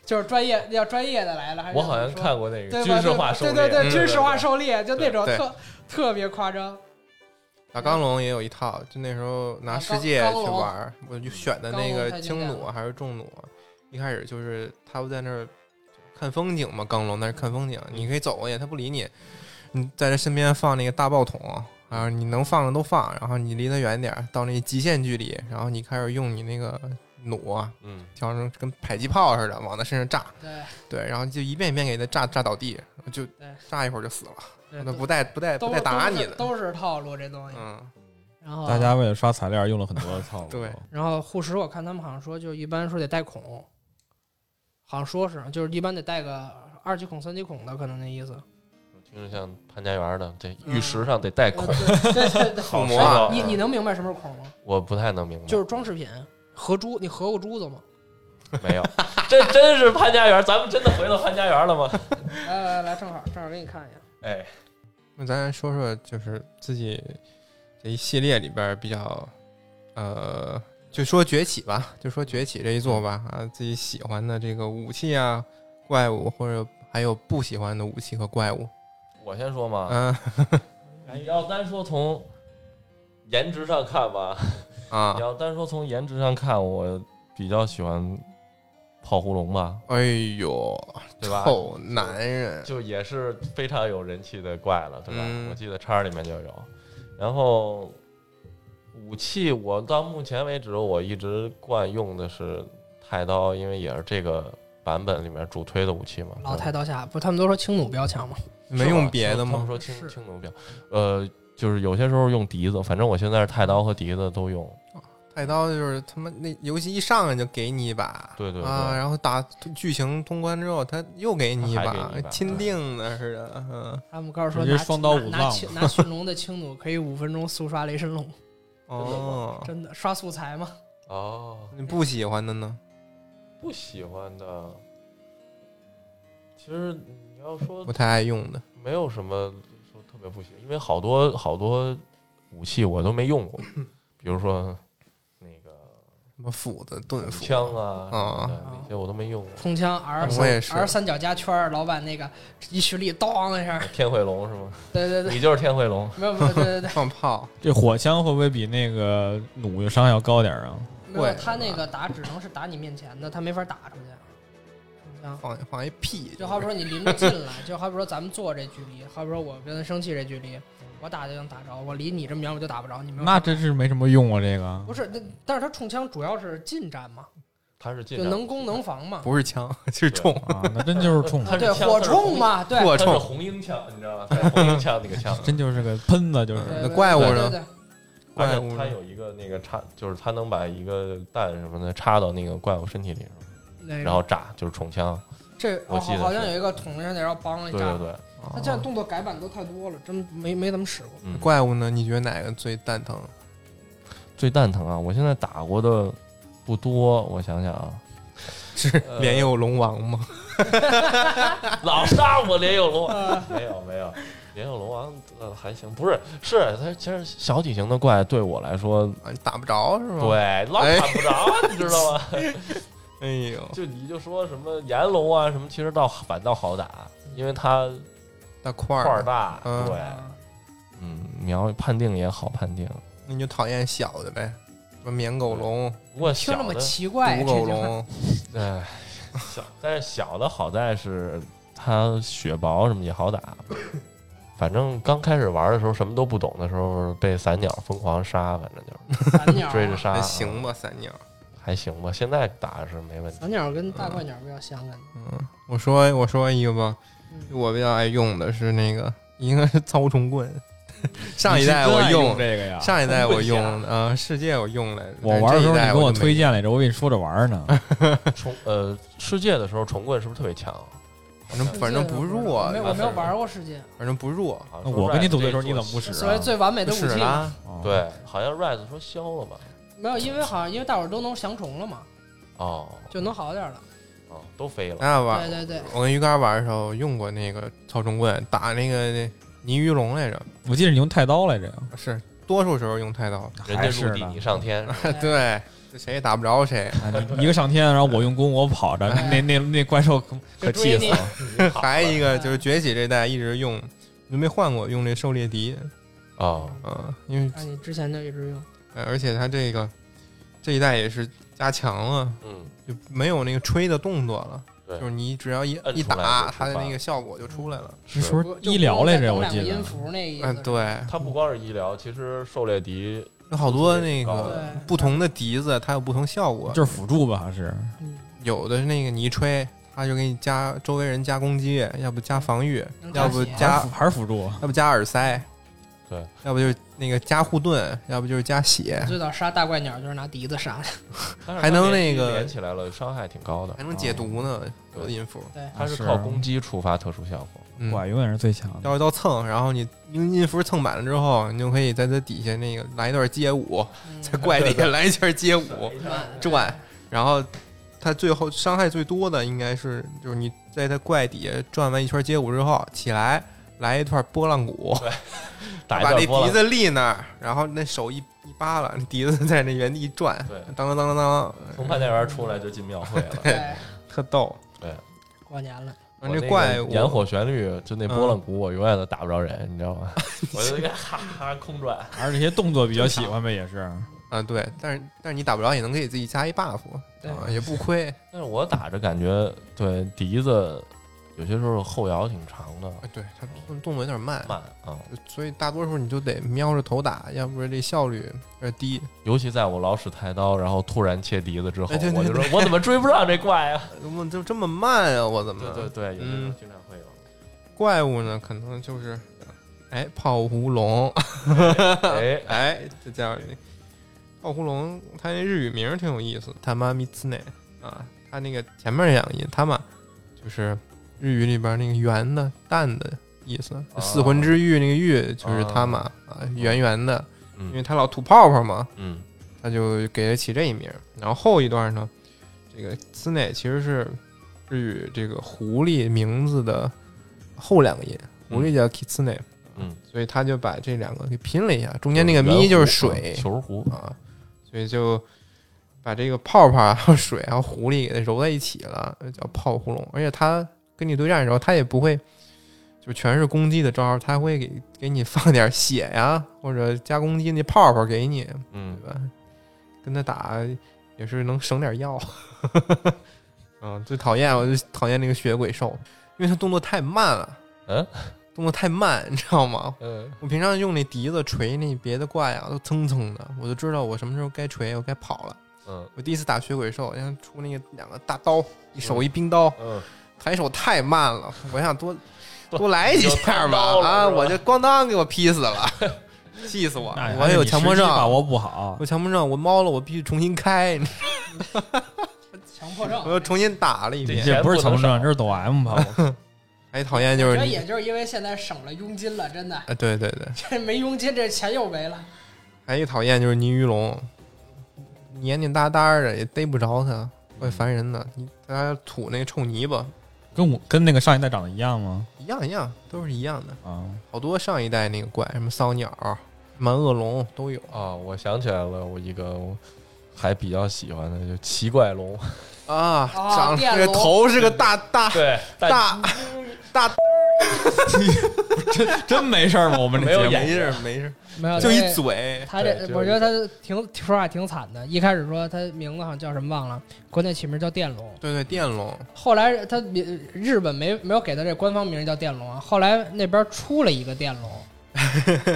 Speaker 3: 就是专业要专业的来了，还是
Speaker 4: 我好像
Speaker 3: 怎么说
Speaker 4: 看过那个
Speaker 3: 对
Speaker 4: 军
Speaker 3: 吧？
Speaker 4: 事化狩猎，
Speaker 3: 对对
Speaker 4: 嗯
Speaker 3: 对，军事化狩猎就那种
Speaker 1: 对
Speaker 3: 特特别夸张，
Speaker 1: 打钢龙也有一套，就那时候
Speaker 3: 啊
Speaker 1: 拿世界去玩儿，我就选的那个轻弩还是重弩。一开始就是他不在那儿看风景嘛，钢龙那是看风景，你可以走过去，他不理你。你在他身边放那个大爆筒，啊，你能放的都放，然后你离他远点儿，到那极限距离，然后你开始用你那个弩啊，
Speaker 4: 嗯
Speaker 1: 调成跟迫击炮似的往他身上炸，
Speaker 3: 对
Speaker 1: 对，然后就一遍一遍给他炸炸倒地，就
Speaker 3: 对
Speaker 1: 炸一会儿就死了，
Speaker 3: 对
Speaker 1: 那不带不带
Speaker 3: 都
Speaker 1: 不带打你的，
Speaker 3: 都是都是套路这东西，
Speaker 1: 嗯，
Speaker 3: 然后
Speaker 2: 大家为了刷材料用了很多的套路。啊
Speaker 1: 对
Speaker 3: 然后护石，我看他们好像说，就一般说得带孔，好像说是，就是一般得带个二级孔、三级孔的，可能那意思。
Speaker 4: 听着嗯像潘家园的，这
Speaker 3: 嗯
Speaker 4: 玉石上得带孔
Speaker 3: 呃，对对 对对哎
Speaker 1: 好
Speaker 4: 是
Speaker 1: 魔啊
Speaker 4: 吧
Speaker 3: 你你能明白什么是孔吗？
Speaker 4: 我不太能明白，
Speaker 3: 就是装饰品，合珠，你合过珠子吗？
Speaker 4: 没有，这真是潘家园，咱们真的回到潘家园了吗？
Speaker 1: 嗯
Speaker 3: 来来来，正好正好给你看一眼。
Speaker 4: 哎，
Speaker 1: 那咱说说，就是自己这一系列里边儿比较，呃，就说崛起吧，就说崛起这一座吧，啊，自己喜欢的这个武器啊、怪物，或者还有不喜欢的武器和怪物，
Speaker 4: 我先说嘛，
Speaker 1: 嗯
Speaker 4: 你要单说从颜值上看吧，
Speaker 1: 啊
Speaker 4: 你，要单说从颜值上看，我比较喜欢炮胡龙吧，
Speaker 1: 哎呦，
Speaker 4: 对吧？
Speaker 3: 哦
Speaker 1: 臭男人，
Speaker 4: 就也是非常有人气的怪了，对吧？
Speaker 1: 嗯
Speaker 4: 我记得叉儿里面就有。然后武器，我到目前为止我一直惯用的是太刀，因为也是这个版本里面主推的武器嘛。
Speaker 3: 老太刀下不，他们都说轻弩比较强吗？
Speaker 1: 没用别的
Speaker 4: 他们
Speaker 1: 吗？
Speaker 4: 说轻
Speaker 3: 是
Speaker 4: 轻弩比较，呃，就是有些时候用笛子，反正我现在是太刀和笛子都用。
Speaker 1: 太刀就是他妈那游戏一上来就给你一把，
Speaker 4: 对对对
Speaker 1: 啊，然后打剧情通关之后，他又给你一
Speaker 4: 他还
Speaker 1: 把
Speaker 4: 给你一把，
Speaker 1: 钦定的似的，嗯，
Speaker 3: 他们告诉说
Speaker 2: 直接
Speaker 3: 拿
Speaker 2: 双刀五
Speaker 3: 拿拿
Speaker 2: 藏
Speaker 3: 青拿驯龙的轻弩可以五分钟速刷雷神龙，
Speaker 1: 哦，
Speaker 3: 真的刷素材吗？
Speaker 4: 哦，
Speaker 1: 你不喜欢的呢？
Speaker 4: 不喜欢的，其实你要说
Speaker 1: 不太爱用的。
Speaker 4: 没有什么说特别不行，因为好多好多武器我都没用 过，比如说那个
Speaker 1: 什么斧子、盾斧、
Speaker 4: 枪啊
Speaker 1: 啊
Speaker 4: 什么的那些我都没用过。
Speaker 3: 冲枪 R
Speaker 1: 我
Speaker 3: 三
Speaker 1: 也是
Speaker 3: R 三角加圈儿，老板那个一蓄力，当 一下，
Speaker 4: 天慧龙是吗？
Speaker 3: 对对对，
Speaker 4: 你就是天慧龙，
Speaker 3: 没有没有，对对 对。
Speaker 2: 嗯
Speaker 1: 放炮，
Speaker 2: 这火枪会不会比那个弩伤害要高点儿啊？
Speaker 3: 没有，
Speaker 1: 会
Speaker 3: 他那
Speaker 1: 吧
Speaker 3: 个打只能是打你面前的，他没法打 出去。啊，
Speaker 1: 放放一屁，
Speaker 3: 就好比说你离着近来，就好比说咱们坐这距离，好比说我跟生气这距离，我打就能打着，我离你这么远我就打不着，你没有
Speaker 2: 那真是没什么用啊，这个
Speaker 3: 不是，那但是他冲枪主要是近战嘛，
Speaker 4: 他是近
Speaker 3: 就
Speaker 4: 战
Speaker 3: 能攻能防嘛，
Speaker 1: 不是枪， 是冲。
Speaker 2: 啊，那真就是冲，，
Speaker 4: 它是
Speaker 3: 对
Speaker 4: 枪
Speaker 3: 火
Speaker 4: 它是
Speaker 3: 铳嘛，对
Speaker 1: 我
Speaker 4: 他是
Speaker 1: 冲
Speaker 4: 红缨枪，你知道吗？他是红缨枪那个 枪
Speaker 2: 真就是个喷子，就是
Speaker 1: 嗯
Speaker 3: 对
Speaker 1: 那
Speaker 3: 对
Speaker 1: 怪物
Speaker 3: 对
Speaker 1: 呢
Speaker 3: 对对
Speaker 4: 而
Speaker 1: 怪物
Speaker 4: 且他有一个那个插，就是他能把一个弹什么的插到那个怪物身体里，
Speaker 3: 那个
Speaker 4: 然后炸，就是冲枪。
Speaker 3: 这
Speaker 4: 我
Speaker 3: 哦
Speaker 4: 记得
Speaker 3: 好好像
Speaker 4: 是
Speaker 3: 有一个捅上去，然后梆一
Speaker 4: 对
Speaker 3: 炸
Speaker 4: 对。对，
Speaker 1: 啊
Speaker 3: 他这样动作改版都太多了，真没没怎么使过。
Speaker 4: 嗯，
Speaker 1: 怪物呢？你觉得哪个最蛋疼？
Speaker 4: 最蛋疼啊！我现在打过的不多，我想想啊，
Speaker 1: 是
Speaker 2: 呃
Speaker 1: 莲幼龙王吗？
Speaker 4: 老杀我莲友龙王，没有没有，莲友龙王呃还行，不是是它其实小体型的怪对我来说，
Speaker 1: 啊，你打不着是吗？
Speaker 4: 对老砍不着，啊你知道吗？
Speaker 1: 哎呦，
Speaker 4: 就你就说什么炎龙啊什么，其实倒反倒好打，因为它
Speaker 1: 大块
Speaker 4: 块儿
Speaker 1: 儿，
Speaker 4: 大，
Speaker 1: 嗯
Speaker 4: 对，
Speaker 3: 啊
Speaker 4: 嗯，你要判定也好判定。
Speaker 1: 那你就讨厌小的呗，什么棉狗笼、
Speaker 2: 嗯
Speaker 4: 不过
Speaker 3: 听
Speaker 4: 小
Speaker 3: 那么
Speaker 4: 的，
Speaker 3: 奇怪，
Speaker 1: 独
Speaker 3: 这
Speaker 1: 狗
Speaker 3: 句话
Speaker 1: 笼，
Speaker 4: 哎，小，但是小的好在是它雪薄什么也好打。反正刚开始玩的时候，什么都不懂的时候，被散鸟疯狂杀，反正就是
Speaker 3: 散鸟啊
Speaker 4: 追着杀，
Speaker 1: 还行，吧，三鸟。
Speaker 4: 还行吧。现在打是没问题。
Speaker 3: 散鸟跟大怪鸟比较像，感觉
Speaker 1: 嗯，我说我说一个吧，
Speaker 3: 嗯
Speaker 1: 我比较爱用的是那个，应该是操虫棍。 上一代
Speaker 2: 你是
Speaker 1: 我
Speaker 2: 真爱
Speaker 1: 用，
Speaker 2: 这个啊呀，
Speaker 1: 上一代我用
Speaker 4: 棍，
Speaker 1: 呃，世界我用来着。
Speaker 2: 我玩的时候
Speaker 1: 但是
Speaker 2: 你
Speaker 1: 这一代
Speaker 2: 跟
Speaker 1: 我
Speaker 2: 我
Speaker 1: 就没
Speaker 2: 推荐来着，我跟你说着玩儿呢。
Speaker 4: 重呃，世界的时候重棍是不是特别强？啊
Speaker 1: 反正反正不弱啊
Speaker 3: 我没，有我没有玩过世界，
Speaker 1: 反正不弱。
Speaker 4: 好像
Speaker 2: 那
Speaker 4: 说
Speaker 2: 我跟你哎
Speaker 4: Rise
Speaker 2: 组队的时候，你
Speaker 4: 这座
Speaker 2: 怎么不使
Speaker 3: 所谓
Speaker 2: 啊？
Speaker 3: 最完美的武
Speaker 1: 使
Speaker 3: 器嘛。
Speaker 1: 啦，
Speaker 2: 哦，
Speaker 4: 对，好像 Rise 说消了吧？
Speaker 3: 没有，因为好像因为大伙儿都能降虫了嘛，
Speaker 4: 哦
Speaker 3: 就能好点儿了。
Speaker 4: 哦，都飞了。
Speaker 1: 那玩
Speaker 3: 对对对，
Speaker 1: 我跟鱼竿玩的时候用过那个操虫棍打那个泥鱼龙来着，
Speaker 2: 我记得你用太刀来着，
Speaker 1: 是多数时候用太刀。
Speaker 4: 人
Speaker 2: 还
Speaker 4: 家入
Speaker 2: 是
Speaker 4: 地，
Speaker 2: 呢
Speaker 4: 你上 天，
Speaker 3: 哎
Speaker 1: 对，这谁也打不着谁，
Speaker 2: 啊 你一个上天，然后我用弓我跑着，那那那怪兽可可气死
Speaker 3: 就追
Speaker 2: 了。
Speaker 1: 还一个就是崛起这代一直用，就没换过用这狩猎笛，
Speaker 4: 哦，
Speaker 1: 嗯，因为
Speaker 3: 哎那你之前就一直用，
Speaker 1: 呃而且它这个这一代也是加强了，
Speaker 4: 嗯，
Speaker 1: 就没有那个吹的动作了，
Speaker 4: 对
Speaker 1: 就是你只要一
Speaker 4: 摁
Speaker 1: 一
Speaker 4: 出来
Speaker 1: 打，
Speaker 4: 就出
Speaker 1: 它的
Speaker 4: 发
Speaker 1: 那个效果就出来了。
Speaker 2: 你
Speaker 4: 是
Speaker 2: 说医疗来着，我
Speaker 3: 就
Speaker 2: 记
Speaker 3: 是两
Speaker 2: 得
Speaker 3: 个音。符那意
Speaker 1: 嗯、
Speaker 3: 思。
Speaker 1: 对，
Speaker 4: 它不光是医疗，其实狩猎敌
Speaker 1: 有好多那个
Speaker 3: 对，
Speaker 1: 不同的笛子，它有不同效果，
Speaker 2: 就是辅助吧，还是
Speaker 3: 嗯，
Speaker 1: 有的是那个你一吹，它就给你加周围人加攻击，要不加防御，
Speaker 3: 能
Speaker 1: 要
Speaker 3: 加
Speaker 1: 不
Speaker 3: 血
Speaker 1: 加
Speaker 2: 还是辅还是辅助？啊
Speaker 1: 要不加耳塞，
Speaker 4: 对，
Speaker 1: 要不就是那个加护盾，要不就是加血，
Speaker 3: 最早杀大怪鸟就是拿笛子杀的，
Speaker 4: 但是
Speaker 1: 还
Speaker 4: 它
Speaker 1: 能那
Speaker 4: 连
Speaker 1: 个
Speaker 4: 连起来了，伤害挺高的
Speaker 1: 还。能解毒呢，
Speaker 4: 对
Speaker 1: 有的音符。
Speaker 4: 它是
Speaker 2: 啊是啊
Speaker 4: 靠攻击触发特殊效果。
Speaker 1: 嗯，
Speaker 2: 我永远是最强的。
Speaker 1: 刀一刀蹭，然后你用音符蹭满了之后，你就可以在它底下那个来一段街舞，
Speaker 3: 嗯
Speaker 1: 在怪里来一圈街舞
Speaker 3: 转
Speaker 1: 转，然后它最后伤害最多的应该是就是你在它怪底下转完一圈街舞之后起来。来一段拨浪鼓，
Speaker 4: 打一
Speaker 1: 把那
Speaker 4: 段波
Speaker 1: 笛
Speaker 4: 浪，
Speaker 1: 子立那儿，然后那手一一扒拉，那笛子在那原地一转，
Speaker 4: 对，
Speaker 1: 当当当当当，
Speaker 4: 从潘家园出来就进庙会 了。
Speaker 3: 对，
Speaker 1: 特逗。
Speaker 3: 过年了，
Speaker 4: 我
Speaker 1: 完
Speaker 4: 那
Speaker 1: 这
Speaker 4: 个
Speaker 1: 怪物
Speaker 4: 炎火旋律，就那波
Speaker 1: 嗯
Speaker 4: 浪鼓，我永远都打不着人，你知道 吗？我就一个哈哈空转，
Speaker 2: 还是这些动作比较喜欢呗，也是。
Speaker 1: 啊，对，但是但是你打不着也能给自己加一 buff，
Speaker 3: 对
Speaker 1: 啊，也不亏。
Speaker 4: 但是我打着感觉对笛子有些时候后摇挺长的，
Speaker 1: 啊对，它动动作有点慢，
Speaker 4: 慢啊，
Speaker 1: 所以大多数你就得瞄着头打，要不然这效率有点低。
Speaker 4: 尤其在我老使太刀，然后突然切笛子之后，
Speaker 1: 哎对对
Speaker 4: 我就说我怎么追不上这怪啊？
Speaker 1: 怎么就这么慢啊？我怎么？
Speaker 4: 对对对，有些时候
Speaker 1: 嗯
Speaker 4: 经常会有。
Speaker 1: 怪物呢，可能就是，哎，泡芙龙，
Speaker 4: 哎，
Speaker 1: 哎，这叫泡芙龙，它那日语名儿挺有意思，他妈咪次内啊，它那个前面两个音，他妈就是日语里边那个圆的蛋的意思，
Speaker 4: 哦
Speaker 1: 四魂之玉那个玉就是他妈啊，圆圆的，因为
Speaker 4: 嗯
Speaker 1: 它老吐泡泡嘛，
Speaker 4: 嗯，
Speaker 1: 他就给得起这一名儿。然后后一段呢，这个兹内其实是日语这个狐狸名字的后两个音，狐狸叫 kitsune，
Speaker 4: 嗯，
Speaker 1: 所以他就把这两个给拼了一下，中间那个
Speaker 4: 圆
Speaker 1: 咪
Speaker 4: 弧
Speaker 1: 就是
Speaker 4: 啊
Speaker 1: 水
Speaker 4: 球弧，
Speaker 1: 啊，所以就把这个泡泡啊还有水还有狐狸给它揉在一起了，叫泡狐龙。而且它跟你对战的时候，它也不会。就全是攻击的招儿，它会给给你放点血呀、或者加攻击那泡泡给你，
Speaker 4: 嗯
Speaker 1: 对，吧？跟他打也是能省点药。 嗯，最讨厌我就讨厌那个血鬼兽，因为他动作太慢了，
Speaker 4: 嗯，
Speaker 1: 动作太慢，你知道吗？
Speaker 4: 嗯，
Speaker 1: 我平常用那笛子锤那别的怪啊，都蹭蹭的，我就知道我什么时候该锤，我该跑了。
Speaker 4: 嗯
Speaker 1: 我第一次打血鬼兽，然后出那个两个大刀，一手一冰刀，
Speaker 4: 嗯，
Speaker 1: 抬手太慢了，我想多
Speaker 4: 多
Speaker 1: 多来几下吧啊，
Speaker 4: 就，刀了是吧
Speaker 1: 我就咣当给我劈死了， 气死我！
Speaker 2: 那
Speaker 1: 我有强迫症，啊
Speaker 2: 把握不好，
Speaker 1: 我强迫症，我猫了，我必须重新开，你知
Speaker 3: 强迫
Speaker 1: 道吗我又
Speaker 3: 症。
Speaker 1: 重新打了一遍。
Speaker 2: 这不是强迫症，这是抖 M 吧？我
Speaker 1: 哎，讨厌就
Speaker 3: 我
Speaker 1: 是
Speaker 3: 觉得
Speaker 1: 你，
Speaker 3: 也就是因为现在省了佣金了，真的，
Speaker 1: 啊，对对对，
Speaker 3: 这没佣金，这钱又没了。
Speaker 1: 还一讨厌就是泥鱼龙，黏黏哒哒的也逮不着它，怪烦人的。你它吐那臭泥巴，
Speaker 2: 跟我跟那个上一代长得一样吗？
Speaker 1: 一样一样，都是一样的。
Speaker 2: 啊，
Speaker 1: 好多上一代那个怪，什么骚鸟、蛮恶龙都有
Speaker 4: 啊，我想起来了，我一个还比较喜欢的就奇怪 龙，
Speaker 1: 啊，
Speaker 3: 啊
Speaker 1: 长
Speaker 3: 电
Speaker 1: 这个
Speaker 3: 龙
Speaker 1: 头是个大大
Speaker 4: 对，但
Speaker 1: 大大
Speaker 2: 真真没事儿吗？我们
Speaker 4: 没有
Speaker 2: 这节
Speaker 4: 眼
Speaker 2: 目
Speaker 1: 没事儿没事
Speaker 3: 没有
Speaker 1: 儿，就一
Speaker 3: 他这
Speaker 1: 嘴，
Speaker 3: 他
Speaker 4: 对
Speaker 3: 这，
Speaker 4: 就
Speaker 3: 我觉得他挺说话挺惨的。一开始说他名字好像叫什么忘了，国内起名叫电龙，
Speaker 1: 对对，电龙，
Speaker 3: 后来他名日本没没有给他这官方名叫电龙啊，后来那边出了一 个电龙，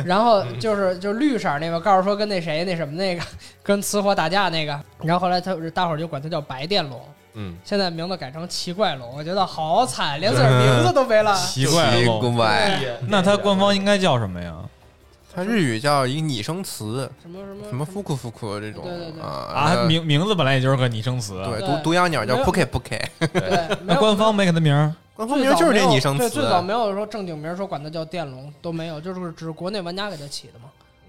Speaker 3: 然后就是就是绿色那个，告诉说跟那谁那什么那个 跟雌火打架那个，然后后来他大伙儿就管他叫白电龙，
Speaker 4: 嗯，
Speaker 3: 现在名字改成奇怪龙，我觉得好惨，连自个儿名字都 没了。
Speaker 2: 奇怪
Speaker 1: 奇
Speaker 2: 了。
Speaker 1: 怪，
Speaker 2: 那它官方应该叫什么呀？
Speaker 1: 它日语叫一个拟声词，
Speaker 3: 什么什么
Speaker 1: 什么复库复库这种
Speaker 3: 对对对
Speaker 1: 啊
Speaker 2: 啊，
Speaker 1: 呃
Speaker 2: 名名字本啊来也就是个拟声词，
Speaker 1: 对，
Speaker 3: 对
Speaker 1: 独独养鸟叫
Speaker 3: 没有
Speaker 1: poke poke，
Speaker 3: 对，没
Speaker 2: 那
Speaker 3: 有
Speaker 2: 官方没给它名儿，
Speaker 1: 官方
Speaker 3: 最
Speaker 1: 名
Speaker 3: 早
Speaker 1: 就是
Speaker 3: 没
Speaker 1: 这
Speaker 3: 有
Speaker 1: 拟声
Speaker 3: 对，
Speaker 1: 词，嗯
Speaker 3: 最早没有说正经名说管它叫电龙都没有，就是只是国内玩家给它起的嘛，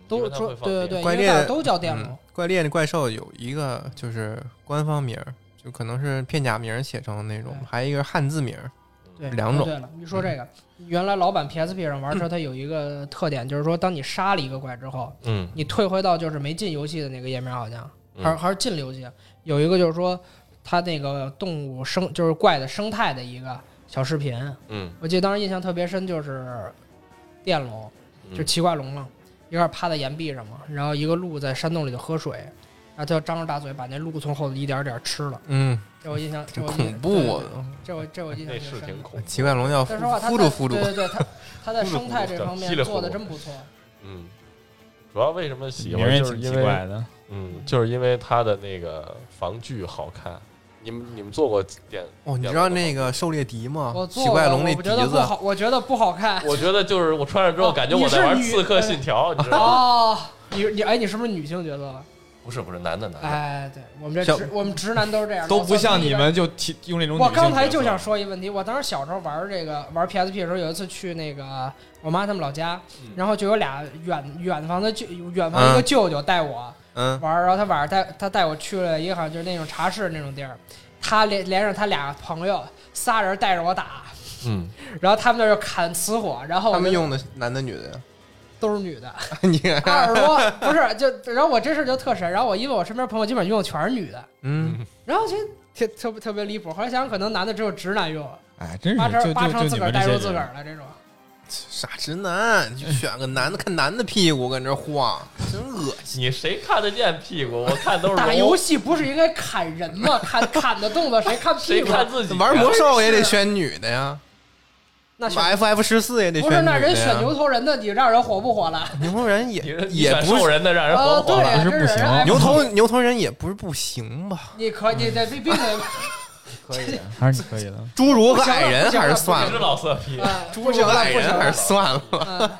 Speaker 3: 都说对对对，
Speaker 1: 怪
Speaker 3: 因为大
Speaker 1: 猎
Speaker 3: 家都叫电龙
Speaker 1: 嗯。怪猎那怪兽有一个就是官方名儿，就可能是片假名儿写成那种
Speaker 3: 对，
Speaker 1: 还有一个是汉字名儿。
Speaker 3: 对，
Speaker 1: 两
Speaker 3: 说
Speaker 1: 种
Speaker 3: 对了，你说这个，原来老版 PSP 上玩的时候，它有一个特点，就是说，当你杀了一个怪之后，
Speaker 4: 嗯
Speaker 3: 你退回到就是没进游戏的那个页面，好像
Speaker 4: 嗯
Speaker 3: 还是还是进了游戏，有一个就是说它那个动物生就是怪的生态的一个小视频。
Speaker 4: 嗯
Speaker 3: 我记得当时印象特别深，就是电龙，就
Speaker 4: 嗯
Speaker 3: 奇怪龙嘛，一块趴在岩壁上嘛，然后一个鹿在山洞里头喝水，然后它就张着大嘴把那鹿从后头一点儿点儿吃了。
Speaker 1: 嗯，
Speaker 3: 这我印象，这
Speaker 1: 挺
Speaker 3: 我印
Speaker 1: 恐
Speaker 3: 象
Speaker 1: 怖
Speaker 3: 对
Speaker 1: 啊
Speaker 3: 对！对这我这我印象
Speaker 4: 那
Speaker 3: 挺
Speaker 4: 是
Speaker 3: 深的
Speaker 4: 挺恐怖，
Speaker 1: 奇怪龙叫
Speaker 3: 但说实话，他
Speaker 1: 孵
Speaker 3: 在
Speaker 1: 着孵
Speaker 3: 对
Speaker 1: 着，
Speaker 3: 对对，他他在
Speaker 4: 呼噜呼噜
Speaker 3: 生态这方面
Speaker 4: 稀里
Speaker 3: 做的
Speaker 4: 呼噜
Speaker 3: 真不错。
Speaker 4: 嗯，主要为什么喜
Speaker 2: 名
Speaker 4: 欢
Speaker 2: 儿也
Speaker 4: 就是
Speaker 2: 挺奇
Speaker 4: 因为
Speaker 2: 怪的。
Speaker 4: 嗯，就是因为它的那个防具好看。你们你们做过点？
Speaker 1: 哦，你知道那个狩猎笛吗
Speaker 3: 我？做
Speaker 1: 啊奇怪
Speaker 3: 了
Speaker 1: 龙那
Speaker 3: 我
Speaker 1: 笛
Speaker 3: 觉得不
Speaker 1: 子，
Speaker 3: 好，我觉得不好看。
Speaker 4: 我觉得就是我穿上之后，
Speaker 3: 哦
Speaker 4: 感觉我在玩
Speaker 3: 你
Speaker 4: 《
Speaker 3: 是女
Speaker 4: 刺
Speaker 1: 呃
Speaker 4: 客信条》，你知道吗？
Speaker 3: 哦，你你哎，你是不是女性角色？
Speaker 4: 不是不是，男的男的，
Speaker 3: 哎，对我们这
Speaker 1: 像
Speaker 3: 直我们直男都是这样，
Speaker 2: 都
Speaker 3: 老
Speaker 2: 不
Speaker 3: 钻
Speaker 2: 像
Speaker 3: 自己
Speaker 2: 你
Speaker 3: 的。
Speaker 2: 们就提用那种。
Speaker 3: 我刚才就想，说一个问题，我当时小时候玩这个玩 PSP 的时候，有一次去那个我妈他们老家，
Speaker 4: 嗯
Speaker 3: 然后就有俩远远房的舅远房一个
Speaker 1: 嗯
Speaker 3: 舅舅带我，
Speaker 1: 嗯，
Speaker 3: 玩儿，然后他晚上带他带我去了一个好像就是那种茶室那种地儿，他连连上他俩朋友仨人带着我打，
Speaker 4: 嗯，
Speaker 3: 然后他们那儿就砍雌火，然后我
Speaker 1: 他们
Speaker 3: 就
Speaker 1: 用的是男的女的呀？
Speaker 3: 都是女的，
Speaker 1: 你
Speaker 3: 二十多不是就，然后我这事儿就特神，然后我因为我身边朋友基本上用的全是女的，
Speaker 1: 嗯，
Speaker 3: 然后我觉得特特别特别离谱，后来想想可能男的只有直男用，
Speaker 2: 哎，真
Speaker 3: 八
Speaker 2: 是就
Speaker 3: 成八
Speaker 2: 就
Speaker 3: 成
Speaker 2: 就
Speaker 3: 自
Speaker 2: 你
Speaker 3: 个儿
Speaker 2: 们这
Speaker 3: 带入
Speaker 2: 些
Speaker 3: 自个
Speaker 2: 人，
Speaker 3: 儿了这种，
Speaker 1: 傻直男，你就选个男的，看男的屁股搁那儿晃，真恶心。
Speaker 4: 你谁看得见屁股？我看都是
Speaker 3: 打
Speaker 4: 揉
Speaker 3: 游戏不是应该砍人吗？ 砍砍的动作谁看屁
Speaker 4: 谁
Speaker 3: 股？
Speaker 4: 看自己
Speaker 1: 玩
Speaker 4: 呀
Speaker 1: 魔兽也得选女的呀，
Speaker 3: 那选
Speaker 1: F F 十四也得选
Speaker 3: 不
Speaker 1: 女
Speaker 3: 是
Speaker 1: 的
Speaker 3: 那
Speaker 1: 呀。
Speaker 3: 人选牛头人的，你让人火不火了？
Speaker 1: 牛头人也
Speaker 4: 你是你
Speaker 1: 也
Speaker 4: 选
Speaker 1: 不
Speaker 4: 兽
Speaker 1: 是哦
Speaker 4: 人的，让人
Speaker 3: 啊
Speaker 4: 活活
Speaker 3: 对
Speaker 4: 了。
Speaker 3: 呀
Speaker 2: 不是
Speaker 3: 这
Speaker 2: 不
Speaker 3: 人
Speaker 2: 行啊
Speaker 3: 爱
Speaker 1: 牛头牛头人也不是不行吧？
Speaker 3: 你可你这必必 须得
Speaker 1: 可以，
Speaker 2: 还是你可以 的。
Speaker 1: 侏儒和矮人还是
Speaker 4: 你
Speaker 1: 算
Speaker 4: 是
Speaker 1: 了，
Speaker 4: 老色批，
Speaker 3: 啊，
Speaker 1: 侏儒和矮人还是算了。
Speaker 3: 啊，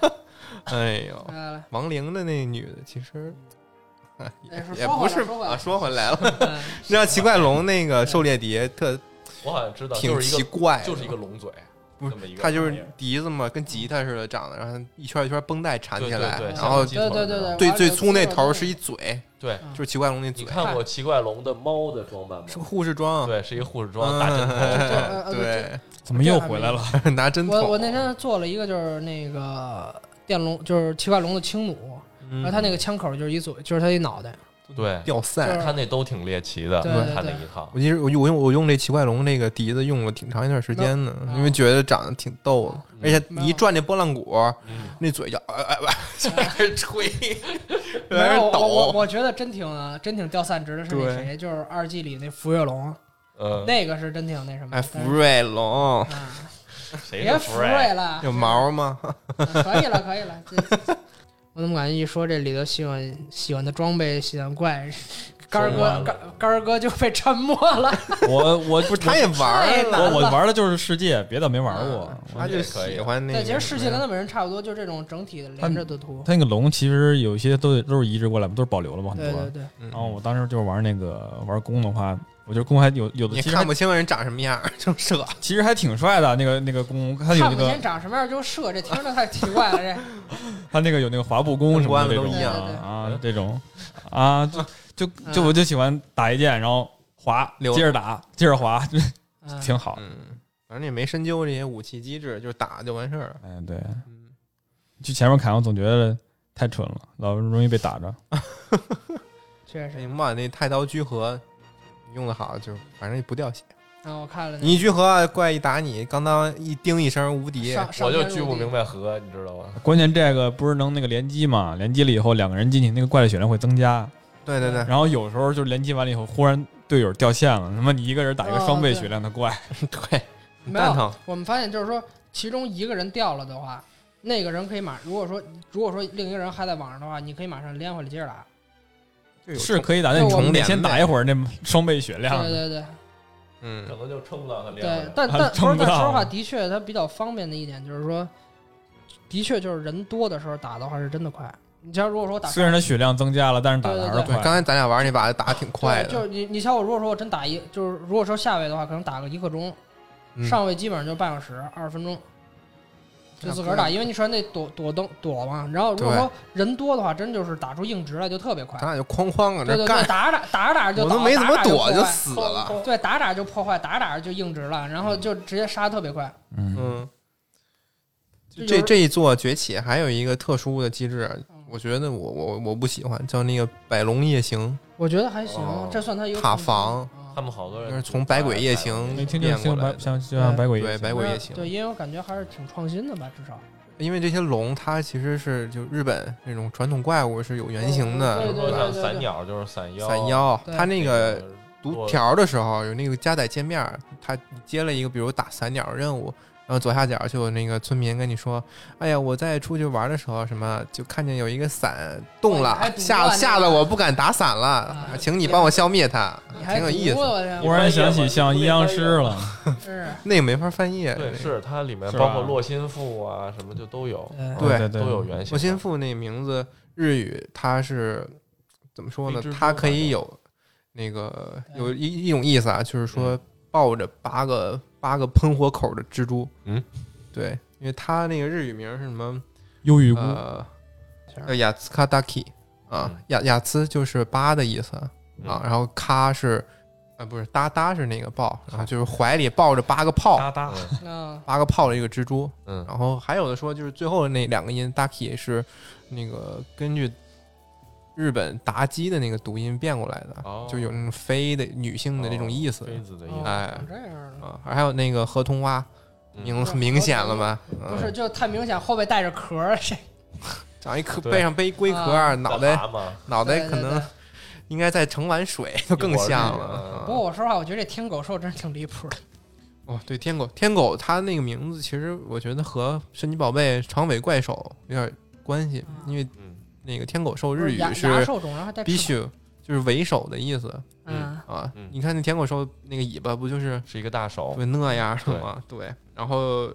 Speaker 1: 哎呦，
Speaker 3: 嗯
Speaker 1: 亡灵的那女的其实。哎
Speaker 3: 哎说
Speaker 1: 也
Speaker 3: 说
Speaker 1: 不
Speaker 3: 回来
Speaker 1: 是
Speaker 3: 说回来
Speaker 1: 啊，说回来 了，
Speaker 3: 嗯
Speaker 1: 你知道奇怪龙那个狩猎碟特
Speaker 4: 我好像知道，
Speaker 1: 挺
Speaker 4: 就是一
Speaker 1: 奇
Speaker 4: 个
Speaker 1: 怪的，
Speaker 4: 就是一个龙嘴，
Speaker 1: 不
Speaker 4: 这么一
Speaker 1: 是
Speaker 4: 个
Speaker 1: 它就
Speaker 4: 玩意
Speaker 1: 是
Speaker 4: 儿
Speaker 1: 笛子嘛，跟吉他似的长得，然后一圈一圈绷带缠起来，
Speaker 4: 对对对
Speaker 1: 然后
Speaker 4: 像
Speaker 3: 嗯对对对对，
Speaker 1: 最
Speaker 3: 玩
Speaker 1: 最
Speaker 3: 游戏
Speaker 1: 粗那
Speaker 3: 的
Speaker 1: 头
Speaker 3: 东
Speaker 1: 是
Speaker 3: 西
Speaker 1: 一嘴，
Speaker 4: 对。
Speaker 1: 就是奇怪龙那
Speaker 4: 嗯你
Speaker 1: 嘴，
Speaker 4: 看过奇怪龙的猫的装扮吗
Speaker 1: 是？个护士装，
Speaker 4: 对，是一个护士装，大针头。
Speaker 1: 嗯
Speaker 3: 头
Speaker 1: 对，
Speaker 2: 怎么又回来了？
Speaker 1: 拿针筒。
Speaker 3: 呃我我那天做了一个就是那个电龙，就是奇怪龙的轻弩，
Speaker 1: 嗯，
Speaker 3: 然
Speaker 1: 然
Speaker 3: 后它那个枪口就是一嘴，就是它一脑 袋，
Speaker 4: 对，
Speaker 1: 吊塞，
Speaker 3: 就是
Speaker 4: 他那都挺猎奇的，
Speaker 3: 对对
Speaker 4: 他那
Speaker 3: 对
Speaker 4: 一套。
Speaker 1: 我其实我用我用我用这奇怪龙这个笛子用了挺长一段时间呢，
Speaker 3: 嗯
Speaker 1: 因为觉得长得挺逗的，而且你一转那拨浪鼓，
Speaker 4: 嗯
Speaker 1: 那嘴就哎哎哎，就在那儿吹，就
Speaker 3: 嗯没
Speaker 1: 在那
Speaker 3: 有
Speaker 1: 儿
Speaker 3: 我我
Speaker 1: 抖。
Speaker 3: 我觉得真挺啊真挺掉散值的是那
Speaker 1: 对嗯
Speaker 3: 谁，就是二季里那福月龙，
Speaker 4: 呃，
Speaker 3: 那个是真挺那什么的，
Speaker 1: 哎，福瑞龙
Speaker 3: 但是啊，
Speaker 4: 谁
Speaker 3: 别
Speaker 4: 是
Speaker 3: 福
Speaker 4: Fry？
Speaker 3: 瑞了，
Speaker 1: 有毛吗？
Speaker 3: 啊 可以了可以了。这 我怎么感觉一说这里头喜欢喜欢的装备、喜欢怪，干儿
Speaker 4: 说完
Speaker 3: 哥
Speaker 4: 了
Speaker 3: 干干儿哥就被沉默 了。
Speaker 2: 我我不
Speaker 1: 不是，他也啊玩
Speaker 3: 太
Speaker 1: 了，
Speaker 2: 我我玩的就是世界，别的没玩过。
Speaker 1: 他就喜欢那个。
Speaker 3: 对，其实世界跟他本人差不多，就是这种整体的连着的图。
Speaker 2: 它那个龙其实有一些都都是移植过来嘛，都是保留了嘛，很
Speaker 3: 对对
Speaker 2: 多。
Speaker 3: 对，
Speaker 1: 嗯
Speaker 2: 然后我当时就是玩那个玩弓的话，我觉得弓还有有的
Speaker 1: 你
Speaker 2: 其实
Speaker 1: 看
Speaker 2: 还
Speaker 1: 不清人长什么样，就射。
Speaker 2: 其实还挺帅的，那个那个弓，它有那
Speaker 3: 看不
Speaker 2: 个
Speaker 3: 见长什么样就射，这听着太奇怪了。 这
Speaker 2: 它那个有那个滑步弓什么的这种
Speaker 1: 关了都一
Speaker 3: 样
Speaker 2: 啊，这种啊，就就就我就喜欢打一箭，然后滑，
Speaker 1: 溜
Speaker 2: 接着打，接着滑，就
Speaker 3: 嗯
Speaker 2: 挺好。
Speaker 1: 嗯，反正也没深究这些武器机制，就是打就完事儿了。
Speaker 2: 哎，对，
Speaker 1: 嗯，
Speaker 2: 去前面砍，我总觉得太蠢了，老容易被打着。
Speaker 3: 确
Speaker 1: 哎
Speaker 3: 实
Speaker 1: 呀妈，那太刀居合用的好，就反正也不掉血。
Speaker 3: 啊，我看了那
Speaker 1: 你一句和怪一打你，刚当一叮一声无敌，
Speaker 3: 上上
Speaker 4: 我就
Speaker 3: 天入
Speaker 4: 聚不
Speaker 3: 地
Speaker 4: 明白和，你知道吗？
Speaker 2: 关键这个不是能那个联机嘛？联机了以后，两个人进去，那个怪的血量会增加。
Speaker 1: 对对
Speaker 3: 嗯
Speaker 1: 对，
Speaker 2: 然后有时候就是联机完了以后，忽然队友掉线了，他妈你一个人打一个
Speaker 3: 哦
Speaker 2: 双倍
Speaker 3: 对
Speaker 2: 血量的怪，
Speaker 1: 对，
Speaker 3: 没
Speaker 1: 蛋
Speaker 3: 有，
Speaker 1: 疼，
Speaker 3: 我们发现就是说，其中一个人掉了的话，那个人可以马，如果说如果说另一个人还在网上的话，你可以马上连回来接着打。
Speaker 1: 就有
Speaker 2: 是
Speaker 1: 冲，
Speaker 2: 可以打，但你
Speaker 3: 就我
Speaker 2: 重
Speaker 1: 们
Speaker 2: 得先
Speaker 1: 连
Speaker 2: 打一会儿那双倍血量
Speaker 3: 对。对对
Speaker 1: 嗯，
Speaker 4: 可能就撑不到他练
Speaker 3: 对
Speaker 4: 了，。
Speaker 3: 但
Speaker 2: 还
Speaker 3: 但不
Speaker 2: 撑
Speaker 3: 是，
Speaker 2: 不
Speaker 3: 但
Speaker 2: 到
Speaker 1: 啊
Speaker 3: 说实话，的确它比较方便的一点就是说，的确就是人多的时候打的话是真的快。你像如果说我打
Speaker 2: 虽然它血量增加了，但是打的还是
Speaker 1: 对，
Speaker 2: 快。
Speaker 1: 刚才咱俩玩那把打挺快
Speaker 3: 对就是
Speaker 1: 的，
Speaker 3: 你你像我如果说我真打一，就是如果说下位的话，可能打个一刻钟，
Speaker 1: 嗯
Speaker 3: 上位基本上就半小时二十分钟。就
Speaker 1: 那
Speaker 3: 自
Speaker 1: 不
Speaker 3: 个儿打，
Speaker 1: 是
Speaker 3: 因为你说那躲躲灯躲嘛，然后如果
Speaker 1: 对
Speaker 3: 说人多的话，真就是打出硬直来就特别快
Speaker 1: 咱。俩就哐哐搁
Speaker 3: 对
Speaker 1: 这
Speaker 3: 对对，
Speaker 1: 干，
Speaker 3: 打着打打着打着就
Speaker 1: 我都
Speaker 3: 倒
Speaker 1: 没怎
Speaker 3: 打
Speaker 1: 么
Speaker 3: 着就
Speaker 1: 躲
Speaker 3: 破
Speaker 1: 就
Speaker 3: 坏
Speaker 1: 死了，
Speaker 3: 对，打着打着就破坏，打着打着就硬直了，然后就直接杀特别快。
Speaker 2: 嗯，
Speaker 1: 嗯。这
Speaker 3: 这就是
Speaker 1: 这一座崛起还有一个特殊的机制
Speaker 3: 嗯，
Speaker 1: 我觉得我我我不喜欢，叫那个百龙夜行，
Speaker 3: 我觉得还行
Speaker 4: 哦，
Speaker 3: 这算他有
Speaker 1: 塔防
Speaker 3: 啊
Speaker 4: 他们好多
Speaker 1: 就
Speaker 4: 人
Speaker 1: 是从百鬼夜行
Speaker 2: 没听就
Speaker 1: 变过
Speaker 2: 像
Speaker 1: 来
Speaker 2: 百
Speaker 1: 的。
Speaker 2: 像就像百鬼夜
Speaker 1: 对
Speaker 2: 行
Speaker 1: 百鬼夜行啊
Speaker 3: 对，因为我感觉还是挺创新的吧，至少
Speaker 1: 因为这些龙它其实是就日本那种传统怪物是有原型
Speaker 4: 比
Speaker 1: 的，
Speaker 3: 对
Speaker 4: 如
Speaker 3: 对
Speaker 4: 说
Speaker 3: 对
Speaker 4: 像
Speaker 3: 对
Speaker 4: 散鸟就是散啊妖，
Speaker 1: 散呃妖，
Speaker 3: 对
Speaker 1: 它那个读
Speaker 4: 多
Speaker 1: 条的时候有那个加载界面儿，它你接了一个比如打散鸟任务，然后左下角就有那个村民跟你说：“哎呀，我在出去玩的时候，什么就看见有一个伞动
Speaker 3: 哦你还
Speaker 1: 了，
Speaker 3: 读
Speaker 1: 吓
Speaker 3: 过那
Speaker 1: 吓
Speaker 3: 个
Speaker 1: 得我不敢打伞了，
Speaker 3: 啊
Speaker 1: 请你帮我消灭它。”
Speaker 3: 你还
Speaker 1: 挺有意
Speaker 3: 读
Speaker 1: 思，
Speaker 3: 我天
Speaker 2: 忽然想起像阴阳师了，
Speaker 1: 呃
Speaker 3: 是，
Speaker 1: 那个没法翻页。
Speaker 4: 对，是它里面
Speaker 2: 是
Speaker 4: 包
Speaker 2: 吧
Speaker 4: 括洛心赋啊什么就都有，啊
Speaker 3: 对
Speaker 1: 对
Speaker 2: 对
Speaker 4: 都
Speaker 2: 对，
Speaker 4: 有原型的。
Speaker 1: 我心腹那名字日语它是怎么说呢
Speaker 4: 黑蜘？蛛
Speaker 1: 它可
Speaker 4: 好像
Speaker 1: 以有那个有一一种意思啊，就是
Speaker 4: 嗯
Speaker 1: 说抱着八个八个喷火口的蜘蛛。
Speaker 4: 嗯，
Speaker 1: 对，因为它那个日语名是什么？
Speaker 2: 忧郁菇，
Speaker 1: 呃，叫雅兹卡达基啊
Speaker 4: 嗯，
Speaker 1: 雅雅兹就是八的意思
Speaker 4: 嗯
Speaker 1: 啊，然后咔是啊不是哒哒是那个抱，然
Speaker 4: 啊
Speaker 1: 后就是怀里抱着八个泡，
Speaker 2: 哒哒
Speaker 4: 嗯
Speaker 3: 嗯，
Speaker 1: 八个泡的一个蜘蛛。
Speaker 4: 嗯，
Speaker 1: 然后还有的说，就是最后那两个音 “ducky” 是那个根据日本达基的那个读音变过来的，
Speaker 4: 哦
Speaker 1: 就有那种飞的女性的这种意思、
Speaker 4: 妃子的意
Speaker 3: 哦
Speaker 4: 思，
Speaker 1: 哎
Speaker 3: 这样的。
Speaker 1: 啊。还有那个河童蛙，
Speaker 4: 嗯
Speaker 1: 明很明显了吧？
Speaker 3: 不
Speaker 1: 嗯，
Speaker 3: 是，就太明显，后背带着壳儿，这
Speaker 1: 长一壳，
Speaker 4: 对
Speaker 1: 背上背一龟壳儿，脑
Speaker 4: 在
Speaker 1: 袋
Speaker 4: 爬嘛，
Speaker 1: 脑袋
Speaker 3: 啊对
Speaker 1: 可
Speaker 3: 对
Speaker 1: 能啊
Speaker 3: 对
Speaker 1: 应该再盛碗水，就更像
Speaker 4: 一会儿绿
Speaker 1: 了
Speaker 4: 啊。
Speaker 3: 不过我说实话，我觉得这天狗兽真是挺离谱的。
Speaker 1: 哦，对，天狗，天狗，它那个名字其实我觉得和神奇宝贝长尾怪兽有点关系，因为
Speaker 4: 嗯，
Speaker 1: 那个天狗兽日语
Speaker 3: 啊牙
Speaker 1: 是
Speaker 3: 牙兽种，然后还带
Speaker 1: 必
Speaker 3: 须，
Speaker 1: 须就是为首的意思
Speaker 3: 嗯，
Speaker 1: 啊
Speaker 4: 嗯。哦
Speaker 1: 你看那舔狗兽那个尾巴不就是
Speaker 4: 是一个大手，
Speaker 1: 对那样的吗？ 对，然后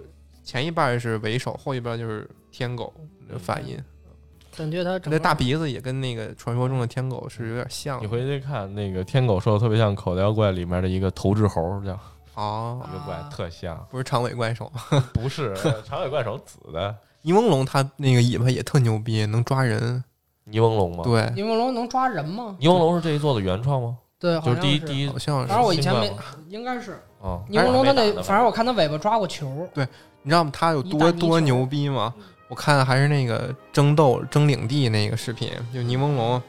Speaker 1: 前一半是为首，后一半就是天狗
Speaker 4: 嗯
Speaker 1: 的发音。
Speaker 3: 感觉它整
Speaker 1: 那
Speaker 3: 个
Speaker 1: 大鼻子也跟那个传说中的天狗是有点像
Speaker 4: 你
Speaker 1: 的。
Speaker 4: 回去看那个天狗兽，特别像口袋妖怪里面的一个头掷猴，这样
Speaker 1: 哦，
Speaker 4: 一个怪
Speaker 3: 啊
Speaker 4: 特像，
Speaker 1: 不是长尾怪兽，
Speaker 4: 不 是长尾怪手紫的
Speaker 1: 泥翁龙它那个尾巴也特牛逼，能抓人。
Speaker 4: 泥翁龙吗？，
Speaker 1: 对，
Speaker 3: 柠檬龙能抓人吗？
Speaker 4: 泥翁龙是这一座的原创吗？
Speaker 3: 对，
Speaker 4: 就
Speaker 3: 好
Speaker 4: 是
Speaker 3: 像
Speaker 4: 第一第
Speaker 3: 一，
Speaker 4: 一
Speaker 1: 好，像是
Speaker 3: 反。正我以前没
Speaker 4: 新怪，
Speaker 3: 应该是
Speaker 4: 哦，
Speaker 3: 柠檬龙它
Speaker 4: 没
Speaker 3: 那
Speaker 4: 打，的
Speaker 3: 反正我看它尾巴抓过球，
Speaker 1: 你知道吗？它有
Speaker 3: 一大
Speaker 1: 多
Speaker 3: 泥嗯鳅
Speaker 1: 多牛逼吗？我看还是那个争斗争领地那个视频，就柠檬龙，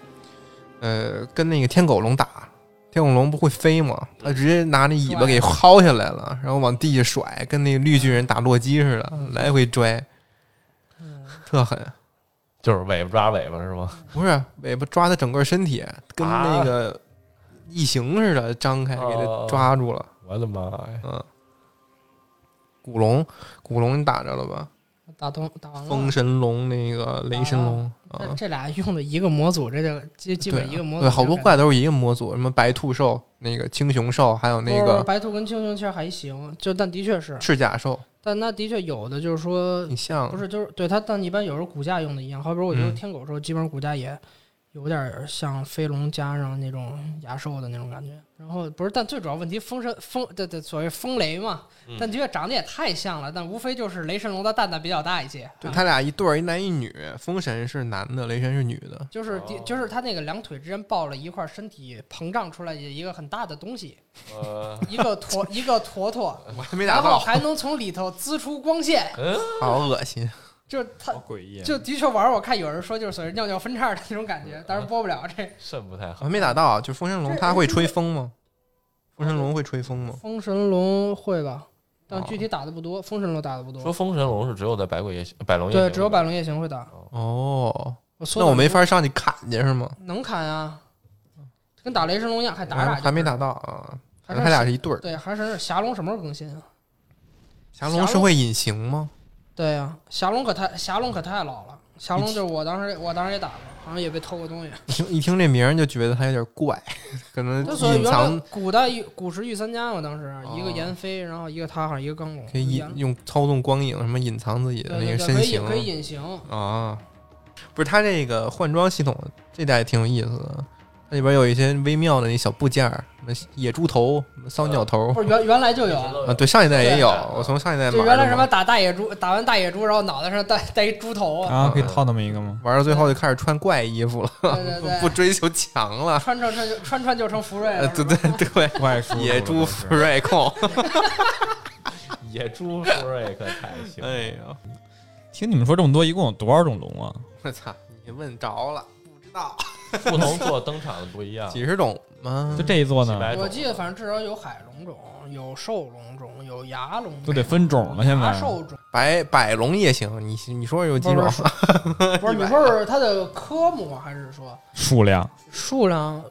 Speaker 1: 呃，跟那个天狗龙打，天狗龙不会飞吗？它直接拿那尾巴给薅下来了，然后往地下甩，跟那个绿巨人打洛基似的，来回拽，
Speaker 3: 嗯，
Speaker 1: 特狠。
Speaker 4: 就是尾巴抓尾巴是吗？
Speaker 1: 不是尾巴抓它整个身体，跟那个
Speaker 3: 啊
Speaker 1: 异形似的张开，给它
Speaker 4: 哦
Speaker 1: 抓住了。
Speaker 4: 我的妈呀！
Speaker 1: 嗯，古龙，古龙你打着了吧？
Speaker 3: 打通打完了。
Speaker 1: 风神龙那个雷神龙啊
Speaker 3: 这。这俩用的一个模组，这就基基
Speaker 1: 对啊
Speaker 3: 本一个模组
Speaker 1: 对，
Speaker 3: 就
Speaker 1: 好多
Speaker 3: 感觉
Speaker 1: 怪都是一个模组，什么白兔兽、那个青熊兽，还有那
Speaker 3: 不是
Speaker 1: 个
Speaker 3: 哦白兔跟青熊其实还行，就但的确是，
Speaker 1: 赤甲兽，
Speaker 3: 但那的确有的就是说
Speaker 1: 挺像的。
Speaker 3: 不是就是对它，但一般有时候骨架用的一样，好比我觉得
Speaker 1: 嗯嗯
Speaker 3: 天狗兽基本上骨架也有点儿像飞龙加上那种牙兽的那种感觉。然后不是，但最主要问题风神风对对所谓风雷嘛，
Speaker 4: 嗯
Speaker 3: 但的确长得也太像了，但无非就是雷神龙的蛋蛋比较大一些，
Speaker 1: 对
Speaker 3: 啊
Speaker 1: 他俩一对儿，一男一女，风神是男的，雷神是女的。
Speaker 3: 就是的
Speaker 4: 哦
Speaker 3: 就是它那个两腿之间抱了一块身体膨胀出来的一个很大的东西，
Speaker 4: 呃，
Speaker 3: 一个 坨一个坨坨，
Speaker 1: 我还没
Speaker 3: 然
Speaker 1: 打
Speaker 3: 后
Speaker 1: 到，
Speaker 3: 还能从里头滋出光线，
Speaker 4: 嗯，
Speaker 1: 好恶心。
Speaker 3: 就是
Speaker 1: 哦
Speaker 3: 它
Speaker 2: 好诡异。啊
Speaker 3: 就的确玩儿，我看有人说就是所谓尿尿分叉的
Speaker 1: 嗯
Speaker 3: 那种感觉，当然播不了这。
Speaker 4: 肾不太
Speaker 1: 我
Speaker 4: 好
Speaker 3: 哎
Speaker 1: 还。没打到，就风神龙，
Speaker 3: 这
Speaker 1: 它会吹风吗？风神龙会吹风吗？
Speaker 3: 风神龙会吧，但
Speaker 1: 哦
Speaker 3: 具体打的不多，风神龙打的不
Speaker 4: 说
Speaker 3: 多，
Speaker 4: 风神龙是只有在百鬼夜行、百龙夜行，
Speaker 3: 对，只有百龙夜行会打。
Speaker 1: 哦，
Speaker 3: 我缩
Speaker 1: 那我
Speaker 3: 短
Speaker 1: 没
Speaker 3: 了
Speaker 1: 法上去砍去是吗？
Speaker 3: 能砍啊，跟打雷神龙一样，还打
Speaker 1: 还
Speaker 3: 打
Speaker 1: 还没
Speaker 3: 就是
Speaker 1: 打到啊，反
Speaker 3: 还是
Speaker 1: 正他俩是一对儿。
Speaker 3: 对，还是霞龙什么时候更新啊？
Speaker 1: 降龙是会隐形吗？
Speaker 3: 对呀、霞龙可太霞龙可太老了，霞龙就是我当时我当时也打过，好像也被偷过东西。
Speaker 1: 一听一听这名儿就觉得他有点怪， 可能
Speaker 3: 就所以
Speaker 1: 隐
Speaker 3: 原来
Speaker 1: 藏
Speaker 3: 古代御古时御三家嘛，当时啊一个
Speaker 1: 哦
Speaker 3: 炎飞，然后一个他，好像一个钢龙，
Speaker 1: 可以
Speaker 3: 一
Speaker 1: 隐
Speaker 3: 样
Speaker 1: 用操纵光影什么隐藏自己的
Speaker 3: 对
Speaker 1: 那
Speaker 3: 对
Speaker 1: 个
Speaker 3: 对，
Speaker 1: 身
Speaker 3: 可以
Speaker 1: 形
Speaker 3: 可以隐形，
Speaker 1: 啊。不是他这个换装系统，这代也挺有意思的。它里边有一些微妙的那小部件儿，什么野猪头、什么
Speaker 3: 呃
Speaker 1: 骚鸟
Speaker 2: 哦
Speaker 1: 头
Speaker 3: 不是原原来就有。
Speaker 1: 啊，对，上一代也有
Speaker 4: 对，
Speaker 1: 我从上一代
Speaker 3: 就
Speaker 1: 玩
Speaker 3: 原来
Speaker 1: 着
Speaker 3: 什么
Speaker 1: 玩
Speaker 3: 打大野猪，打完大野猪，然后脑袋上戴戴一猪头，
Speaker 2: 啊，可以套那么一个吗？
Speaker 1: 玩到最后就开始穿怪衣服了，
Speaker 2: 啊
Speaker 3: 对 对对，
Speaker 1: 不追求强了，
Speaker 3: 穿穿穿就穿穿就成福瑞
Speaker 1: 呃，
Speaker 3: 了，
Speaker 1: 对
Speaker 3: 是吧
Speaker 1: 对 对，
Speaker 2: 怪叔 叔
Speaker 1: 野猪
Speaker 2: 都
Speaker 1: 福
Speaker 2: 是
Speaker 1: 瑞控，
Speaker 4: 野猪福瑞可太 行。
Speaker 1: 哎呀，
Speaker 2: 听你们说这么多，一共有多少种龙啊？
Speaker 1: 我操，你问着了，不知道
Speaker 4: 不同座登场的不一样，
Speaker 1: 几十种
Speaker 3: 嗯
Speaker 1: 吗？
Speaker 2: 就这一座
Speaker 4: 几百
Speaker 2: 呢，
Speaker 4: 种
Speaker 3: 我记得反正至少有海龙种，有兽龙种，有牙龙种，
Speaker 2: 都得分种了。现
Speaker 3: 牙
Speaker 2: 在
Speaker 3: 啊兽种，
Speaker 1: 百百龙也行，你你说有几种
Speaker 3: 不？ 是不是你问问它的科目啊还是说
Speaker 2: 数量
Speaker 3: 数量？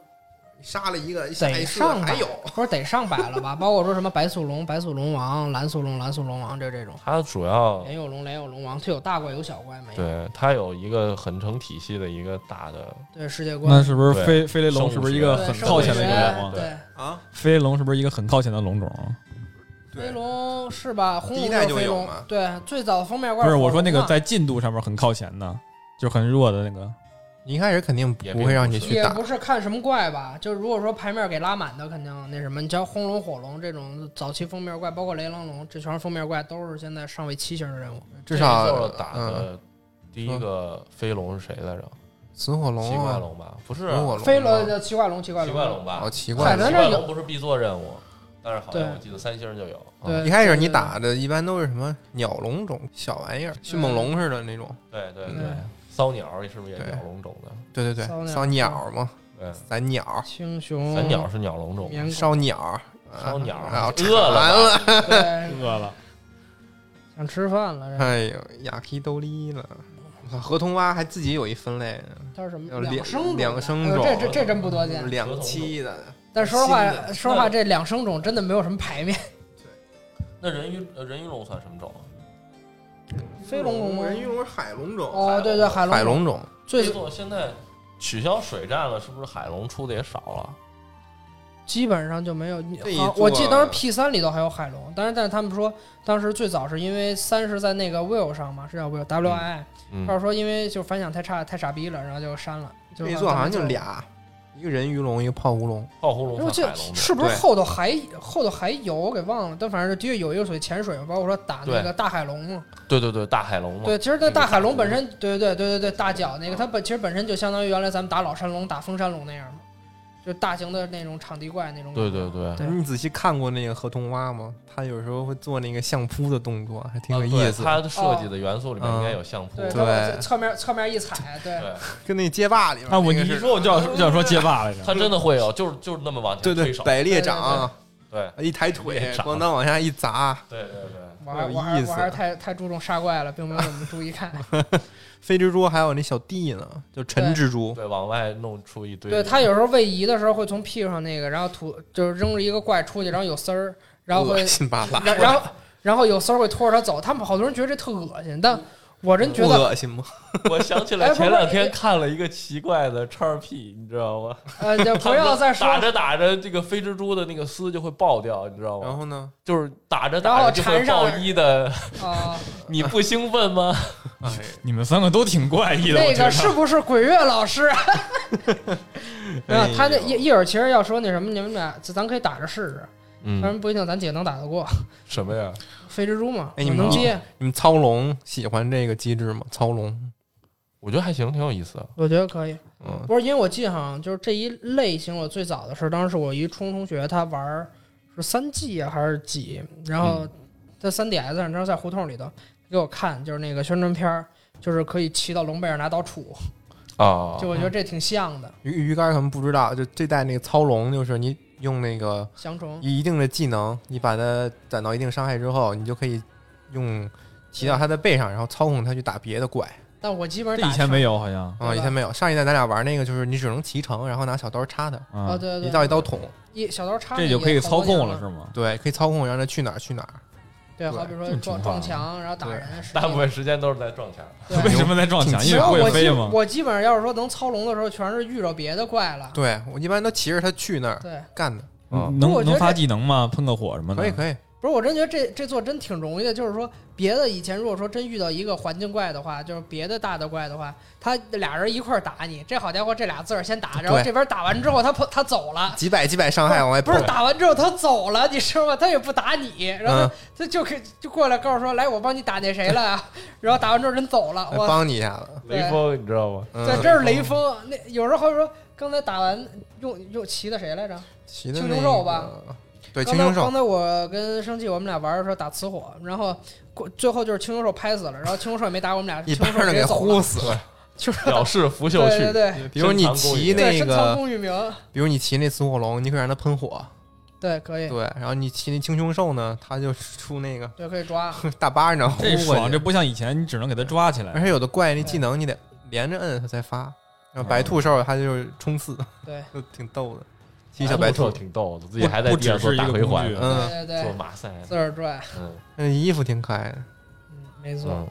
Speaker 1: 杀了一个，下
Speaker 3: 得
Speaker 1: 一次
Speaker 3: 上百
Speaker 1: 还有，
Speaker 3: 不是得上百了吧？包括说什么白速龙、白速龙王、蓝速龙、蓝速龙王，这这种
Speaker 4: 它主
Speaker 2: 哦
Speaker 4: 要
Speaker 3: 连有龙、连有龙王，它有大怪有小怪没有？
Speaker 4: 对它有一个很成体系的一个大的，
Speaker 3: 对，世界观
Speaker 2: 那是不是
Speaker 4: 对
Speaker 2: 飞飞雷龙是不是一个
Speaker 3: 对
Speaker 2: 很
Speaker 3: 生物
Speaker 2: 靠前的一个
Speaker 3: 学
Speaker 2: 龙啊？
Speaker 4: 对
Speaker 3: 对，
Speaker 1: 啊？
Speaker 2: 飞雷龙是不是一个很靠前的龙种？啊
Speaker 3: 飞龙是吧？红
Speaker 1: 第一
Speaker 3: 龙
Speaker 1: 代
Speaker 3: 就
Speaker 1: 就是
Speaker 3: 飞
Speaker 1: 有
Speaker 3: 龙
Speaker 1: 嘛，
Speaker 3: 对，最早的封面怪
Speaker 2: 不是，我说那
Speaker 3: 火
Speaker 2: 个
Speaker 3: 龙嘛
Speaker 2: 在进度上面很靠前的，就很弱的那个。
Speaker 1: 你一开始肯定
Speaker 4: 也
Speaker 1: 不会让你去
Speaker 3: 也
Speaker 1: 打
Speaker 3: 不是看什么怪吧，就如果说牌面给拉满的，肯定那什么。你像轰龙、火龙这种早期封面怪，包括雷狼龙，这全是封面怪，都是现在上位七星的任务。
Speaker 1: 至
Speaker 4: 这一座
Speaker 1: 少
Speaker 4: 打
Speaker 1: 嗯，
Speaker 4: 的第一个飞龙是谁来着？
Speaker 1: 死火
Speaker 4: 奇
Speaker 1: 龙
Speaker 4: 怪
Speaker 1: 啊，
Speaker 4: 龙啊吧？不是
Speaker 1: 死
Speaker 4: 啊，
Speaker 1: 火龙，
Speaker 3: 飞了，叫奇怪龙，奇怪
Speaker 4: 奇
Speaker 3: 龙，
Speaker 4: 怪龙吧
Speaker 1: 好？啊奇
Speaker 4: 怪
Speaker 1: 怪
Speaker 3: 反
Speaker 1: 了。
Speaker 3: 正
Speaker 4: 奇
Speaker 3: 那
Speaker 4: 怪
Speaker 3: 有
Speaker 4: 龙不是必做任务，但是好
Speaker 3: 对
Speaker 4: 像我记得三星就有。
Speaker 3: 对，
Speaker 4: 啊
Speaker 1: 一开始
Speaker 3: 对
Speaker 1: 你打的一般都是什么鸟龙种小玩意儿，迅猛龙似的那种。
Speaker 4: 对对
Speaker 3: 嗯
Speaker 4: 对，骚鸟是不是也
Speaker 1: 对
Speaker 4: 鸟龙种的？
Speaker 1: 对对对，
Speaker 3: 骚
Speaker 1: 烧
Speaker 3: 鸟
Speaker 1: 鸟嘛，
Speaker 4: 对，
Speaker 1: 散鸟，
Speaker 3: 青熊、
Speaker 4: 咱鸟是鸟龙种，
Speaker 3: 绵狗，
Speaker 1: 烧鸟，啊
Speaker 4: 烧鸟啊
Speaker 1: 然后
Speaker 4: 饿了
Speaker 1: 完了，
Speaker 4: 吧，
Speaker 3: 对，
Speaker 2: 饿了，
Speaker 3: 想吃饭了。这
Speaker 1: 哎呦，雅克兜利了。我靠，河童蛙还自己有一分类呢，
Speaker 3: 它是什么？
Speaker 1: 有两
Speaker 3: 生种的，
Speaker 1: 两生
Speaker 3: 哎呦
Speaker 1: 种
Speaker 3: 这这这真不多见。
Speaker 1: 两栖的，
Speaker 3: 但说实话
Speaker 1: 新的，
Speaker 3: 说实话，这两生种真的没有什么牌面。
Speaker 4: 那人鱼呃人鱼龙算什么种啊？
Speaker 3: 飞龙龙吗
Speaker 1: 人鱼龙是海龙种，
Speaker 3: 哦，对对，海龙，
Speaker 1: 海龙种。
Speaker 3: 最
Speaker 4: 这座现在取消水战了，是不是海龙出的也少了？
Speaker 3: 基本上就没有。你
Speaker 1: 这一
Speaker 3: 好，
Speaker 1: 座
Speaker 3: 我记得当时 P 三里头还有海龙，但是但是他们说，当时最早是因为三是在那个 Will 上嘛，是叫 Will W I，
Speaker 4: 嗯
Speaker 3: 他、，是说因为就反响太差太傻逼了，然后就删了。就
Speaker 1: 这一座好像就。俩，一个人鱼龙，一个泡芙龙。
Speaker 4: 泡芙龙
Speaker 3: 因为我记
Speaker 4: 算
Speaker 3: 得
Speaker 4: 海龙种。
Speaker 3: 是不是
Speaker 1: 对
Speaker 3: 后头还后头还有我给忘了，但反正就的确有一个属于潜水嘛，包括说打那
Speaker 4: 对
Speaker 3: 个大海龙嘛。
Speaker 4: 对对对，大海龙嘛。
Speaker 3: 对，其实那
Speaker 4: 那个
Speaker 3: 大
Speaker 4: 大
Speaker 3: 海龙
Speaker 4: 龙
Speaker 3: 本身，对对对对对对，大脚那个，它本其实本身就相当于原来咱们打老山龙、打风山龙那样嘛，就大型的那种场地怪那种。
Speaker 4: 对对对，
Speaker 3: 对
Speaker 1: 你仔细看过那个河童蛙吗？它有时候会做那个相扑的动作，还挺有
Speaker 4: 啊
Speaker 1: 意
Speaker 4: 对
Speaker 1: 思，嗯
Speaker 4: 它的设计的元素里面应该有相扑。
Speaker 3: 对，
Speaker 1: 对
Speaker 3: 它往侧面侧面一踩，对
Speaker 4: 对，
Speaker 1: 跟那街霸里边
Speaker 2: 啊！我
Speaker 1: 那
Speaker 2: 你
Speaker 1: 个
Speaker 2: 一
Speaker 1: 是
Speaker 2: 说我就要就想说街霸 来着。
Speaker 4: 它真的会有，就是就是那么往前
Speaker 1: 对
Speaker 4: 推
Speaker 1: 对
Speaker 4: 手。
Speaker 1: 摆
Speaker 3: 对
Speaker 1: 列
Speaker 3: 对
Speaker 1: 掌，
Speaker 4: 对
Speaker 1: 一 抬腿
Speaker 4: 列，掌
Speaker 1: 咣当往下一砸，
Speaker 4: 对对对，
Speaker 3: 我还
Speaker 1: 有
Speaker 3: 我还
Speaker 1: 意
Speaker 3: 我
Speaker 1: 思
Speaker 3: 还是太太注重杀怪了，并没有怎么注 意看。
Speaker 1: 飞蜘蛛还有那小弟呢，就陈蜘蛛，
Speaker 4: 对往外弄出一堆。
Speaker 3: 对他有时候位移的时候会从屁股上那个，然后吐就是扔着一个怪出去，然后有丝儿，然后会
Speaker 1: 恶心巴拉，
Speaker 3: 然然后然后有丝儿会拖着他走。他们好多人觉得这特恶心，但我真觉
Speaker 1: 不
Speaker 3: 得
Speaker 1: 恶心吗？
Speaker 4: 我想起
Speaker 3: 哎
Speaker 4: 来
Speaker 3: 不是
Speaker 4: 前两天看了一个奇怪的叉 P，你知道 吗？
Speaker 3: 呃，就不要再说
Speaker 4: 打。着打着，这个飞蜘蛛的那个丝就会爆掉，你知道
Speaker 1: 然
Speaker 3: 嗯
Speaker 4: 吗？
Speaker 1: 后呢，
Speaker 4: 就是打着打着就会爆衣的，
Speaker 3: 啊，
Speaker 4: 你不兴奋吗？
Speaker 1: 哎，
Speaker 2: 你们三个都挺怪异的，我
Speaker 3: 那
Speaker 2: 觉
Speaker 3: 个
Speaker 2: 得
Speaker 3: 是不是鬼月老师？ 没有，他那
Speaker 1: 哎呦
Speaker 3: 一一会儿其实要说那什么，你们俩咱可以打着试试，当
Speaker 4: 嗯，
Speaker 3: 然不一定咱姐能打得过
Speaker 4: 什么呀？
Speaker 3: 飞蜘蛛嘛，
Speaker 1: 哎你
Speaker 3: 我
Speaker 1: 们
Speaker 3: 能
Speaker 1: 你
Speaker 3: 接，
Speaker 1: 你们操龙喜欢这个机制吗？操龙，
Speaker 4: 我觉得还行，挺有意思的。
Speaker 3: 我觉得可以。
Speaker 1: 嗯，
Speaker 3: 不是，因为我记得好像就是这一类型，我最早的是当时我一初中同学，他玩儿是三 G 啊还是几，然后
Speaker 2: 嗯
Speaker 3: 在三 DS 上，当时在胡同里头给我看，就是那个宣传片儿，就是可以骑到龙背上拿刀杵，
Speaker 4: 啊
Speaker 2: 嗯
Speaker 3: 就我觉得这挺像的。
Speaker 1: 鱼鱼竿可能不知道，就这代那个操龙就是你用那个
Speaker 3: 降虫，
Speaker 1: 一定的技能，你把它攒到一定伤害之后，你就可以用骑到它的背上，然后操控它去打别的怪
Speaker 3: 但我基本
Speaker 2: 这
Speaker 3: 上
Speaker 2: 以
Speaker 3: 打
Speaker 2: 前
Speaker 3: 成
Speaker 2: 没有好像
Speaker 1: 啊。
Speaker 3: 对
Speaker 1: 以
Speaker 3: 吧
Speaker 1: 前没有，上一代咱俩玩那个就是你只能骑乘，然后拿小刀插它，
Speaker 2: 啊
Speaker 3: 啊，，对对对，
Speaker 1: 一刀一刀捅，
Speaker 3: 一小刀插
Speaker 2: 这
Speaker 3: 你
Speaker 2: 就可以
Speaker 3: 好
Speaker 2: 操
Speaker 3: 多年
Speaker 2: 控了
Speaker 3: 了
Speaker 2: 是吗？
Speaker 1: 对，可以操控让它去哪儿去哪儿，
Speaker 3: 对，
Speaker 1: 对
Speaker 3: 好比说
Speaker 2: 这么
Speaker 3: 撞
Speaker 2: 挺
Speaker 3: 撞
Speaker 2: 好
Speaker 3: 墙，然后打
Speaker 1: 对
Speaker 3: 人，实
Speaker 4: 大
Speaker 3: 际
Speaker 4: 部分时间都是在撞墙。
Speaker 3: 对
Speaker 2: 为什么在撞墙？因
Speaker 3: 然
Speaker 2: 为
Speaker 3: 后
Speaker 2: 会
Speaker 3: 我基
Speaker 2: 飞吗？
Speaker 3: 我基本上要是说能操龙的时候，全是遇着别的怪了。
Speaker 1: 对我一般都骑着它去那儿
Speaker 3: 对，
Speaker 1: 干的，啊
Speaker 4: 嗯，
Speaker 2: 能
Speaker 3: 不过我觉得
Speaker 2: 能发
Speaker 3: 这
Speaker 2: 技能吗？喷个火什么的？
Speaker 1: 可以可以，
Speaker 3: 不是我真觉得这这座真挺容易的，就是说别的以前如果说真遇到一个环境怪的话，就是别的大的怪的话，他俩人一块儿打你，这好家伙，这俩字儿先打，然后
Speaker 1: 对
Speaker 3: 这边打完之后他跑他走 了。
Speaker 1: 几百几百伤害往外
Speaker 3: 不是
Speaker 1: 蹦
Speaker 3: 打完之后他走了，你知道吗？他也不打你，然后他,、
Speaker 1: 嗯
Speaker 3: 他就可以就过来告诉说，来我帮你打那谁了，然后打完之后人走了，
Speaker 1: 来
Speaker 3: 我
Speaker 1: 哎帮你一下子。
Speaker 4: 雷锋你知道 吗？
Speaker 1: 嗯
Speaker 3: 对，这是雷锋。那有时候好比说，刚才打完用用骑的谁来着？
Speaker 1: 骑的
Speaker 3: 青
Speaker 1: 那
Speaker 3: 龙兽
Speaker 1: 个
Speaker 3: 吧，
Speaker 1: 对青
Speaker 3: 刚
Speaker 1: 龙
Speaker 3: 才
Speaker 1: 兽
Speaker 3: 刚，才我跟生气我们俩玩的时候打雌火，然后过最后就是青龙兽拍死了，然后青龙兽也没打我们俩，
Speaker 1: 一
Speaker 3: 青
Speaker 1: 般
Speaker 3: 龙兽
Speaker 1: 人
Speaker 3: 直
Speaker 1: 给
Speaker 3: 接走了
Speaker 1: 呼。死 了。
Speaker 3: 青龙兽
Speaker 4: 了事拂袖
Speaker 3: 对对
Speaker 4: 去，
Speaker 3: 对
Speaker 1: 比如你
Speaker 4: 深藏功与
Speaker 1: 骑
Speaker 4: 名
Speaker 3: 对，
Speaker 1: 那
Speaker 3: 深藏
Speaker 1: 个，
Speaker 3: 功与名。
Speaker 1: 比如你骑那雌火龙，你可以让它喷火，
Speaker 3: 对，可以，
Speaker 1: 对，然后你骑那青胸兽呢，它就出那个
Speaker 3: 对，可以抓。
Speaker 1: 大巴掌呼
Speaker 2: 这
Speaker 1: 过
Speaker 2: 爽，
Speaker 1: 去
Speaker 2: 这，不像以前你只能给它抓起
Speaker 1: 而
Speaker 2: 来。
Speaker 1: 且有的怪那技能你得连着摁它才发。然后白兔兽它就是冲刺，
Speaker 3: 对，
Speaker 1: 就挺逗的，骑小白
Speaker 4: 白
Speaker 1: 兔
Speaker 4: 兔，挺逗的，自己
Speaker 2: 不
Speaker 4: 还在
Speaker 2: 不
Speaker 4: 地上
Speaker 2: 只
Speaker 4: 做
Speaker 2: 是一
Speaker 4: 大
Speaker 2: 个
Speaker 4: 回
Speaker 2: 工
Speaker 4: 环，
Speaker 2: 具，
Speaker 1: 嗯，
Speaker 3: 对对
Speaker 4: 做
Speaker 3: 对，
Speaker 4: 马赛，
Speaker 3: 自个儿转，
Speaker 4: 嗯
Speaker 1: 那衣服挺可爱的，
Speaker 3: 嗯，没错
Speaker 4: 嗯。。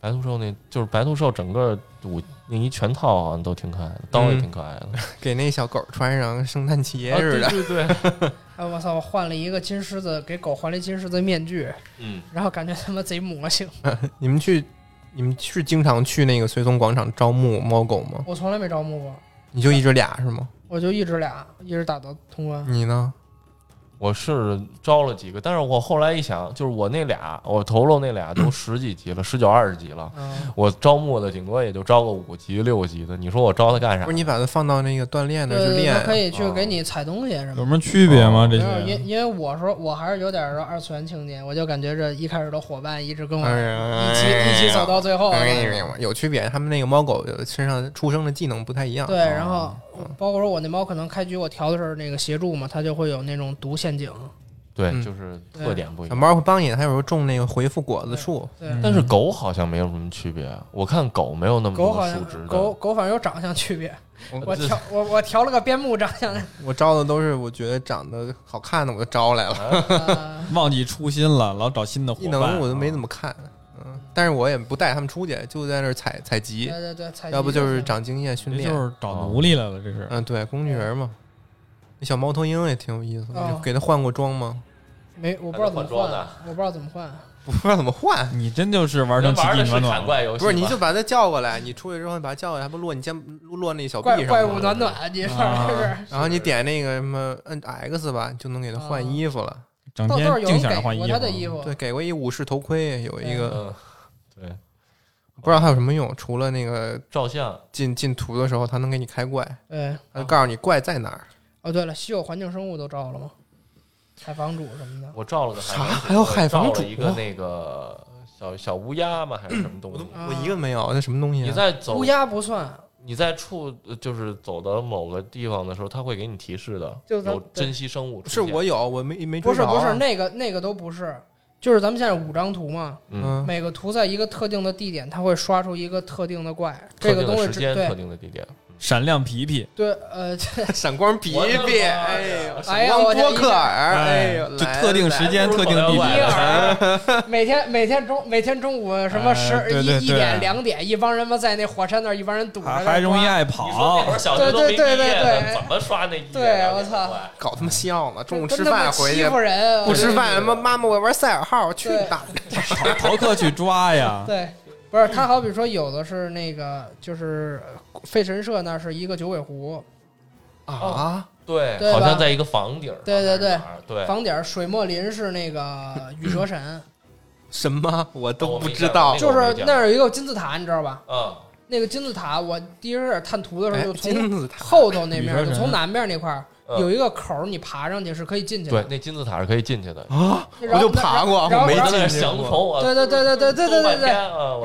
Speaker 4: 白兔兽那就是白兔兽，整个武那一全套好像都挺可爱的，刀也挺可爱的，
Speaker 1: 给那小狗穿上圣诞节
Speaker 4: 啊
Speaker 1: 似的。
Speaker 4: 对对对，
Speaker 3: 哎，我操！我换了一个金狮子，给狗换了一金狮子面具，
Speaker 4: 嗯，
Speaker 3: 然后感觉他妈贼魔性。
Speaker 1: 你们去，你们是经常去那个随从广场招募猫狗吗？
Speaker 3: 我从来没招募过，
Speaker 1: 你就一直俩是吗？
Speaker 3: 我就一直俩，一直打到通关。
Speaker 1: 你呢？
Speaker 4: 我是招了几个，但是我后来一想，就是我那俩，我头喽那俩都十几级了，十九二十级了，
Speaker 3: 嗯，
Speaker 4: 我招募的顶多也就招个五级六级的，你说我招它干啥
Speaker 1: 不是？你把它放到那个锻炼那
Speaker 3: 对
Speaker 1: 儿去
Speaker 3: 对
Speaker 1: 练
Speaker 3: 对，
Speaker 1: 啊，
Speaker 3: 可以去
Speaker 4: 哦
Speaker 3: 给你采东西什
Speaker 2: 有
Speaker 3: 么
Speaker 2: 什
Speaker 3: 的。
Speaker 2: 么区别吗？
Speaker 4: 哦
Speaker 2: 这
Speaker 3: 没有，
Speaker 2: 些
Speaker 3: 因因为我说我还是有点儿二次元情节，我就感觉这一开始的伙伴一直跟我
Speaker 1: 哎
Speaker 3: 一
Speaker 1: 呀
Speaker 3: 起一起走到最啊后，
Speaker 1: 哎呀有区别。他们那个猫狗身上出生的技能不太一样。
Speaker 3: 对，然后
Speaker 1: 哦
Speaker 3: 包括说我那猫可能开局我调的是那个协助嘛，它就会有那种毒陷阱，
Speaker 4: 对，
Speaker 1: 嗯
Speaker 4: 就是特点不一
Speaker 1: 小
Speaker 4: 样。
Speaker 1: 猫会帮你，它有时候种那个回复果子树，
Speaker 3: 对，
Speaker 2: 嗯
Speaker 4: 但是狗好像没有什么区别，啊我看狗没有那么
Speaker 3: 狗
Speaker 4: 多
Speaker 3: 好
Speaker 4: 数
Speaker 3: 像
Speaker 4: 值的。
Speaker 3: 狗狗反正有长相区别，
Speaker 1: 我
Speaker 3: 我
Speaker 4: 这
Speaker 3: 调我我调了个边牧长 相，
Speaker 1: 我招的都是我觉得长得好看的，我就招来了。
Speaker 3: 呃
Speaker 2: 忘记初心了，老找新的哎伙
Speaker 1: 技
Speaker 2: 伴。啊
Speaker 1: 能我都没怎么看，嗯，但是我也不带他们出去，就在那儿采采集
Speaker 3: 对，对对，呃采集
Speaker 1: 要不就是
Speaker 3: 行
Speaker 1: 长经验训
Speaker 2: 这
Speaker 1: 练
Speaker 2: 就。是找奴隶来了，这是。
Speaker 1: 嗯，对，工具人嘛。那小猫头鹰也挺有意思的，
Speaker 3: 哦
Speaker 1: 你给它换过装吗？
Speaker 3: 没我不知道怎么
Speaker 4: 还得换装
Speaker 3: 换
Speaker 4: 呢，
Speaker 3: 我不知道怎么换，
Speaker 1: 不知道怎么换。
Speaker 2: 你真就是玩成奇
Speaker 4: 玩
Speaker 2: 迹
Speaker 4: 的是
Speaker 2: 暖
Speaker 4: 砍
Speaker 2: 暖了，
Speaker 4: 怪游戏吧，
Speaker 1: 不是，你就把它叫过来，你出去之后你把它叫过来，它不落你肩落那小臂
Speaker 3: 怪
Speaker 1: 上
Speaker 3: 怪
Speaker 1: 吗
Speaker 3: 物暖暖，
Speaker 2: 啊
Speaker 3: 你反正是。
Speaker 1: 然后你点那个什么摁 X 吧，就能给它
Speaker 3: 哦
Speaker 1: 换衣服了。
Speaker 2: 整
Speaker 3: 到
Speaker 2: 天
Speaker 3: 到有
Speaker 2: 净
Speaker 3: 人
Speaker 2: 想着
Speaker 3: 给
Speaker 2: 换
Speaker 3: 过他的
Speaker 2: 衣
Speaker 3: 衣
Speaker 2: 服。啊
Speaker 3: 服，
Speaker 1: 对，给过一武士头盔，有一个
Speaker 4: 嗯，对，
Speaker 1: 不知道它有什么用，除了那个
Speaker 4: 照相
Speaker 1: 进进图的时候，它能给你开怪，
Speaker 3: 对，
Speaker 1: 它就告诉你怪在哪儿。
Speaker 3: 哦，对了，稀有环境生物都招了吗？采访主什么的，
Speaker 4: 我照了个海
Speaker 1: 啥
Speaker 4: 房主
Speaker 1: 还有海房
Speaker 4: 照了
Speaker 1: 主
Speaker 4: 一个那个小小乌鸦嘛，还是什么东
Speaker 1: 我
Speaker 4: 西
Speaker 1: 都？
Speaker 3: 啊
Speaker 1: 我一个没有，那什么东西、啊？
Speaker 4: 你在走
Speaker 3: 乌，鸦不算，
Speaker 4: 你在处就是走到某个地方的时候，它会给你提示的，
Speaker 3: 就咱
Speaker 4: 有珍稀生物出
Speaker 1: 是
Speaker 4: 现。
Speaker 1: 我有，我没没
Speaker 3: 不
Speaker 1: 追
Speaker 3: 是
Speaker 1: 着啊、
Speaker 3: 不是那个那个都不是，就是咱们现在五张图嘛，
Speaker 4: 嗯，
Speaker 1: 嗯，
Speaker 3: 每个图在一个特定的地点，它会刷出一个特定的怪，
Speaker 4: 特
Speaker 3: 这
Speaker 4: 定
Speaker 3: 个
Speaker 4: 的
Speaker 3: 东西
Speaker 4: 时
Speaker 3: 只
Speaker 4: 间、特
Speaker 3: 对
Speaker 4: 定的地点。
Speaker 2: 闪亮皮皮，
Speaker 3: 对呃， 这
Speaker 1: 闪光皮
Speaker 4: 我的妈
Speaker 1: 皮，
Speaker 4: 呀
Speaker 1: 哎呦，
Speaker 3: 哎呀
Speaker 1: 闪光
Speaker 3: 我
Speaker 1: 波克尔，哎
Speaker 2: 哎
Speaker 1: 呦，，
Speaker 2: 就
Speaker 1: 来了
Speaker 2: 特定时间、
Speaker 4: 来
Speaker 2: 特定地
Speaker 4: 来
Speaker 3: 一
Speaker 4: 来
Speaker 2: 点。
Speaker 3: 耳，每天每天中每天中午什么
Speaker 2: 哎
Speaker 3: 十
Speaker 2: 对对
Speaker 3: 一一
Speaker 2: 对
Speaker 3: 点两点，一帮人嘛在那火山那儿，一帮人堵着
Speaker 2: 还
Speaker 3: 那
Speaker 2: 啊还容易
Speaker 3: 刮
Speaker 2: 爱
Speaker 4: 你说那会
Speaker 2: 跑
Speaker 4: 儿，小学都没毕
Speaker 3: 对对
Speaker 4: 业
Speaker 3: 对
Speaker 4: 呢，
Speaker 3: 对
Speaker 4: 怎么刷那一眼
Speaker 3: 对
Speaker 4: 两
Speaker 3: 我
Speaker 4: 眼
Speaker 3: 操
Speaker 4: 怪
Speaker 1: 搞他妈笑呢，中午
Speaker 3: 真
Speaker 1: 吃
Speaker 3: 嗯他妈
Speaker 1: 饭回
Speaker 3: 欺
Speaker 1: 去
Speaker 3: 负人，
Speaker 1: 不
Speaker 3: 我
Speaker 1: 吃
Speaker 3: 觉得
Speaker 1: 饭，他妈妈妈我玩赛尔号，去你大爷！
Speaker 2: 逃逃课去抓 呀。
Speaker 3: 对，不是他好比说有的是那个就是呃废神社那是一个九尾狐，哦
Speaker 1: 啊！
Speaker 4: 对，
Speaker 3: 对吧
Speaker 4: 好像在一个房顶上
Speaker 3: 对对对
Speaker 4: 还是哪儿对，
Speaker 3: 房顶儿水墨林是那 个羽蛇神，
Speaker 1: 什么我都
Speaker 3: 哦
Speaker 4: 我
Speaker 1: 不
Speaker 4: 没
Speaker 1: 知
Speaker 4: 见过
Speaker 1: 道
Speaker 4: 那。个
Speaker 3: 就
Speaker 4: 我没
Speaker 3: 是
Speaker 4: 见
Speaker 3: 那儿有一个金字塔，你知道吧？
Speaker 4: 嗯，
Speaker 3: 那个金字塔，我第一开始探图的时
Speaker 1: 哎
Speaker 3: 候，就
Speaker 1: 金
Speaker 3: 从
Speaker 1: 字塔
Speaker 3: 后头那面
Speaker 2: 羽蛇
Speaker 3: 儿，
Speaker 2: 神
Speaker 3: 就从南边那块儿
Speaker 4: 嗯
Speaker 3: 有一个口儿，你爬上去是可以进去
Speaker 4: 对
Speaker 3: 的，。
Speaker 4: 那金字塔是可以进去的。
Speaker 1: 啊！
Speaker 3: 然
Speaker 1: 我
Speaker 3: 后
Speaker 1: 就爬过，
Speaker 3: 然
Speaker 1: 我
Speaker 3: 后
Speaker 1: 没
Speaker 4: 我在那
Speaker 1: 进去
Speaker 4: 降
Speaker 1: 过。
Speaker 4: 头，我
Speaker 3: 对对对对对对对对对
Speaker 4: 对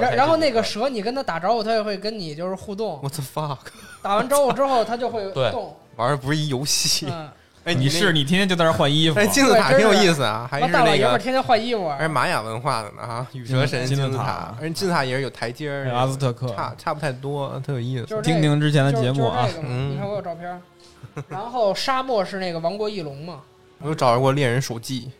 Speaker 3: 然然后那个蛇，你跟它打招呼，它也会跟你就是互动。
Speaker 1: What the fuck？
Speaker 3: 打完招呼之后，它就会
Speaker 4: 对
Speaker 3: 动。
Speaker 1: 玩的不是一游戏，
Speaker 3: 嗯，
Speaker 1: 哎，
Speaker 2: 你
Speaker 1: 那
Speaker 2: 是你天天就在那儿换衣服
Speaker 1: 哎，，金字塔挺有意思啊，还
Speaker 3: 妈
Speaker 1: 是
Speaker 3: 大老
Speaker 1: 那
Speaker 3: 爷们儿
Speaker 1: 个
Speaker 3: 天天换衣服玩
Speaker 1: 还是
Speaker 3: 儿，
Speaker 1: 玛雅文化的呢啊，羽蛇神
Speaker 2: 嗯金字
Speaker 1: 金字
Speaker 2: 塔
Speaker 1: 塔，而且金字塔也是有台阶儿
Speaker 2: 还有阿兹特克，
Speaker 1: 差差不太多，特有意思。
Speaker 3: 就是这
Speaker 2: 听
Speaker 3: 个
Speaker 2: 听之前的
Speaker 3: 就是
Speaker 2: 节目啊
Speaker 3: 就是，这个嘛
Speaker 1: 嗯
Speaker 3: 你看我有照片儿。然后沙漠是那个王国翼龙 嘛？
Speaker 1: 我又找着过猎人手记，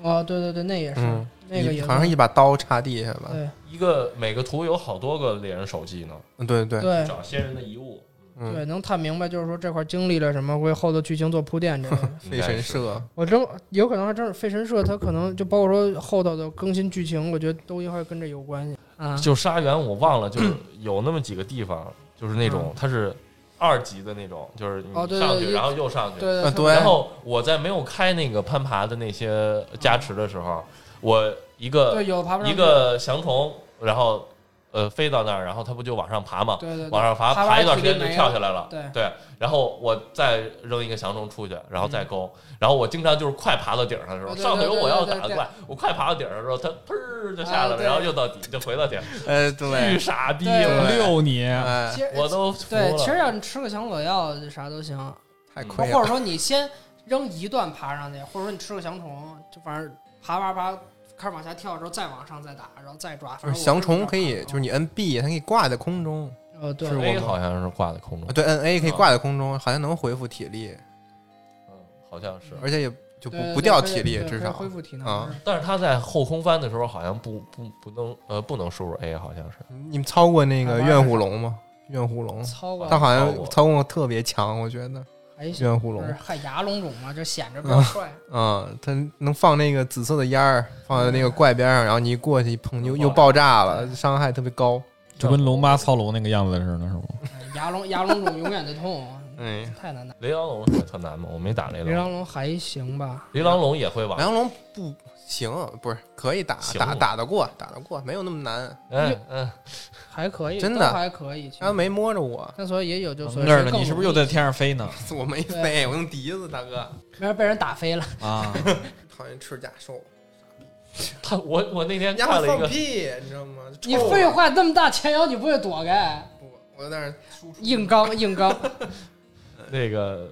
Speaker 3: 哦，对对对，那也是
Speaker 1: 嗯，
Speaker 3: 那个
Speaker 1: 一
Speaker 3: 也
Speaker 1: 好像
Speaker 3: 是
Speaker 1: 一把刀插地下吧？
Speaker 3: 对
Speaker 4: 一个每个图有好多个猎人手记呢，
Speaker 1: 嗯，对对，
Speaker 3: 对
Speaker 4: 找先人的遗物，
Speaker 1: 嗯，
Speaker 3: 对，能探明白就是说这块儿经历了什么，为后头剧情做铺垫。这个
Speaker 4: 应
Speaker 1: 飞
Speaker 4: 该
Speaker 1: 神
Speaker 4: 是
Speaker 1: 社，
Speaker 3: 我真有可能还真是费神社，它可能就包括说后头的更新剧情，我觉得都应该跟这有关系啊。
Speaker 4: 就沙原我忘 了，就是有那么几个地方，就是那种它是二级的那种，就是你
Speaker 3: 嗯哦对对
Speaker 4: 上去
Speaker 3: 对
Speaker 4: 然后又上去，
Speaker 3: 对
Speaker 1: 呃
Speaker 3: 对
Speaker 1: 对
Speaker 4: 然后我在没有开那个攀爬的那些加持的时候，我一个
Speaker 3: 对，有爬不上
Speaker 4: 一
Speaker 3: 去，
Speaker 4: 个翔虫，然后呃飞到那儿，然后它不就往上爬嘛，
Speaker 3: 对对对
Speaker 4: 往上爬
Speaker 3: 爬
Speaker 4: 爬
Speaker 3: 完
Speaker 4: 一段
Speaker 3: 体
Speaker 4: 时
Speaker 3: 力
Speaker 4: 间就
Speaker 3: 没
Speaker 4: 跳
Speaker 3: 了
Speaker 4: 下来了，
Speaker 3: 对
Speaker 4: 然后我再扔一个翔虫出去，然后再勾，然后我经常就是快爬到顶上的时候，
Speaker 3: 哦嗯对
Speaker 4: 上回
Speaker 3: 对对
Speaker 4: 我要
Speaker 3: 对对
Speaker 4: 打个
Speaker 3: 对
Speaker 4: 怪，我快爬到顶上的时候，它砰儿就
Speaker 3: 啊
Speaker 4: 下来了，
Speaker 3: 对
Speaker 4: 然后又到底就回到顶，
Speaker 1: 呃，
Speaker 4: 巨
Speaker 1: 对，
Speaker 4: 傻逼，
Speaker 3: 对嗯
Speaker 4: 我
Speaker 2: 六你
Speaker 1: 哎
Speaker 3: 其，实
Speaker 4: 我都服
Speaker 3: 对，其实
Speaker 4: 了。
Speaker 3: 要你吃个降火药啥都行，
Speaker 1: 太
Speaker 3: 或
Speaker 1: 亏
Speaker 3: 者
Speaker 1: 了。
Speaker 3: 说你先扔一段爬上去，或者说你吃个降虫，就反正爬爬爬，开始往下跳的时候再往上再打，然后再抓。
Speaker 1: 就是
Speaker 3: 反正
Speaker 1: 翔虫可以，就是你摁 B，它可以挂在空中，
Speaker 3: 呃对
Speaker 1: 是我
Speaker 4: A 好像是挂在空中
Speaker 1: 啊，，对，摁 A 可以
Speaker 4: 啊
Speaker 1: 挂在空中，好像能恢复体力，
Speaker 4: 嗯，好像是。
Speaker 1: 而且也就
Speaker 3: 对
Speaker 1: 不
Speaker 3: 对
Speaker 1: 不
Speaker 3: 对
Speaker 1: 掉
Speaker 3: 可以
Speaker 1: 体力，
Speaker 3: 对
Speaker 1: 至
Speaker 3: 可以
Speaker 1: 少
Speaker 3: 恢复体能
Speaker 1: 啊
Speaker 3: 是
Speaker 4: 但是他在后空翻的时候好像不不不能呃不能输入 A，好像是
Speaker 1: 你们操过那个
Speaker 3: 啊
Speaker 1: 怨虎龙吗？怨虎龙，
Speaker 3: 操吧
Speaker 1: 它好
Speaker 4: 操过
Speaker 1: 像操控特别强，我觉得
Speaker 3: 还行，
Speaker 1: 怨虎
Speaker 3: 哎不
Speaker 1: 龙
Speaker 3: 是，还牙龙种嘛，就显着比较帅。
Speaker 1: 嗯，它能放那个紫色的烟儿，放在那个怪边上，然后你一过去一碰就
Speaker 4: 爆
Speaker 1: 又爆炸了，伤害特别高。
Speaker 2: 就跟龙妈操龙那个样子似的，是吗？
Speaker 3: 哎牙龙牙龙种永远的痛，啊
Speaker 1: 嗯，
Speaker 3: 太难打。
Speaker 4: 雷狼龙是特难吗？我没打雷
Speaker 3: 雷
Speaker 4: 狼，
Speaker 3: 狼龙还行吧，
Speaker 4: 雷狼龙也会玩。
Speaker 1: 梁龙不行，不是可以打
Speaker 4: 行
Speaker 1: 打打得过，打得过，没有那么难。
Speaker 4: 嗯嗯，
Speaker 3: 还可以，
Speaker 1: 真
Speaker 3: 都
Speaker 1: 的啊
Speaker 3: 还可以。其实
Speaker 1: 他没摸着我，
Speaker 3: 但所以也有就所以
Speaker 2: 啊那儿呢，
Speaker 3: 更
Speaker 2: 你是不是又
Speaker 3: 容易
Speaker 2: 在天上飞 呢？
Speaker 1: 我没
Speaker 3: 对
Speaker 1: 飞，我用笛子，大哥，
Speaker 3: 没事被人打飞了？
Speaker 2: 啊，
Speaker 1: 讨厌吃假兽，
Speaker 4: 他 我我那天
Speaker 1: 你丫
Speaker 4: 看
Speaker 1: 会
Speaker 4: 了一
Speaker 1: 放
Speaker 4: 个，
Speaker 1: 屁，你知道吗？
Speaker 3: 你
Speaker 1: 臭
Speaker 3: 废话，那么大前摇你不会躲开？
Speaker 1: 不，我在那儿输出
Speaker 3: 硬刚硬刚，
Speaker 4: 那个呃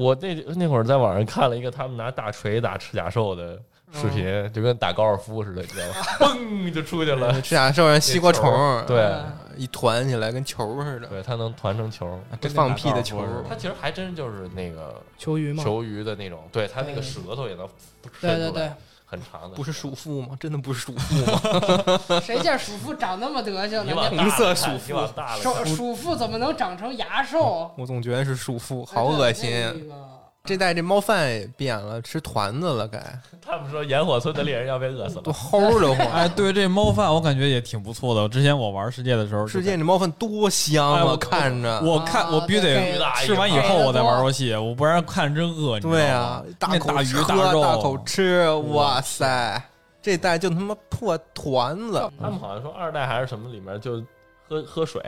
Speaker 4: 我那那会儿在网上看了一个他们拿大锤打赤甲兽的视
Speaker 3: 哦
Speaker 4: 频，就跟打高尔夫似的，你知道 吗？嘣就出去了。
Speaker 1: 吃假兽，人西瓜虫，
Speaker 4: 对
Speaker 3: 嗯
Speaker 1: 一团起来跟球似的，
Speaker 4: 对，他能团成球。
Speaker 1: 跟放屁的球儿
Speaker 4: 他其实还真就是那个
Speaker 3: 球鱼嘛，
Speaker 4: 球鱼的那种，对他那个
Speaker 3: 对
Speaker 4: 舌头也能
Speaker 3: 对
Speaker 4: 伸
Speaker 3: 对
Speaker 4: 出来，
Speaker 3: 对，
Speaker 4: 很长的。
Speaker 1: 不是鼠妇吗？真的不是鼠妇 吗？
Speaker 3: 谁见鼠妇长那么德行
Speaker 4: 你
Speaker 3: 呢？
Speaker 4: 往大
Speaker 1: 红色
Speaker 4: 了
Speaker 1: 鼠
Speaker 4: 看，
Speaker 1: 妇
Speaker 4: 你往大了看
Speaker 3: 手鼠妇怎么能长成牙兽？哎
Speaker 1: 我总觉得是鼠妇，好恶心。！啊这代这猫饭也变了，吃团子了，该
Speaker 4: 他们说盐火村的猎人要被饿死
Speaker 1: 都
Speaker 4: 了。
Speaker 1: 齁的慌。
Speaker 2: 哎，对这猫饭我感觉也挺不错的。之前我玩世界的时候，
Speaker 1: 世界这猫饭多香
Speaker 2: 哎
Speaker 1: 啊，
Speaker 2: 我
Speaker 1: 看着。
Speaker 2: 我看我必须得吃完以后我再玩游戏，我不然看着真饿。你知道吗
Speaker 1: 对啊，大
Speaker 2: 那
Speaker 1: 口
Speaker 2: 大鱼
Speaker 1: 吃
Speaker 2: 肉，啊
Speaker 1: 大口吃，哇塞！这代就他妈破团子，
Speaker 4: 他们好像说二代还是什么里面就喝喝水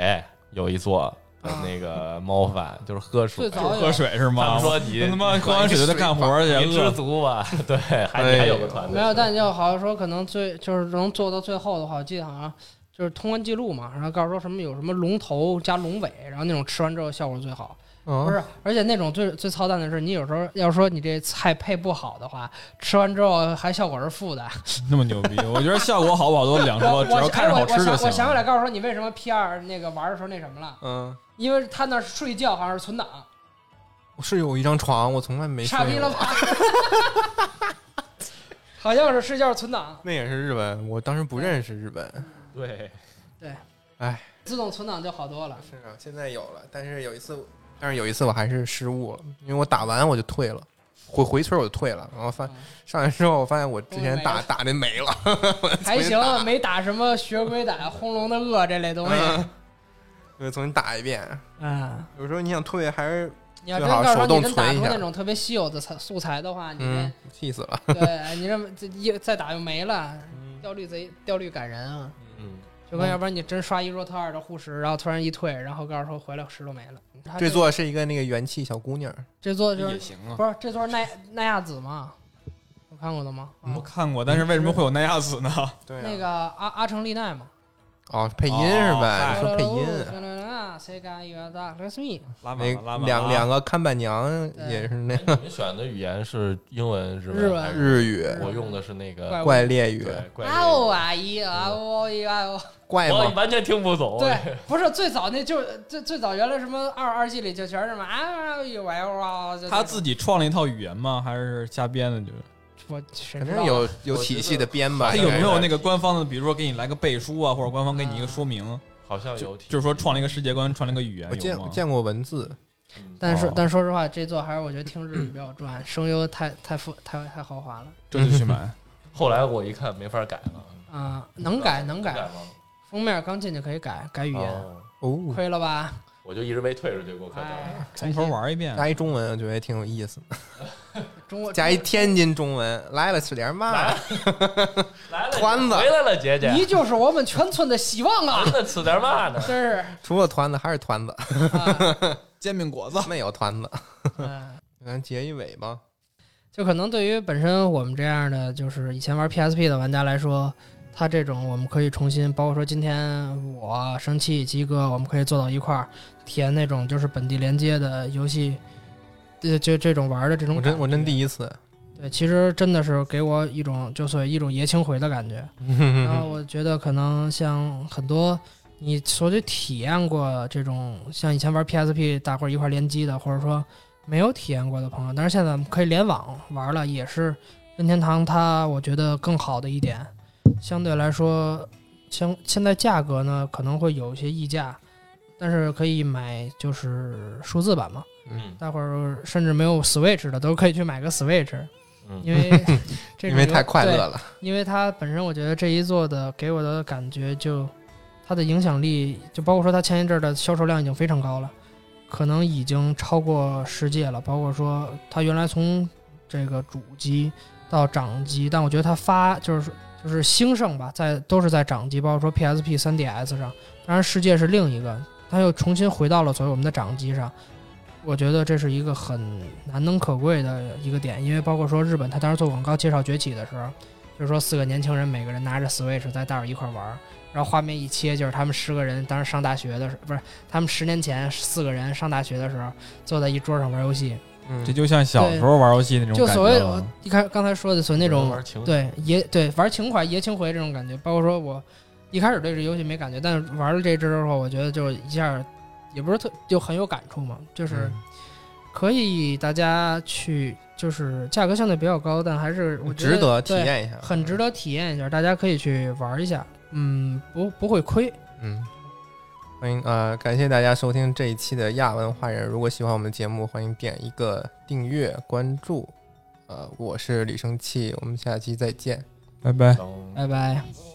Speaker 4: 有一座的那个猫饭，就是喝水
Speaker 3: 啊最。早
Speaker 2: 喝水是
Speaker 4: 他
Speaker 2: 吗？
Speaker 4: 们说你
Speaker 2: 我他妈喝完水就得干活去，
Speaker 4: 你知
Speaker 2: 饿。
Speaker 4: 足吧？对，还
Speaker 1: 哎
Speaker 4: 你还有个团队
Speaker 3: 没有，但就好像说，可能最就是能做到最后的话，我记得好像就是通关记录嘛，然后告诉说什么有什么龙头加龙尾，然后那种吃完之后效果最好。
Speaker 1: 嗯
Speaker 3: 不是，而且那种最最操蛋的是，你有时候要说你这菜配不好的话，吃完之后还效果是负 的。
Speaker 2: 那么牛逼，我觉得效果好不好都两
Speaker 3: 我
Speaker 2: 说，
Speaker 3: 我
Speaker 2: 只要看着好
Speaker 3: 我
Speaker 2: 吃
Speaker 3: 想
Speaker 2: 就
Speaker 3: 我想起
Speaker 2: 行。
Speaker 3: 来告诉说你为什么 P 二那个玩的时候那什么了，
Speaker 1: 嗯，
Speaker 3: 因为他那睡觉好像是存档，
Speaker 1: 是有一张床，我从来没
Speaker 3: 傻逼
Speaker 1: 睡
Speaker 3: 了
Speaker 1: 过。
Speaker 3: 吧？ 好像是睡觉是存档，
Speaker 1: 那也是日本，我当时不认识日本。
Speaker 4: 对，
Speaker 3: 自动存档就好多了。
Speaker 1: 是啊，现在有了，但是有一次，但是有一次我还是失误了，因为我打完我就退了，回回村我就退了，然后发
Speaker 3: 嗯
Speaker 1: 上来之后，我发现我之前
Speaker 3: 没
Speaker 1: 打
Speaker 3: 了
Speaker 1: 打那没了，
Speaker 3: 还行，没打什么血鬼胆、轰龙的恶这类东
Speaker 1: 嗯
Speaker 3: 西。
Speaker 1: 我就重新打一遍。
Speaker 3: 嗯，
Speaker 1: 有时候你想退还是
Speaker 3: 你要
Speaker 1: 最
Speaker 3: 真
Speaker 1: 好
Speaker 3: 告诉
Speaker 1: 手
Speaker 3: 说
Speaker 1: 动
Speaker 3: 你真打
Speaker 1: 存一
Speaker 3: 出
Speaker 1: 下
Speaker 3: 那种特别稀有的材素材的话，你
Speaker 1: 嗯
Speaker 3: 这，
Speaker 1: 气死了。
Speaker 3: 对哎你这这一再打就没了，
Speaker 1: 嗯
Speaker 3: 掉率贼掉率感人啊！
Speaker 4: 嗯，
Speaker 3: 就跟要不然你真刷一弱特二的护石，然后突然一退，然后告诉说回来石头没了。他
Speaker 1: 这座是一个那个元气小姑娘，
Speaker 3: 这座就是
Speaker 2: 行啊，
Speaker 3: 不是这座是奈奈亚子嘛？有看过的吗？啊
Speaker 2: 我
Speaker 1: 嗯
Speaker 2: 看过，但是为什么会有奈亚子呢？
Speaker 1: 对啊
Speaker 3: 那个阿阿城丽奈嘛，
Speaker 1: 哦，配音是
Speaker 2: 哦
Speaker 1: 吧？
Speaker 2: 嗨
Speaker 1: 你说配音，
Speaker 3: 啊， Sega y o d a Let's Me，
Speaker 2: 拉满
Speaker 1: 那
Speaker 2: 了拉满了
Speaker 1: 两
Speaker 2: 啊
Speaker 1: 两个看板娘也是那
Speaker 4: 哎你们选的语言是英文、日
Speaker 3: 日
Speaker 4: 文
Speaker 3: 文
Speaker 4: 还是？
Speaker 1: 日语、
Speaker 4: 我用的是那个
Speaker 3: 怪
Speaker 1: 怪猎语、
Speaker 4: 对怪
Speaker 3: 啊
Speaker 4: 物
Speaker 3: 哦啊一啊哦一啊哦，
Speaker 1: 怪
Speaker 4: 我
Speaker 1: 吗？
Speaker 4: 完全听不懂。
Speaker 3: 对，不是最早那就最最早原来什么二二季里就全是什么啊有啊有啊，就
Speaker 2: 他
Speaker 3: 那种
Speaker 2: 自己创了一套语言吗？还是瞎编的？就是
Speaker 3: 我谁
Speaker 1: 肯
Speaker 3: 知
Speaker 1: 定
Speaker 3: 道啊
Speaker 1: 有有体系的编吧？
Speaker 2: 他
Speaker 4: 哎
Speaker 2: 有没有啊
Speaker 1: 应
Speaker 2: 那个官方的，比如说给你来个背书啊，或者官方给你一个说明，
Speaker 4: 好像有
Speaker 2: 就
Speaker 4: 体，
Speaker 2: 就是说创了一个世界观，创了一个语言
Speaker 1: 该是？我，
Speaker 2: 有
Speaker 1: 见
Speaker 2: 吗？
Speaker 1: 见过文字，
Speaker 4: 嗯
Speaker 3: 但是
Speaker 2: 哦，
Speaker 3: 但说实话，这座还是我觉得听日语比较赚，声优太太富太太豪华了
Speaker 2: 这就去买。
Speaker 4: 后来我一看没法改了，
Speaker 3: 啊！能改能改，
Speaker 4: 吗？
Speaker 3: 封面刚进去可以改改语言，
Speaker 4: 哦
Speaker 1: 哦，
Speaker 3: 亏了吧？
Speaker 4: 我就一直没退出去过，可能
Speaker 3: 哎，
Speaker 2: 从头玩一遍，
Speaker 1: 加一中文，我觉得也挺有意思。
Speaker 3: 中国
Speaker 1: 加一天津中文，来了吃点嘛？
Speaker 4: 来了，
Speaker 1: 团子
Speaker 4: 回来了，姐姐，
Speaker 3: 你就是我们全村的希望 啊！
Speaker 4: 团子吃点嘛 呢？
Speaker 3: 真是
Speaker 1: 除了团子还是团子，
Speaker 3: 啊，
Speaker 2: 煎饼果子。
Speaker 1: 没有团 子。
Speaker 3: 嗯
Speaker 1: 咱结一尾吧。
Speaker 3: 就可能对于本身我们这样的就是以前玩 PSP 的玩家来说，他这种我们可以重新，包括说今天我生气鸡哥，我们可以坐到一块儿体验那种就是本地连接的游戏，这这这种玩的这种
Speaker 1: 我
Speaker 3: 感觉，
Speaker 1: 真我真第一次，
Speaker 3: 对，其实真的是给我一种就所谓一种爷青回的感觉。
Speaker 1: 嗯
Speaker 3: 然后我觉得可能像很多你所谓体验过这种像以前玩 PSP 大伙儿一块儿联机的，或者说没有体验过的朋友，但是现在我们可以联网玩了，也是任天堂它我觉得更好的一点。相对来说，相现在价格呢可能会有一些溢价，但是可以买就是数字版嘛。
Speaker 4: 嗯
Speaker 3: 大伙儿甚至没有 Switch 的都可以去买个 Switch，
Speaker 4: 嗯，
Speaker 3: 因 为这
Speaker 1: 因
Speaker 3: 种
Speaker 1: 为
Speaker 3: 游
Speaker 1: 太快乐
Speaker 3: 对
Speaker 1: 了。
Speaker 3: 因为它本身，我觉得这一座的给我的感觉就，它的影响力，就包括说它前一阵儿的销售量已经非常高了，可能已经超过世界了。包括说它原来从这个主机到掌机，但我觉得它发就是说就是兴盛吧，在都是在掌机，包括说 PSP、3DS 上。当然，世界是另一个，它又重新回到了所谓我们的掌机上。我觉得这是一个很难能可贵的一个点，因为包括说日本，它当时做广告介绍崛起的时候，就是说四个年轻人每个人拿着 Switch 在大伙儿一块儿玩儿，然后画面一切就是他们十个人当时上大学的时候，不是他们十年前四个人上大学的时候坐在一桌上玩游戏，
Speaker 1: 嗯
Speaker 2: 这就像小时候玩游戏那种
Speaker 3: 就
Speaker 2: 感
Speaker 3: 所谓
Speaker 2: 觉
Speaker 3: 我
Speaker 2: 了。
Speaker 3: 一开刚才说的所谓那种
Speaker 4: 玩情侣
Speaker 3: 对爷对玩情怀爷青回这种感觉，包括说我一开始对这游戏没感觉，但是玩了这支之后，我觉得就一下也不是特就很有感触嘛，
Speaker 1: 嗯
Speaker 3: 就是可以大家去就是价格相对比较高，但还是我
Speaker 1: 嗯
Speaker 3: 觉得
Speaker 1: 值得体
Speaker 3: 对
Speaker 1: 验一下，
Speaker 3: 很值。得体验一下，大家可以去玩一下，嗯，不不会亏。
Speaker 1: 嗯，欢迎啊、呃感谢大家收听这一期的亚文化人。如果喜欢我们的节目，欢迎点一个订阅、关注。呃，我是李生气，我们下期再见。
Speaker 2: 拜拜。
Speaker 4: 等
Speaker 3: 拜拜。
Speaker 5: Bye.